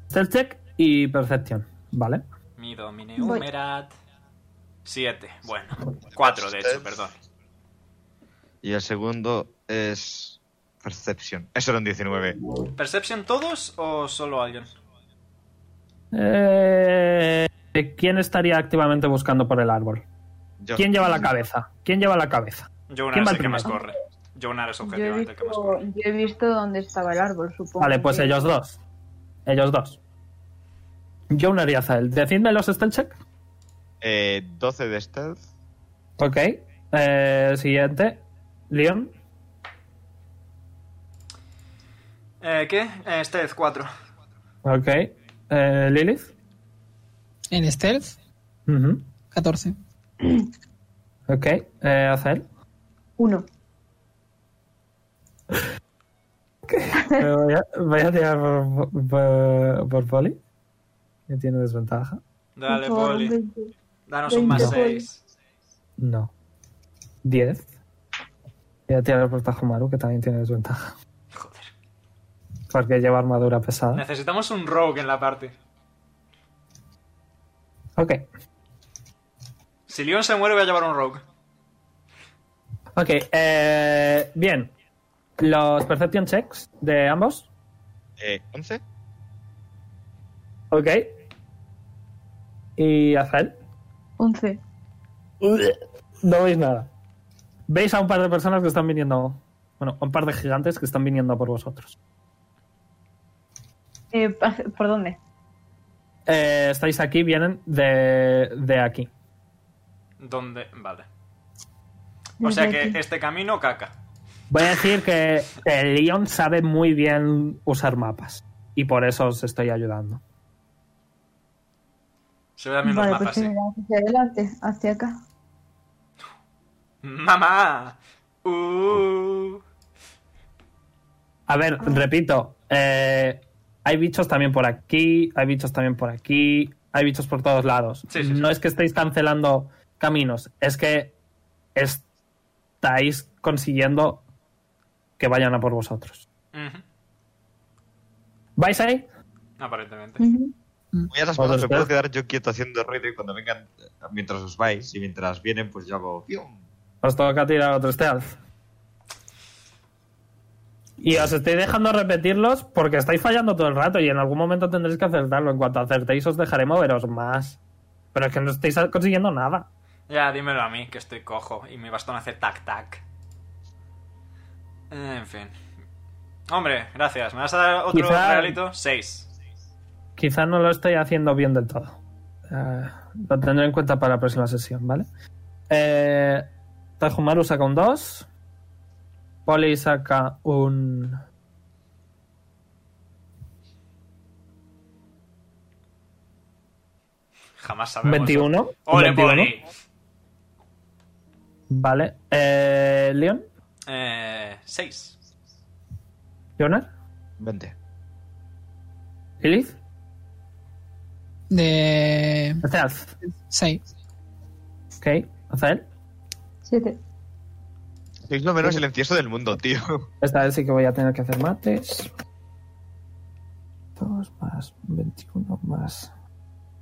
Está el check y percepción, ¿vale?
Mi domine
Voy.
humerat. Siete. Bueno, cuatro de hecho, perdón.
Y el segundo es. Percepción. Eso era un 19.
¿Perception todos o solo alguien?
Eh, ¿Quién estaría activamente buscando por el árbol?
Yo-
¿Quién lleva la cabeza? ¿Quién lleva la cabeza?
Jonar
¿Quién
es
va
el que más
primero?
corre. Jonar es
Yo he,
objetivamente el que más
visto,
corre.
yo he visto dónde estaba el árbol, supongo.
Vale, pues
que-
ellos dos. Ellos dos. Jonar y Azael. Decidme los stealth check.
Eh, 12 de stealth.
Ok. Eh, siguiente. Leon.
Eh, ¿Qué? Eh, Stealth, cuatro.
Ok. Eh, Lilith.
En stealth,
Ujú.
14.
Ok. Eh, Azael.
Uno.
Eh, voy, a, voy a tirar por, por, por Poli. Que tiene desventaja.
Dale,
Por favor,
Poli.
veinte.
Danos un más
veinte, Poli.
seis.
No. 10. Voy a tirar por Tajumaru, que también tiene desventaja.
Joder.
Porque lleva armadura pesada.
Necesitamos un rogue en la parte.
Ok.
Si Leon se muere voy a llevar un rogue.
Ok. Eh, bien. Los perception checks de ambos.
Eh, 11.
Ok. Y Azael.
Once.
No veis nada. Veis a un par de personas que están viniendo. Bueno, a un par de gigantes que están viniendo por vosotros.
Eh, pa- ¿Por dónde?
Eh, estáis aquí, vienen de, de aquí.
¿Dónde? Vale. O sea que
pues
este camino, caca.
Voy a decir que el Leon sabe muy bien usar mapas. Y por eso os estoy ayudando.
Se ve también
vale,
los mapas,
pues
sí.
mira, hacia adelante, hacia acá.
¡Mamá! ¡Uh!
A ver, repito. eh, hay bichos también por aquí, hay bichos también por aquí, hay bichos por todos lados.
Sí, sí, sí.
no es que estéis cancelando caminos, es que estáis consiguiendo que vayan a por vosotros.
Ujú,
¿Vais ahí?
Aparentemente.
Ujú.
Voy a las
Vosotros,
manos, me puedo
claro.
quedar yo quieto haciendo ruido y cuando vengan, eh, mientras os vais y mientras vienen, pues yo hago. ¡pium!
Os toca tirar otro stealth. Y os estoy dejando repetirlos porque estáis fallando todo el rato y en algún momento tendréis que acertarlo. En cuanto acertéis os dejaré moveros más. Pero es que no estáis consiguiendo nada.
Ya, dímelo a mí, que estoy cojo y mi bastón hace tac-tac. En fin. Hombre, gracias. ¿Me vas a dar otro
Quizá-
regalito? Seis.
Quizá no lo estoy haciendo bien del todo. Eh, lo tendré en cuenta para la próxima sesión, ¿vale? Eh, Tajumaru saca un 2. Poli saca un...
Jamás sabemos.
21.
¡Ole,
21.
Poli!
Vale. Eh, ¿Leon?
Eh, seis.
¿Leonard?
20.
¿Lilith?
De
Stealth.
6.
Ok. Azael.
Siete.
Sois lo menos silencioso del mundo, tío.
Esta vez sí que voy a tener que hacer mates. 2 más 21 más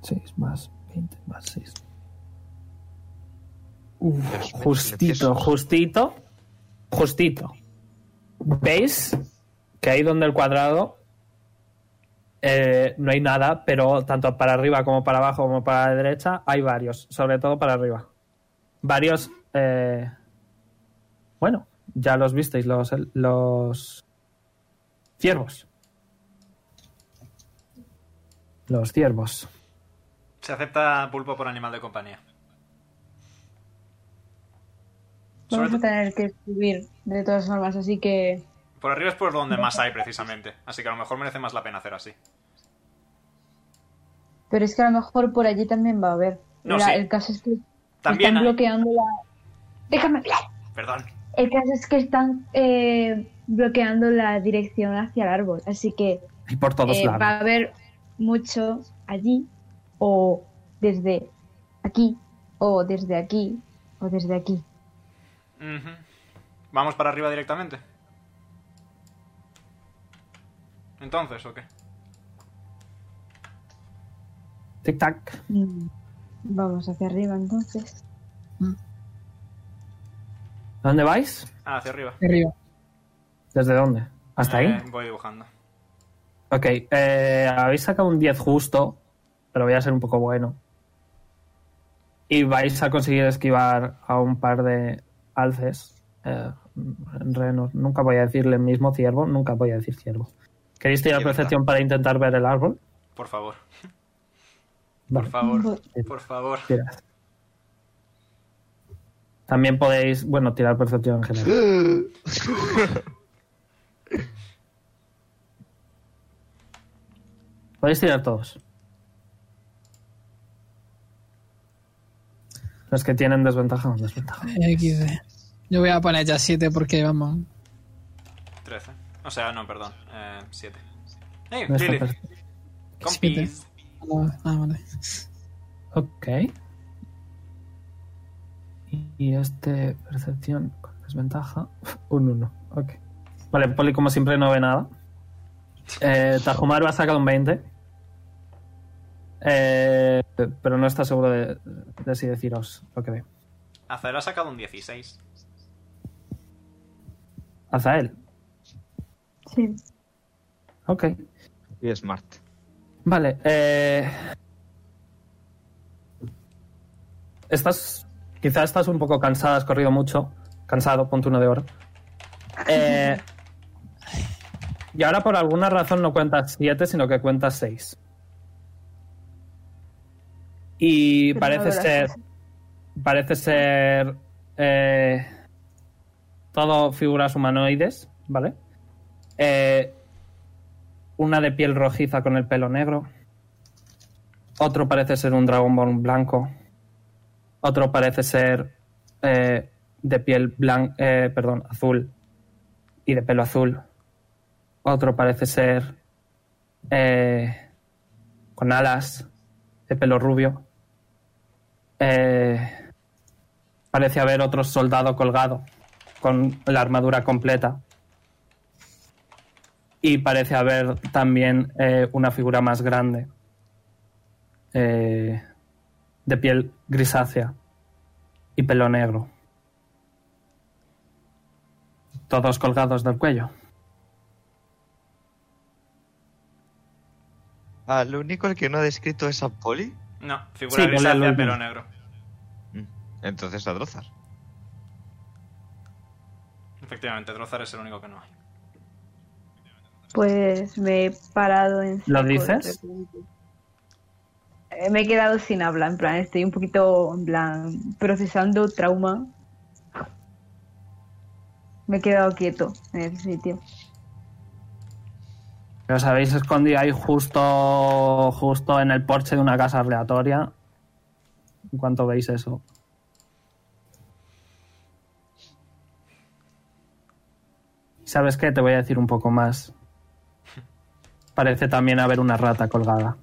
6 más 20 más 6.
Dios mío,
Justito,
silenciosos.
justito. Justito. ¿Veis? Que ahí donde el cuadrado eh, no hay nada, pero tanto para arriba como para abajo como para la derecha hay varios, sobre todo para arriba. Varios... eh, bueno, ya los visteis, los, los ciervos. Los ciervos.
Se acepta pulpo por animal de compañía. Sobre
Vamos a
to-
tener que subir de todas formas, así que
por arriba es por donde más hay, precisamente. Así que a lo mejor merece más la pena hacer así.
Pero es que a lo mejor por allí también va a haber.
No,
Mira,
sí.
El caso es que
También
están
hay...
bloqueando la. Déjame hablar.
Perdón.
El caso es que están eh, bloqueando la dirección hacia el árbol, así que
Y por todos
eh,
lados.
va a haber mucho allí o desde aquí o desde aquí o desde aquí.
Ujú. ¿Vamos para arriba directamente? Entonces, ¿o qué?
Tic-tac.
Mm, Vamos hacia arriba entonces.
¿A ¿Dónde vais?
Ah, hacia arriba.
Arriba.
¿Desde dónde? ¿Hasta ahí?
Eh, voy dibujando.
Ok, eh, habéis sacado un 10 justo, pero voy a ser un poco bueno. Y vais a conseguir esquivar a un par de alces, eh, renos. Nunca voy a decirle mismo ciervo, nunca voy a decir ciervo. ¿Queréis tirar
Cierva.
percepción para intentar ver el árbol?
Por favor.
Vale,
Por favor.
Voy.
Por favor.
tirad. También podéis, bueno, tirar percepción en general. podéis tirar todos. Los que tienen desventaja o desventaja.
XD. Eh, Yo voy a poner ya 7 porque vamos.
13. O sea, no, perdón. Eh, 7. ¡Hey,
No está
Lily!
perfecto.
Compis.
Ah, vale.
Ok. Y este percepción con desventaja, un 1. Ok. Vale, Poli como siempre no ve nada. Eh, Tajumaru ha sacado un 20. Eh, pero no está seguro de, de si deciros lo que ve.
Azael ha sacado un 16.
Azael.
Sí.
Ok.
Y Smart.
Vale. eh, Estás. Quizás estás un poco cansada, has corrido mucho. Cansado, punto uno de oro. Eh, Y ahora por alguna razón no cuentas 7, sino que cuentas 6. Y
Pero
parece
no verás
ser.
eso.
Parece ser. eh, todo figuras humanoides, ¿vale? Eh, una de piel rojiza con el pelo negro. Otro parece ser un Dragonborn blanco. Otro parece ser eh, de piel blanca, perdón, azul y de pelo azul. Otro parece ser eh, con alas de pelo rubio. Eh, parece haber otro soldado colgado con la armadura completa. Y parece haber también eh, una figura más grande eh, de piel grisácea y pelo negro. Todos colgados del cuello.
Al Ah, único al que no ha descrito es a Poli.
No, figura
Sí, ponle al
grisácea,
último.
pelo negro.
Mm. Entonces a Drozar.
Efectivamente, Drozar es el único que no hay.
Pues me he parado en.
¿Lo
seco de
dices?
repente. Eh, Me he quedado sin habla, en plan, estoy un poquito, en plan, procesando trauma. Me he quedado quieto en el sitio.
Que os habéis escondido ahí justo, justo en el porche de una casa aleatoria. En cuanto veis eso. ¿Sabes qué? Te voy a decir un poco más. Parece también haber una rata colgada.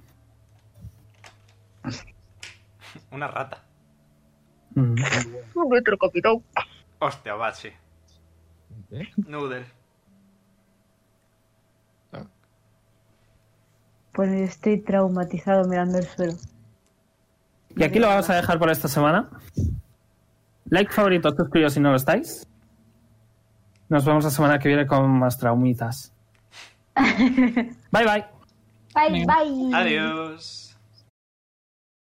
Una rata.
Mm.
Nuestro capitán.
Hostia, Bachi.
¿Eh?
Noodle.
Bueno, yo Pues estoy traumatizado mirando el suelo.
Y aquí lo vamos a dejar por esta semana. Like, favorito, suscribiros si no lo estáis. Nos vemos la semana que viene con más traumitas. Bye bye.
Bye,
Venga.
bye.
Adiós.